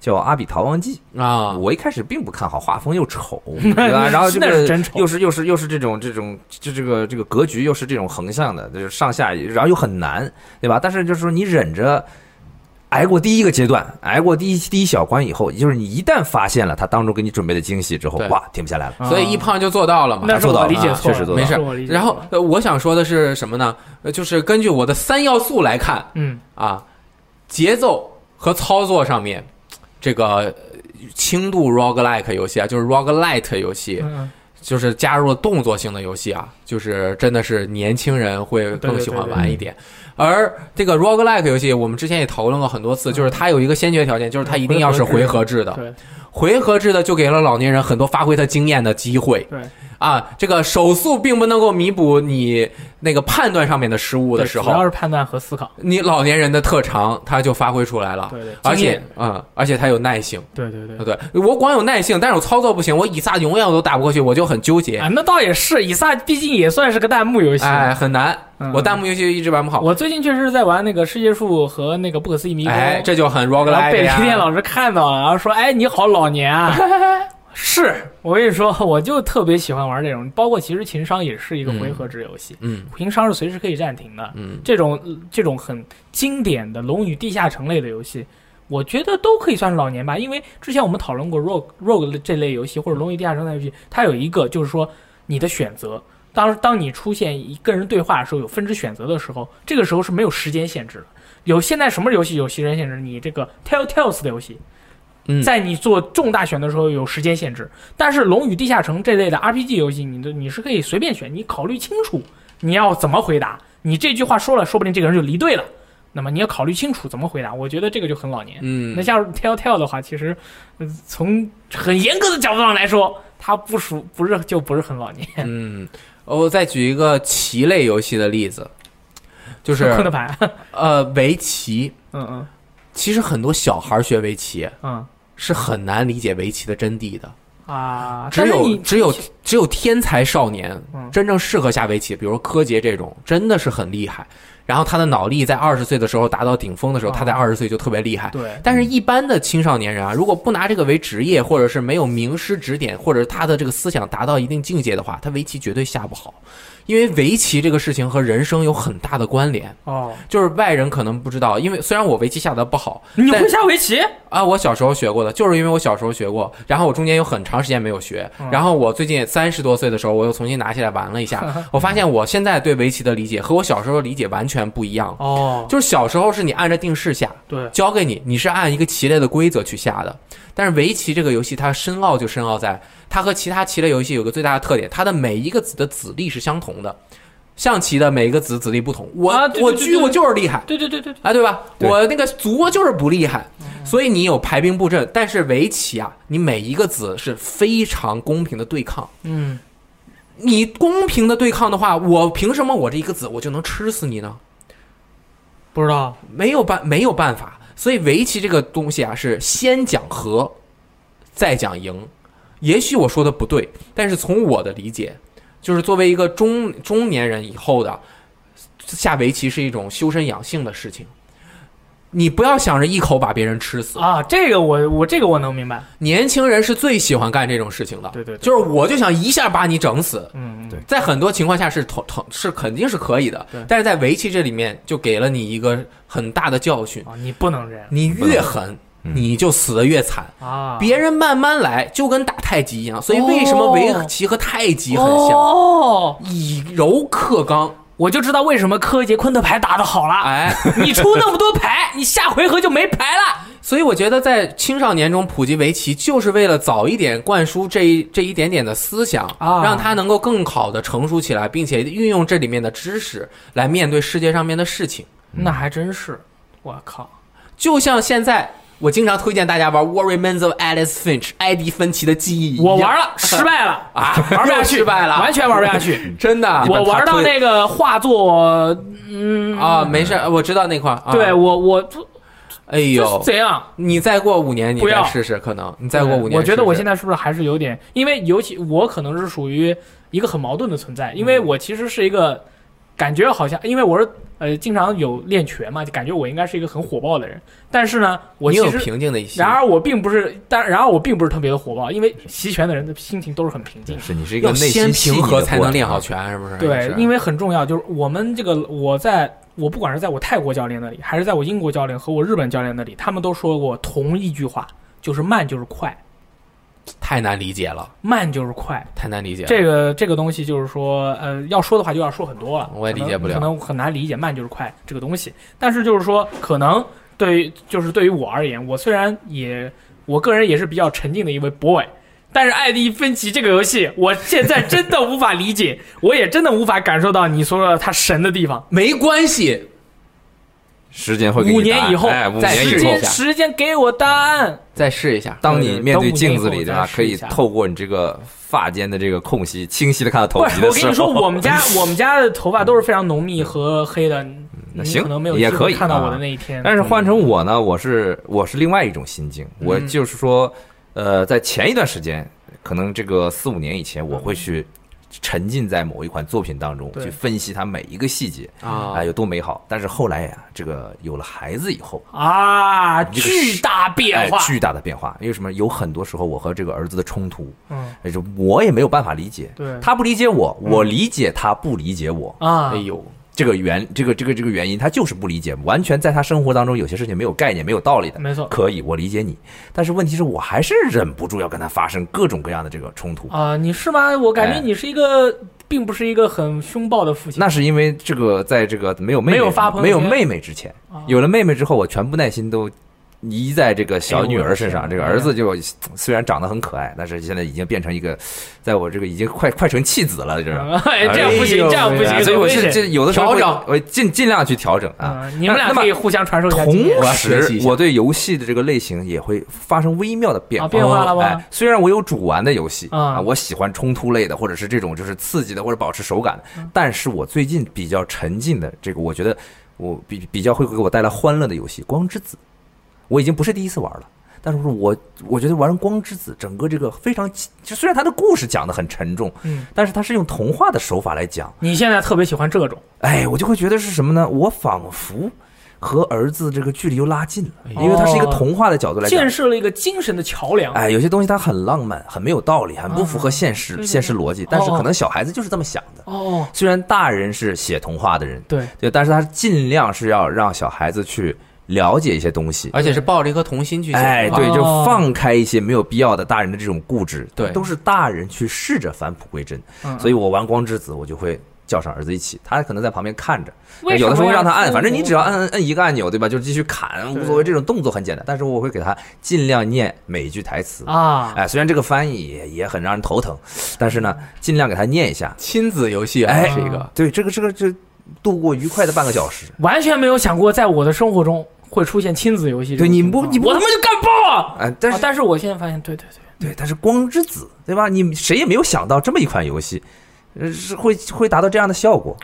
A: 叫《阿比逃亡记》。
B: 啊，
A: 我一开始并不看好，画风又 丑，对吧？然后这
C: 那是
A: 个
C: 真丑
A: 又是又是又是这种这种就这个这个格局又是这种横向的，就是上下，然后又很难，对吧？但是就是说你忍着。挨过第一个阶段，挨过第一第一小关以后，也就是你一旦发现了他当中给你准备的惊喜之后
B: 对，
A: 哇，停不下来
C: 嗯
A: 了。
B: 啊所以一胖就做到了嘛。
C: 那是我理解
A: 啊
C: 错
A: 确实
C: 了，
A: 做到了
B: 没
C: 是
B: 事
C: 我理解错了。
B: 然后呃我想说的是什么呢？呃就是根据我的三要素来看，
C: 嗯，
B: 啊，节奏和操作上面，这个呃轻度 roguelike 游戏啊，就是 roguelite 游戏，
C: 嗯嗯
B: 就是加入了动作性的游戏啊，就是真的是年轻人会更喜欢玩一点。而这个 roguelike 游戏，我们之前也讨论过很多次，就是它有一个先决条件，就是它一定要是回合制的。
C: 对
B: 回合制的就给了老年人很多发挥他经验的机会
C: 对，
B: 啊。这个手速并不能够弥补你那个判断上面的失误的时
C: 主要
B: 候，
C: 是判断和思考。
B: 你老年人的特长他就发挥出来了，
C: 对对，
B: 而
C: 经
B: 且
C: 验
B: 啊、嗯，而且他有耐性。
C: 对对对
B: 对，我光有耐性，但是我操作不行，我以撒永远我都打不过去，我就很纠结
C: 啊，，那倒也是，以撒毕竟也算是个弹幕游戏。
B: 哎，很难。
C: 嗯
B: 我弹幕游戏一直玩不好，
C: 我最近确实是在玩那个《世界树》和那个《不可思议迷宫》，
B: 哎，这就很
C: 然后
B: roguelike
C: 被
B: 呀
C: 雷电老师看到了，然后说：“哎，你好老年 啊！”是我跟你说，我就特别喜欢玩这种，包括其实情商也是一个回合制游戏，
B: 嗯
C: 情商是随时可以暂停的。
B: 嗯，
C: 这种呃这种很经典的《龙与地下城》类的游戏，我觉得都可以算是老年吧，因为之前我们讨论过 Rogue Rogue 这类游戏或者《龙与地下城》类游戏，它有一个就是说你的选择。当当你出现一个人对话的时候，有分支选择的时候，这个时候是没有时间限制的。有现在什么游戏有时间限制？你这个 Telltales 的游戏，
B: 嗯
C: 在你做重大选择的时候有时间限制。但是《龙与地下城》这类的 RPG 游戏，你的你是可以随便选，你考虑清楚你要怎么回答。你这句话说了，说不定这个人就离队了。那么你要考虑清楚怎么回答。我觉得这个就很老年。
B: 嗯
C: 那像 Telltale 的话，其实、呃从很严格的角度上来说，它不属不是就不是很老年。
B: 嗯，我再举一个棋类游戏的例子，就
C: 困的
B: 是
C: 牌，
B: 呃围棋。
C: 嗯嗯
B: 其实很多小孩儿学围棋
C: 嗯
B: 是很难理解围棋的真谛的，
C: 啊，
B: 只
C: 但是
B: 有
C: 你
B: 只有只有天才少年
C: 嗯
B: 真正适合下围棋，比如柯洁这种真的是很厉害。然后他的脑力在二十岁的时候达到顶峰的时候，
C: 哦
B: 他在二十岁就特别厉害。
C: 对
B: 但是，一般的青少年人啊，如果不拿这个为职业，或者是没有名师指点，或者他的这个思想达到一定境界的话，他围棋绝对下不好，因为围棋这个事情和人生有很大的关联。
C: 哦，
B: 就是外人可能不知道，因为虽然我围棋下得不好
C: 你
B: 但
C: 会下围棋？
B: 啊，我小时候学过的，就是因为我小时候学过，然后我中间有很长时间没有学
C: 嗯，
B: 然后我最近三十多岁的时候，我又重新拿起来玩了一下， 我发现我现在对围棋的理解和我小时候的理解完全不一样。
C: 哦，
B: 就是小时候是你按照定式下，
C: 对，
B: 教给你，你是按一个棋类的规则去下的。但是围棋这个游戏，它深奥就深奥在它和其他棋类游戏有个最大的特点，它的每一个子的子力是相同的，象棋的每一个子子力不同。我、
C: 啊对
B: 我
C: 对对
B: 车我就是厉害，
C: 对对对对对，
B: 啊，对吧？
A: 对
B: 我那个卒我就是不厉害，所以你有排兵布阵。但是围棋啊，你每一个子是非常公平的对抗。
C: 嗯，
B: 你公平的对抗的话，我凭什么我这一个子我就能吃死你呢？
C: 不知道，
B: 没有办没有办法，所以围棋这个东西啊，是先讲和，再讲赢。也许我说的不对，但是从我的理解，就是作为一个中中年人以后的下围棋是一种修身养性的事情。你不要想着一口把别人吃死，
C: 啊，这个我我这个我能明白，
B: 年轻人是最喜欢干这种事情的。
C: 对对对
B: 就是我就想一下把你整死，
C: 嗯，嗯
A: 对
B: 在很多情况下是同同是肯定是可以的
C: 对，
B: 但是在围棋这里面就给了你一个很大的教训。
C: 啊，你不能这样
B: 你越狠，
A: 嗯
B: 你就死得越惨。
C: 啊，
B: 别人慢慢来，就跟打太极一样。所以为什么围棋和太极很像？
C: 哦，
B: 以柔克刚，
C: 我就知道为什么柯洁昆特牌打的好了，
B: 哎，
C: 你出那么多牌，你下回合就没牌了，
B: 所以我觉得在青少年中普及围棋，就是为了早一点灌输这一这一点点的思想，
C: 啊
B: 让他能够更好的成熟起来，并且运用这里面的知识来面对世界上面的事情。
C: 那还真是，我靠，
B: 就像现在，我经常推荐大家玩《What Remains of Alice Finch》埃迪芬奇的记忆一样，
C: 我玩 了，失败了，
B: 啊，玩不下去，失败了，
C: 完全玩不 下去，
B: 真的。
C: 我玩到那个画作，嗯
B: 呃啊，没事，我知道那块儿。啊、
C: 对我我
B: 哎
C: 就
B: 呦
C: 是，这样。
B: 你再过五年，你
C: 不
B: 再
C: 要
B: 试试，可能你再过五年试试，
C: 我觉得我现
B: 在
C: 在是不是还是有点，因为尤其我可能是属于一个很矛盾的存在，因为
B: 嗯
C: 我其实是一个感觉好像，因为我是呃经常有练拳嘛，就感觉我应该是一个很火爆的人，但是呢，我
B: 你
C: 其
B: 有
C: 实。
B: 平静的一些
C: 然，而我并不是，但然而我并不是特别的火爆，因为习拳的人的心情都是很平静的。
D: 是你是一个
B: 要
D: 内
B: 先
D: 心细腻
B: 平
D: 的
B: 和才
D: 过
B: 能
D: 程
B: 练好
D: 啊
B: 拳，是不是？
C: 对，
B: 是
C: 因为很重要，就是我们这个我在我不管是在我泰国教练那里，还是在我英国教练和我日本教练那里，他们都说过同一句话，就是慢就是快，
B: 太难理解了，
C: 慢就是快。
B: 太难理解了。
C: 这个这个东西就是说，呃，要说的话就要说很多了，
B: 我也理解不了
C: 可能可能很难理解慢就是快这个东西。但是就是说，可能对于就是对于我而言，我虽然也我个人也是比较沉静的一位 boy。但是《艾丽芬奇》这个游戏，我现在真的无法理解，我也真的无法感受到你说的它神的地方。
B: 没关系，
D: 时间会给你
C: 五
D: 答
C: 年
D: 案
C: 以后，
D: 哎，五
B: 再
D: 年
B: 试
D: 以
C: 时
D: 后
B: 一
C: 间
B: 下
C: 时间给我答案。
B: 再试一下。
D: 当你面对镜子里，对
C: 等五年以后
D: 吧？
C: 再
D: 可
C: 试
D: 以
C: 一下
D: 透过你这个发间的这个空隙，清晰的看到头
C: 不
D: 皮
C: 是，
D: 的
C: 我跟
D: 时
C: 你 说，
D: 候，
C: 我们家 我们家的头发都是非常浓密和黑的，你
D: 行
C: 可能没有
D: 也
C: 机会
D: 可以
C: 看到
D: 啊
C: 我的那一天。
D: 但是换成我呢，我是我是另外一种心境，
C: 嗯
D: 我就是说，呃，在前一段时间，可能这个四五年以前，我会去沉浸在某一款作品当中，
C: 对
D: 去分析它每一个细节
B: 啊
D: 哎有多美好。但是后来呀、这个有了孩子以后。
C: 啊，
D: 这个
C: 巨大变
D: 哎
C: 化，，
D: 巨大的变化，因为什么？有很多时候我和这个儿子的冲突，
C: 嗯，
D: 哎就我也没有办法理解，
C: 对嗯
D: 他不理解我，我理解他不理解我，
C: 啊
B: 哎，呦，
D: 这个原这个这个这个原因，他就是不理解，完全在他生活当中有些事情没有概念、没有道理的。
C: 没错
D: 可以，我理解你，但是问题是我还是忍不住要跟他发生各种各样的这个冲突。
C: 啊，你是吗？我感觉
D: 哎
C: 你是一个，并不是一个很凶暴的父亲。
D: 那是因为这个，在这个没有妹妹
C: 没有发朋友圈
D: 没有妹妹之前，
C: 啊
D: 有了妹妹之后，我全部耐心都移在这个小女儿身
C: 哎呦我的
D: 上。
C: 天
D: 这个儿子就虽然长得很可爱，但是现在已经变成一个，在我这个已经快快成弃子了，这种。
C: 哎，这样不行，这样不
D: 啊哎
C: 行，
D: 所以我是
C: 这
D: 这有的时候会
B: 调整
D: 我尽尽量去调整啊。
C: 啊，你们俩
D: 那么
C: 可以互相传授一下经验。
D: 同
B: 学习一
D: 时，
B: 下
D: 我对游戏的这个类型也会发生微妙的变化。
C: 啊变化了吗
D: 哎，虽然我有主玩的游戏、
C: 啊
D: 啊，我喜欢冲突类的，或者是这种就是刺激的，或者保持手感的，
C: 嗯
D: 但是我最近比较沉浸的这个，我觉得我比比较会给我带来欢乐的游戏《光之子》，我已经不是第一次玩了。但是我我觉得玩《光之子》整个这个非常，就虽然它的故事讲的很沉重，
C: 嗯，
D: 但是它是用童话的手法来讲，
C: 你现在特别喜欢这种，
D: 哎，我就会觉得是什么呢？我仿佛和儿子这个距离又拉近了，
B: 哎
D: 因为它是一个童话的角度来讲
C: 建。设了一个精神的桥梁。
D: 哎，有些东西它很浪漫，很没有道理，很不符合现
C: 啊
D: 实、
C: 对对对
D: 现实逻辑，但是
C: 哦哦
D: 可能小孩子就是这么想的。
C: 哦，
D: 虽然大人是写童话的人，
C: 对，
D: 对，但是他尽量是要让小孩子去了解一些东西。
B: 而且是抱着一颗啊童心去想的。
D: 哎，对，就放开一些没有必要的大人的这种固执，
B: 对
D: 都是大人去试着返璞归真。
C: 嗯
D: 所以我玩《光之子》，我就会叫上儿子一起，他可能在旁边看着，
C: 为什么
D: 呃有的时候让他
C: 要
D: 按，反正你只要
C: 复
D: 按按按一个按钮，对吧？就继续砍，无所谓，这种动作很简单。但是我会给他尽量念每一句台词
C: 古啊，
D: 哎，虽然这个翻译也也很让人头疼，但是呢，尽量给他念一下。
B: 亲子游戏啊，
D: 哎，
B: 是一个。
D: 对这个这个这度过愉快的半个小时。
C: 完全没有想过在我的生活中会出现亲子游戏这种
D: 对你
C: 情
D: 不
C: 况
D: 你不
C: 我他妈就干爆啊！
D: 哎，但
C: 啊
D: 是
C: 但是我现在发现，对对对，
D: 对，但是光之子，对吧？你谁也没有想到这么一款游戏，呃是会会达到这样的效果。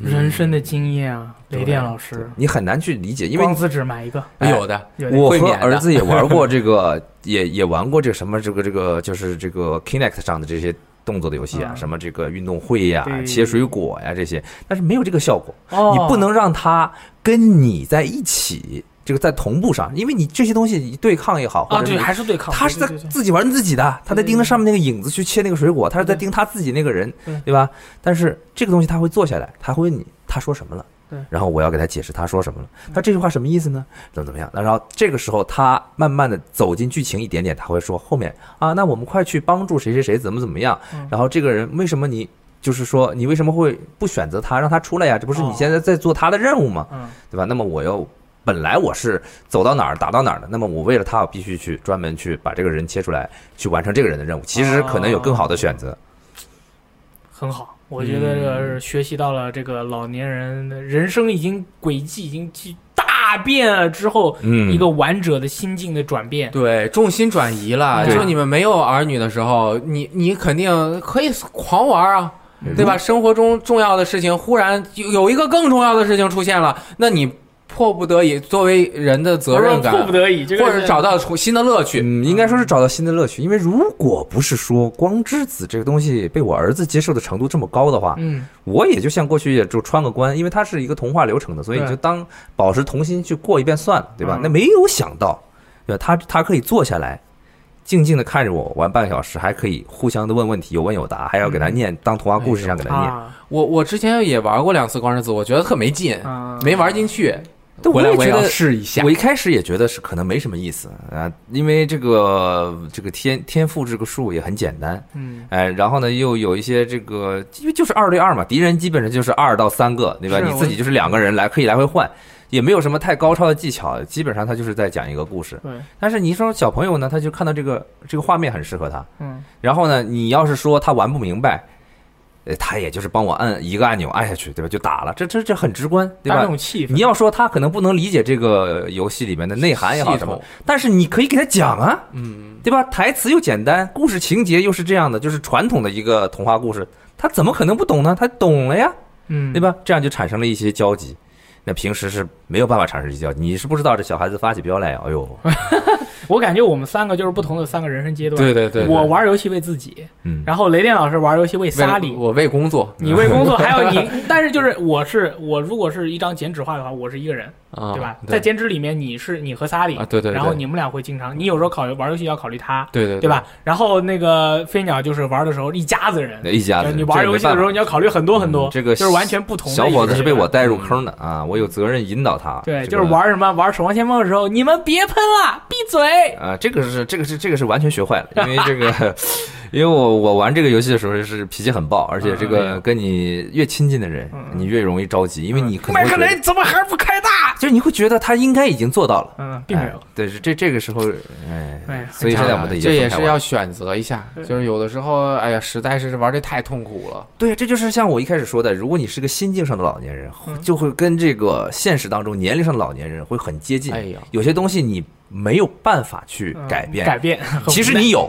C: 人生的经验啊，雷电老师，
D: 你很难去理解，因为
C: 光子只买一个，
D: 哎
B: 有的，
C: 有点
D: 我
B: 会
D: 和
B: 免的
D: 儿子也玩过这个，也也玩过这个什么这个这个就是这个 Kinect 上的这些动作的游戏啊，
C: 嗯
D: 什么这个运动会呀、
C: 对
D: 切水果呀、这些，但是没有这个效果。
C: 哦，
D: 你不能让它跟你在一起，这个在同步上，因为你这些东西你对抗也好，或
C: 啊，
D: 者
C: 对，
D: 你
C: 还是对抗，
D: 他是在
C: 对对对
D: 自己玩自己的，他在盯着上面那个影子去切那个水果，他是在
C: 嗯对
D: 盯他自己那个人
C: 对，
D: 对吧？但是这个东西他会坐下来，他会问你他说什么了
C: 对，嗯
D: 然后我要给他解释他说什么了，他这句话什么意思呢？怎么怎么样？然后这个时候他慢慢的走进剧情一点点，他会说后面啊，那我们快去帮助谁谁谁怎么怎么样
C: 嗯，
D: 然后这个人为什么你？就是说，你为什么会不选择他，让他出来呀？这不是你
C: 哦
D: 现在在做他的任务吗？
C: 嗯，
D: 对吧？那么我要本来我是走到哪儿打到哪儿的，那么我为了他，我必须去专门去把这个人切出来，去完成这个人的任务。其实可能有更好的选
C: 哦
D: 择。
C: 很好。我觉得这个是学习到了这个老年人的人生已经轨迹已经巨大变了之后，
D: 嗯
C: 一个玩者的心境的转变。
B: 对，重心转移了。
C: 对
B: 就你们没有儿女的时候，你你肯定可以狂玩啊，
D: 嗯
B: 对吧？生活中重要的事情忽然有有一个更重要的事情出现了，那你迫不得已作为人的责任
C: 迫
B: 感
C: 不，得已，这个
B: 或者找到重新的乐趣。
D: 嗯，应该说是找到新的乐趣，因为如果不是说光之子这个东西被我儿子接受的程度这么高的话，
C: 嗯，
D: 我也就像过去也就穿个关，因为它是一个童话流程的，所以
C: 对
D: 你就当保持童心去过一遍算了，对吧
C: 嗯？
D: 那没有想到，对吧？他他可以坐下来，静静的看着我玩半个小时，还可以互相的问问题，有问有答，还要给他念当童话故事一样给他
B: 哎
D: 念。
C: 啊
B: 我我之前也玩过两次光之子，我觉得特没劲，
C: 啊
B: 没玩进去。
D: 但
B: 回
D: 我
B: 来
D: 也
B: 我
D: 觉
B: 要
D: 得
B: 试一下
D: 我。一开始也觉得是可能没什么意思啊，因为这个这个天天赋这个数也很简单，
C: 嗯，
D: 哎，然后呢又有一些这个，因为就是二对二嘛，敌人基本上就是二到三个，对吧？
C: 是
D: 你自己就是两个人来可以来回换，也没有什么太高超的技巧，基本上他就是在讲一个故事。
C: 对，
D: 但是你说小朋友呢，他就看到这个这个画面很适合他，
C: 嗯，
D: 然后呢，你要是说他玩不明白。呃，他也就是帮我按一个按钮按下去，对吧？就打了，这这这很直观，对
C: 但
D: 吧
C: 这？种气氛
D: 你要说他可能不能理解这个游戏里面的内涵也好
B: 系
D: 什么
B: 统，，
D: 但是你可以给他讲啊，
B: 嗯，
D: 对吧？台词又简单，故事情节又是这样的，就是传统的一个童话故事，他怎么可能不懂呢？他懂了呀，
C: 嗯，
D: 对？吧？这样就产生了一些交集。那平时是没有办法产生一些交集，你是不知道这小孩子发起飙来，哎呦，
C: 我感觉我们三个就是不同的三个人生阶段。
B: 对对对，对
C: 我玩游戏为自己，
D: 嗯，
C: 然后雷电老师玩游戏为
B: 为
C: 萨
B: 了
C: 里，
B: 我为工作
C: 你为工作，还有你。但是就是我是我，如果是一张剪纸画的话，我是一个人，
B: 啊，
C: 对吧？在
B: 对
C: 剪纸里面，你是你和萨里
B: 啊，，对对，对
C: 然后你们俩会经常，你有时候考虑玩游戏要考虑他，
B: 对对
C: 对？吧？然后那个飞鸟就是玩的时候一家子人
D: 那，一家
C: 就
D: 子
C: 是你玩游戏的时候你要考虑很多很多，
D: 嗯这个
C: 就是完全不同的一个
D: 小
C: 人。嗯
D: 伙子是被我带入坑的啊，我有责任引导他。
C: 对，
D: 这
C: 就
D: 个
C: 是玩什么玩守望先锋的时候，你们别喷了，闭嘴。
D: 啊，这个是这个是这个是完全学坏了，因为这个， 因为我我玩这个游戏的时候是脾气很暴，而且这个跟你越亲近的人
C: 哎嗯，
D: 你越容易着急，因为你可能会
C: 麦克
D: 觉得，
C: 雷怎么还不开大？
D: 就是你会觉得他应该已经做到了，
C: 嗯，并没
D: 哎
C: 有。
D: 对，是这这个时候，哎，
C: 哎，
D: 所以
B: 这
D: 现在我们得
B: 这也是
D: 分开玩
B: 要选择一下，
C: 对
B: 就是有的时候，哎呀，实在是玩这太痛苦了。
D: 对，这就是像我一开始说的，如果你是个心境上的老年人
C: 嗯，
D: 就会跟这个现实当中年龄上的老年人会很接近
B: 哎，呀，
D: 有些东西你没有办法去改变，
C: 嗯改 变。很无奈
D: 其实你有，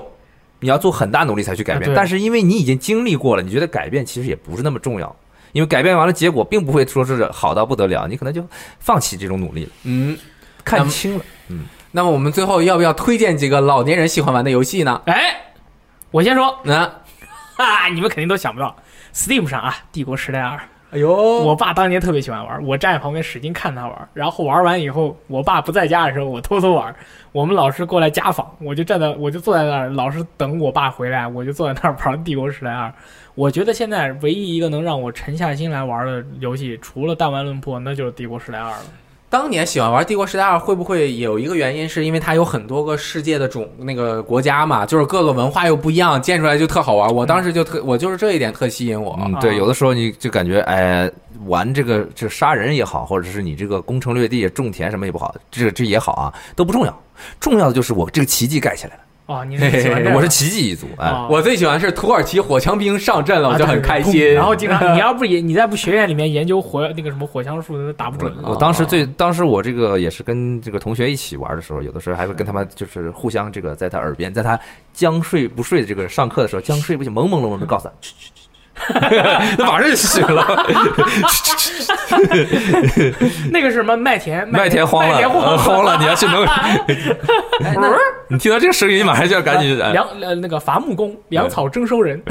D: 你要做很大努力才去改
C: 啊对
D: 变，但是因为你已经经历过了，你觉得改变其实也不是那么重要，因为改变完了结果并不会说是好到不得了，你可能就放弃这种努力了，
B: 嗯，
D: 看清了。
B: 那么我们最后要不要推荐几个老年人喜欢玩的游戏呢？
C: 哎，我先说，
B: 那、
C: 哈、哈，你们肯定都想不到，Steam 上啊，《帝国时代二》，
B: 哎呦，
C: 我爸当年特别喜欢玩，我站在旁边使劲看他玩，然后玩完以后，我爸不在家的时候，我偷偷玩。我们老师过来家访，我就站在，我就坐在那儿，老师等我爸回来，我就坐在那儿玩《帝国时代二》。我觉得现在唯一一个能让我沉下心来玩的游戏，除了弹丸论破，那就是《帝国时代二》了。
B: 当年喜欢玩《帝国时代二》，会不会有一个原因，是因为它有很多个世界的种那个国家嘛，就是各个文化又不一样，建出来就特好玩。我当时就特，我就是这一点特吸引我。
D: 嗯
C: 啊，
D: 对，有的时候你就感觉，哎，玩这个这杀人也好，或者是你这个攻城略地、啊种田什么也不好，这这也好啊，都不重要，重要的就是我这个奇迹盖起来了，
C: 哦，你是喜欢这个？
D: 我是奇迹一族啊。
C: 哦
B: 我最喜欢是土耳其火枪兵上阵了，我就很
C: 啊
B: 开
C: 对对对
B: 心。
C: 然后经常，你要不研，你再不学院里面研究火那个什么火枪术，那都打不准
D: 我当时
C: 哦
D: 最，当时我这个也是跟这个同学一起玩的时候，有的时候还会跟他们就是互相这个在他耳边，在他将睡不睡的这个上课的时候，将睡不醒，朦朦胧胧的告诉他，去去去去， 那马上就醒了。
C: 那个是什么麦田
D: 麦田荒了，
C: 麦田荒
D: 呃 慌了，你要去能，
B: 哎
D: 你听到这个声音，你马上就要赶紧哎
C: 粮呃那个伐木工，粮草征收人。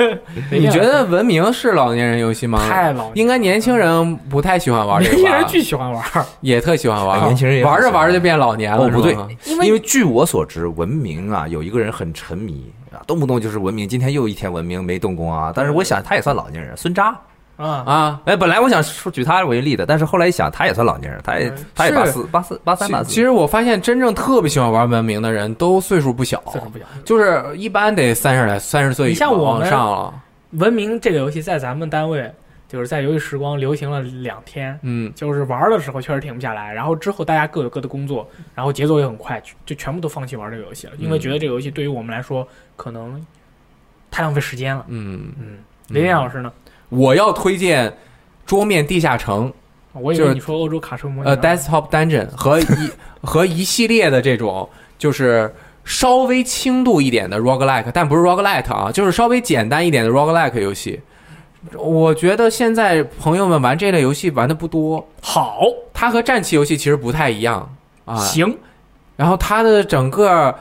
B: 你觉得《文明》是老年人游戏吗？
C: 太老了，
B: 应该年轻人不太喜欢玩这
C: 年
B: 个吧，
C: 轻人巨喜欢玩。
B: 也特喜欢玩，
D: 哎年轻人也很
B: 玩着
D: 喜欢
B: 玩着就变老年了。
D: 哦，不
B: 是
D: 对
B: 吗，
D: 因为据我所知，文明啊，有一个人很沉迷啊，动不动就是文明，今天又一天文明没动工啊。但是我想他也算老年人，孙扎。
C: 啊，
B: 啊，
D: 哎，本来我想说举他为例的，但是后来一想，他也算老年人，他也
C: 嗯
D: 他也
B: 是
D: 八四八四八三八
B: 其
D: 四。
B: 其实我发现真正特别喜欢玩《文明》的人都岁数不小，
C: 岁数不小。
B: 就是一般得三十来三十岁
C: 你像我们
B: 往上了。
C: 文明这个游戏在咱们单位就是在游戏时光流行了两天。
B: 嗯，
C: 就是玩的时候确实停不下来，然后之后大家各有各的工作，然后节奏也很快，就就全部都放弃玩这个游戏了，因为
B: 嗯
C: 觉得这个游戏对于我们来说可能太浪费时间了。
B: 嗯，
C: 嗯，雷电老师呢？
B: 我要推荐《桌面地下城》
C: 我以
B: 就
C: 为
B: 是
C: 你说欧洲卡车模拟
B: 呃
C: 呢
B: ，Desktop Dungeon 和一 和一系列的这种就是。稍微轻度一点的 roguelike，但不是 roguelite 啊，就是稍微简单一点的 roguelike 游戏，我觉得现在朋友们玩这类游戏玩的不多，
C: 好，
B: 它和战棋游戏其实不太一样啊。
C: 行，
B: 然后它的整个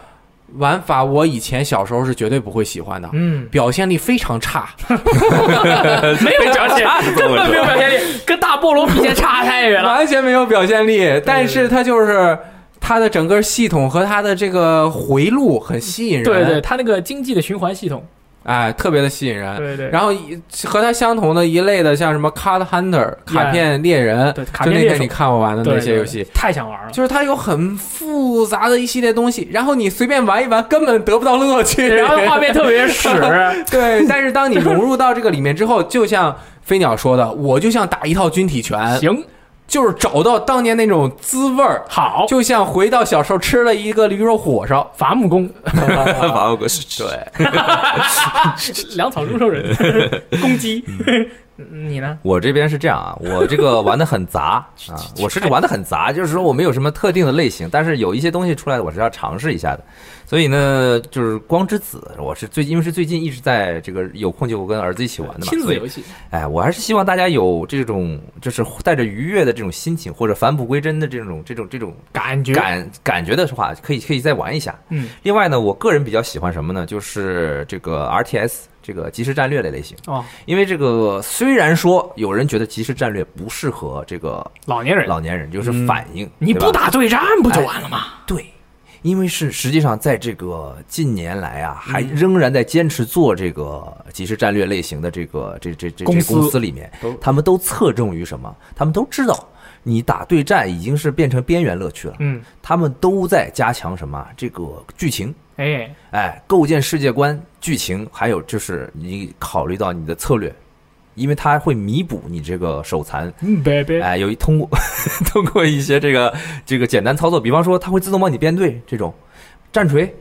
B: 玩法，我以前小时候是绝对不会喜欢的，
C: 嗯，
B: 表现力非常差。呃
C: 没有 表现，根本没有表现力，跟大菠萝比现差太远 了。
B: 完全没有表现力，但是它就是它的整个系统和它的这个回路很吸引人，
C: 对对，，他那个经济的循环系统，
B: 哎，特别的吸引人。
C: 对对，
B: 然后一和它相同的一类的，像什么 Card Hunter 卡片猎人，
C: 对卡
B: 就
C: 片
B: 那
C: 猎
B: 天
C: 手
B: 你看我玩的
C: 对
B: 那些
C: 对
B: 游戏，
C: 太想玩了。
B: 就是它有很复杂的一系列东西，然后你随便玩一玩，根本得不到乐趣，
C: 然后画面特别 屎，
B: 对，但是当你融入到这个里面之后，就像飞鸟说的，我就像打一套军体拳，
C: 行
B: 就是找到当年那种滋味儿，
C: 好，
B: 就像回到小时候吃了一个驴肉火烧，
C: 伐木工，
D: 啊
E: 法国对，
C: 粮草征收人， 公鸡，你呢？
D: 我这边是这样啊，我这个玩的很杂啊，我是玩的很杂，就是说我没有什么特定的类型，但是有一些东西出来我是要尝试一下的。所以呢，就是《光之子》，我是最因为是最近一直在这个有空就跟儿子一起玩的嘛，
C: 亲
D: 所
C: 子
D: 以
C: 游戏，
D: 哎，我还是希望大家有这种就是带着愉悦的这种心情，或者返璞归真的这种这种这种
C: 感觉，
D: 感感觉的话，可以可以再玩一下。
C: 嗯，
D: 另外呢，我个人比较喜欢什么呢？就是这个 R T S 这个即时战略类类型。
C: 哦，
D: 因为这个虽然说有人觉得即时战略不适合这个
C: 老年人，
D: 老年人，就是反应，
C: 嗯你
D: 对
C: 不
D: 吧
C: 打对战不就完了吗？
D: 对，因为是实际上在这个近年来啊，还仍然在坚持做这个即时战略类型的这个这这这这
C: 公
D: 公
C: 司
D: 司里面
B: 都，
D: 他们都侧重于什么？他们都知道你打对战已经是变成边缘乐趣了，
C: 嗯，
D: 他们都在加强什么这个剧情。
C: 哎，
D: 哎，构建世界观、剧情，还有就是你考虑到你的策略，因为它会弥补你这个手残。
C: 嗯，拜拜，
D: 哎，有一通过 通过一些这个这个简单操作，比方说它会自动帮你编队这种战锤，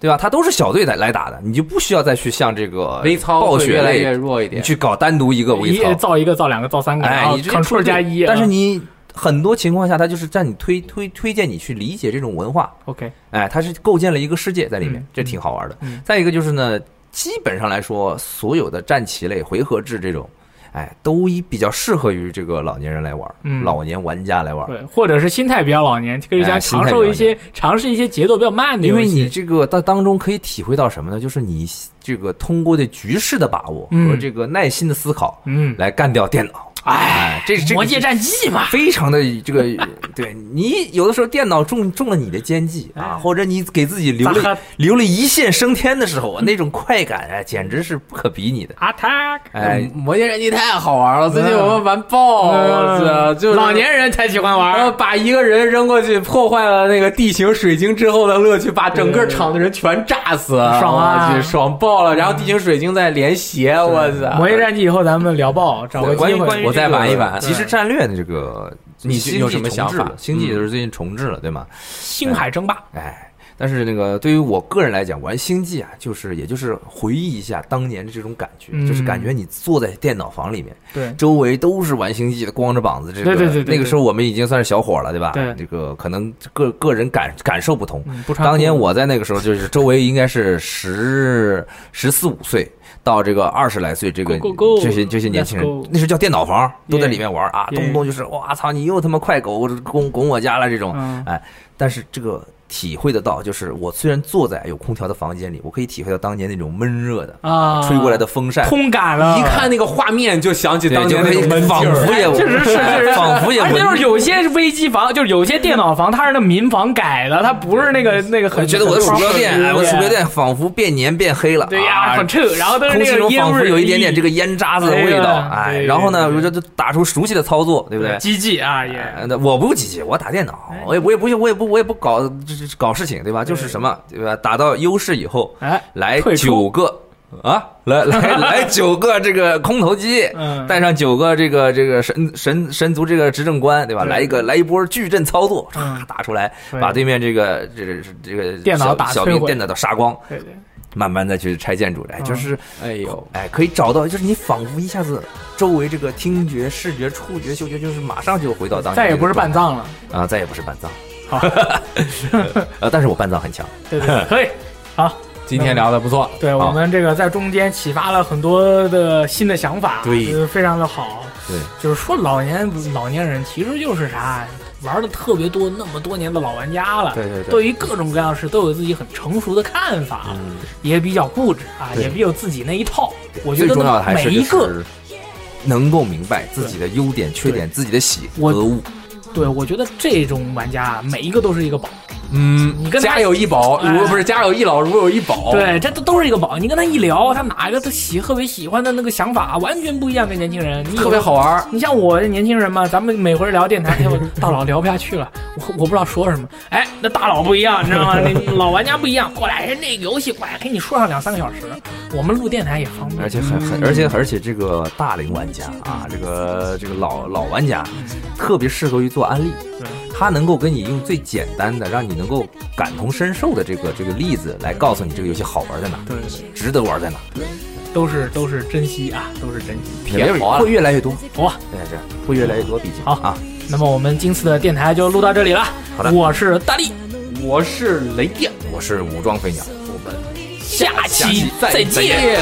D: 对吧？它都是小队来来打的，你就不需要再去像这个
B: 微操
D: 暴
B: 会
D: 雪
B: 越来越
D: 类，
B: 弱一
D: 你
B: 点。
D: 去搞单独一个微
C: 一
D: 操。
C: 造一个，造两个，造三个，然
D: 哎，
C: 后
D: 你直接出
C: Ctrl 加一，啊
D: 但是你很多情况下，它就是让你推推推荐你去理解这种文化，
C: OK，
D: 哎，它是构建了一个世界在里面，
C: 嗯
D: 这挺好玩的。
C: 嗯
D: 再一个就是呢，基本上来说，所有的战棋类、回合制这种，哎，都以比较适合于这个老年人来玩，
C: 嗯
D: 老年玩家来玩。
C: 对，或者是心态比较老年，可以想
D: 哎心
C: 尝
D: 态比较
C: 受一些尝试一些节奏比较慢的
D: 因
C: 游戏，
D: 为你这个当当中可以体会到什么呢？就是你这个通过对局势的把握
C: 嗯
D: 和这个耐心的思考
C: 嗯，
D: 来干掉电脑。哎，这这
C: 魔
D: 个
C: 界战记嘛，
D: 非常的这个，对你有的时候电脑中中了你的奸计啊，或者你给自己留
C: 咋
D: 了
C: 哎哈
D: 留了一线升天的时候啊，那种快感哎，简直是不可比拟的。
C: attack。
D: 哎，
B: 魔界战记太好玩了，最近我们玩爆，我操！就是
C: 嗯老年人才喜欢玩
B: 然后
C: 儿，
B: 把一个人扔过去，破坏了那个地形水晶之后的乐趣，把整个场的人全炸死，
C: 爽啊
B: 我去爽爆了！然后地形水晶再连携，我
C: 《
B: 操！
C: 魔界战记》以后咱们聊爆，找个
D: 关
C: 啊机
D: 于关于
C: 会。
D: 这
B: 我再
D: 个
B: 玩一
C: 啊
B: 玩
D: 即时战略的这个，
B: 你
D: 星际
B: 有什么想
D: 重置了
B: 法
D: 星际就是最近重置了，对吗？
C: 星海争霸，
D: 哎，但是那个对于我个人来讲，玩星际啊，就是也就是回忆一下当年的这种感觉，
C: 嗯
D: 就是感觉你坐在电脑房里面，
C: 对，
D: 周围都是玩星际的，光着膀子，这个
C: 对对对对对
D: 那个时候我们已经算是小伙了，对吧？
C: 对
D: 这个可能个个人感感受不同。
C: 嗯，不穿。
D: 当年我在那个时候，就是周围应该是十十四五岁到这个二十来岁，这个
C: Go, go, go.
D: 这些这些年轻
C: Let's go.
D: 人，那是叫电脑房，都在里面玩啊，
C: Yeah.
D: 动不动就是哇操，你又他妈快狗拱拱我家了这种。
C: 嗯，
D: 但是这个体会得到，就是我虽然坐在有空调的房间里，我可以体会到当年那种闷热的
C: 啊，
D: 吹过来的风扇，
C: 通感了，哎
B: 一看那个画面啊就想起
D: 对
B: 当年那种
D: 就可以
B: 闷劲
D: 仿佛
B: 儿。
D: 也
C: 确实是，确实是
D: 哎仿佛也
C: 而且
D: 闻
C: 就是有些危机房，就是有些电脑房，它是那民房改的，它不是那个那个
D: 嗯我
C: 很。
D: 觉得我的鼠标垫，
C: 很
D: 哎，我的鼠标，垫仿佛变黏变黑了，
C: 对呀，
D: 啊
C: 很臭，然后都是
D: 空
C: 那
D: 气
C: 个
D: 中
C: 烟
D: 仿佛
C: 味，
D: 有一点点这个烟渣子的味道，
C: 哎呀
D: 哎，
C: 对
D: 然后呢，
C: 对
D: 我就打出熟悉的操作，对不对？
C: 机器啊
D: 哎
C: 也。
D: 那我不机器，我打电脑，
C: 哎
D: 我也我也不我也不我也不搞这这搞事情，对吧？就是什么，对吧？打到优势以后，
C: 哎，
D: 来
C: 退出
D: 九个啊，来 来来九个这个空投机，
C: 嗯
D: 带上九个这个这个神神神族这个执政官，对吧？
C: 对
D: 来一个来一波矩阵操作，
C: 嗯
D: 唰打出来，
C: 对
D: 把对面这个这个这个
C: 电脑
D: 小
C: 打
D: 小
C: 摧
D: 兵
C: 毁嗯
D: 电脑都杀光，
C: 对对，
D: 慢慢再去拆建筑来，哎就是
B: 哎呦，
D: 哎，可以找到，就是你仿佛一下子周围这个听觉、视觉、触觉、嗅觉，就是马上就回到当年
C: 再也
D: 这个
C: 不是
D: 状
C: 半
D: 态
C: 藏了。
D: 啊，再也不是半藏。
C: 好，
D: 呃，但是我半藏很强。
C: 对对，对可以。好，
B: 今天聊的不错，
C: 对
B: 好
C: 我们这个在中间启发了很多的新的想法，
B: 对
C: 就是非常的好。
D: 对，
C: 就是说老年老年人其实就是啥，玩的特别多，那么多年的老玩家了，
D: 对对对
C: 于各种各样的事都有自己很成熟的看法，
B: 嗯
C: 也比较固执啊，
D: 对
C: 也比较自己那一套。我觉
D: 最
C: 得
D: 重要的还是
C: 每
D: 就
C: 一个，
D: 是能够明白自己的优点、缺点、自己的喜
C: 我
D: 和恶。
C: 对我觉得这种玩家每一个都是一个宝，你
B: 嗯，
C: 跟他
B: 家有一宝，
C: 哎
B: 如不是家有一老，如有一宝，，
C: 对，这都都是一个宝。你跟他一聊，他哪个他喜特别喜欢的那个想法完全不一样，跟年轻人你有
B: 特别好玩儿。
C: 你像我这年轻人嘛，咱们每回聊电台，我大佬聊不下去了，我我不知道说什么。哎，那大佬不一样，你知道吗？那老玩家不一样，过来人那个游戏过来给你说上两三个小时，我们录电台也方便
D: 而。且很很，而且
C: 嗯
D: 而且这个大龄玩家啊，这个这个老老玩家，特别适合于做安利。
C: 对
D: 他能够跟你用最简单的，让你能够感同身受的这个这个例子来告诉你这个游戏好玩在哪，
C: 对对，
D: 值得玩在哪。
C: 都是都是珍惜啊，都是珍惜。
B: 铁
D: 也
B: 佛了
D: 会越来越多，
C: 好、吧，
D: 对，这会越来越多，毕竟
C: 啊好
D: 啊，
C: 那么我们今次的电台就录到这里了。
D: 好的
C: 我是大力，
B: 我是雷电，
D: 我是武装飞鸟，我们
C: 下
B: 下期
C: 期再见。。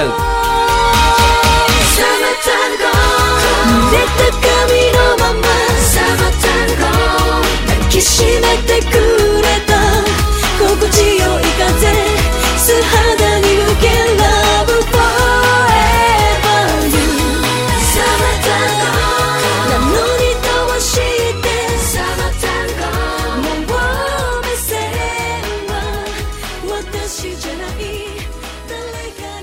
F: Summer tango濡れた髪のまま Summer tango 抱きしめてくれた心地よい風素肌に受け Love forever you Summer tango なのにどうして Summer tango もう目線は私じゃない誰か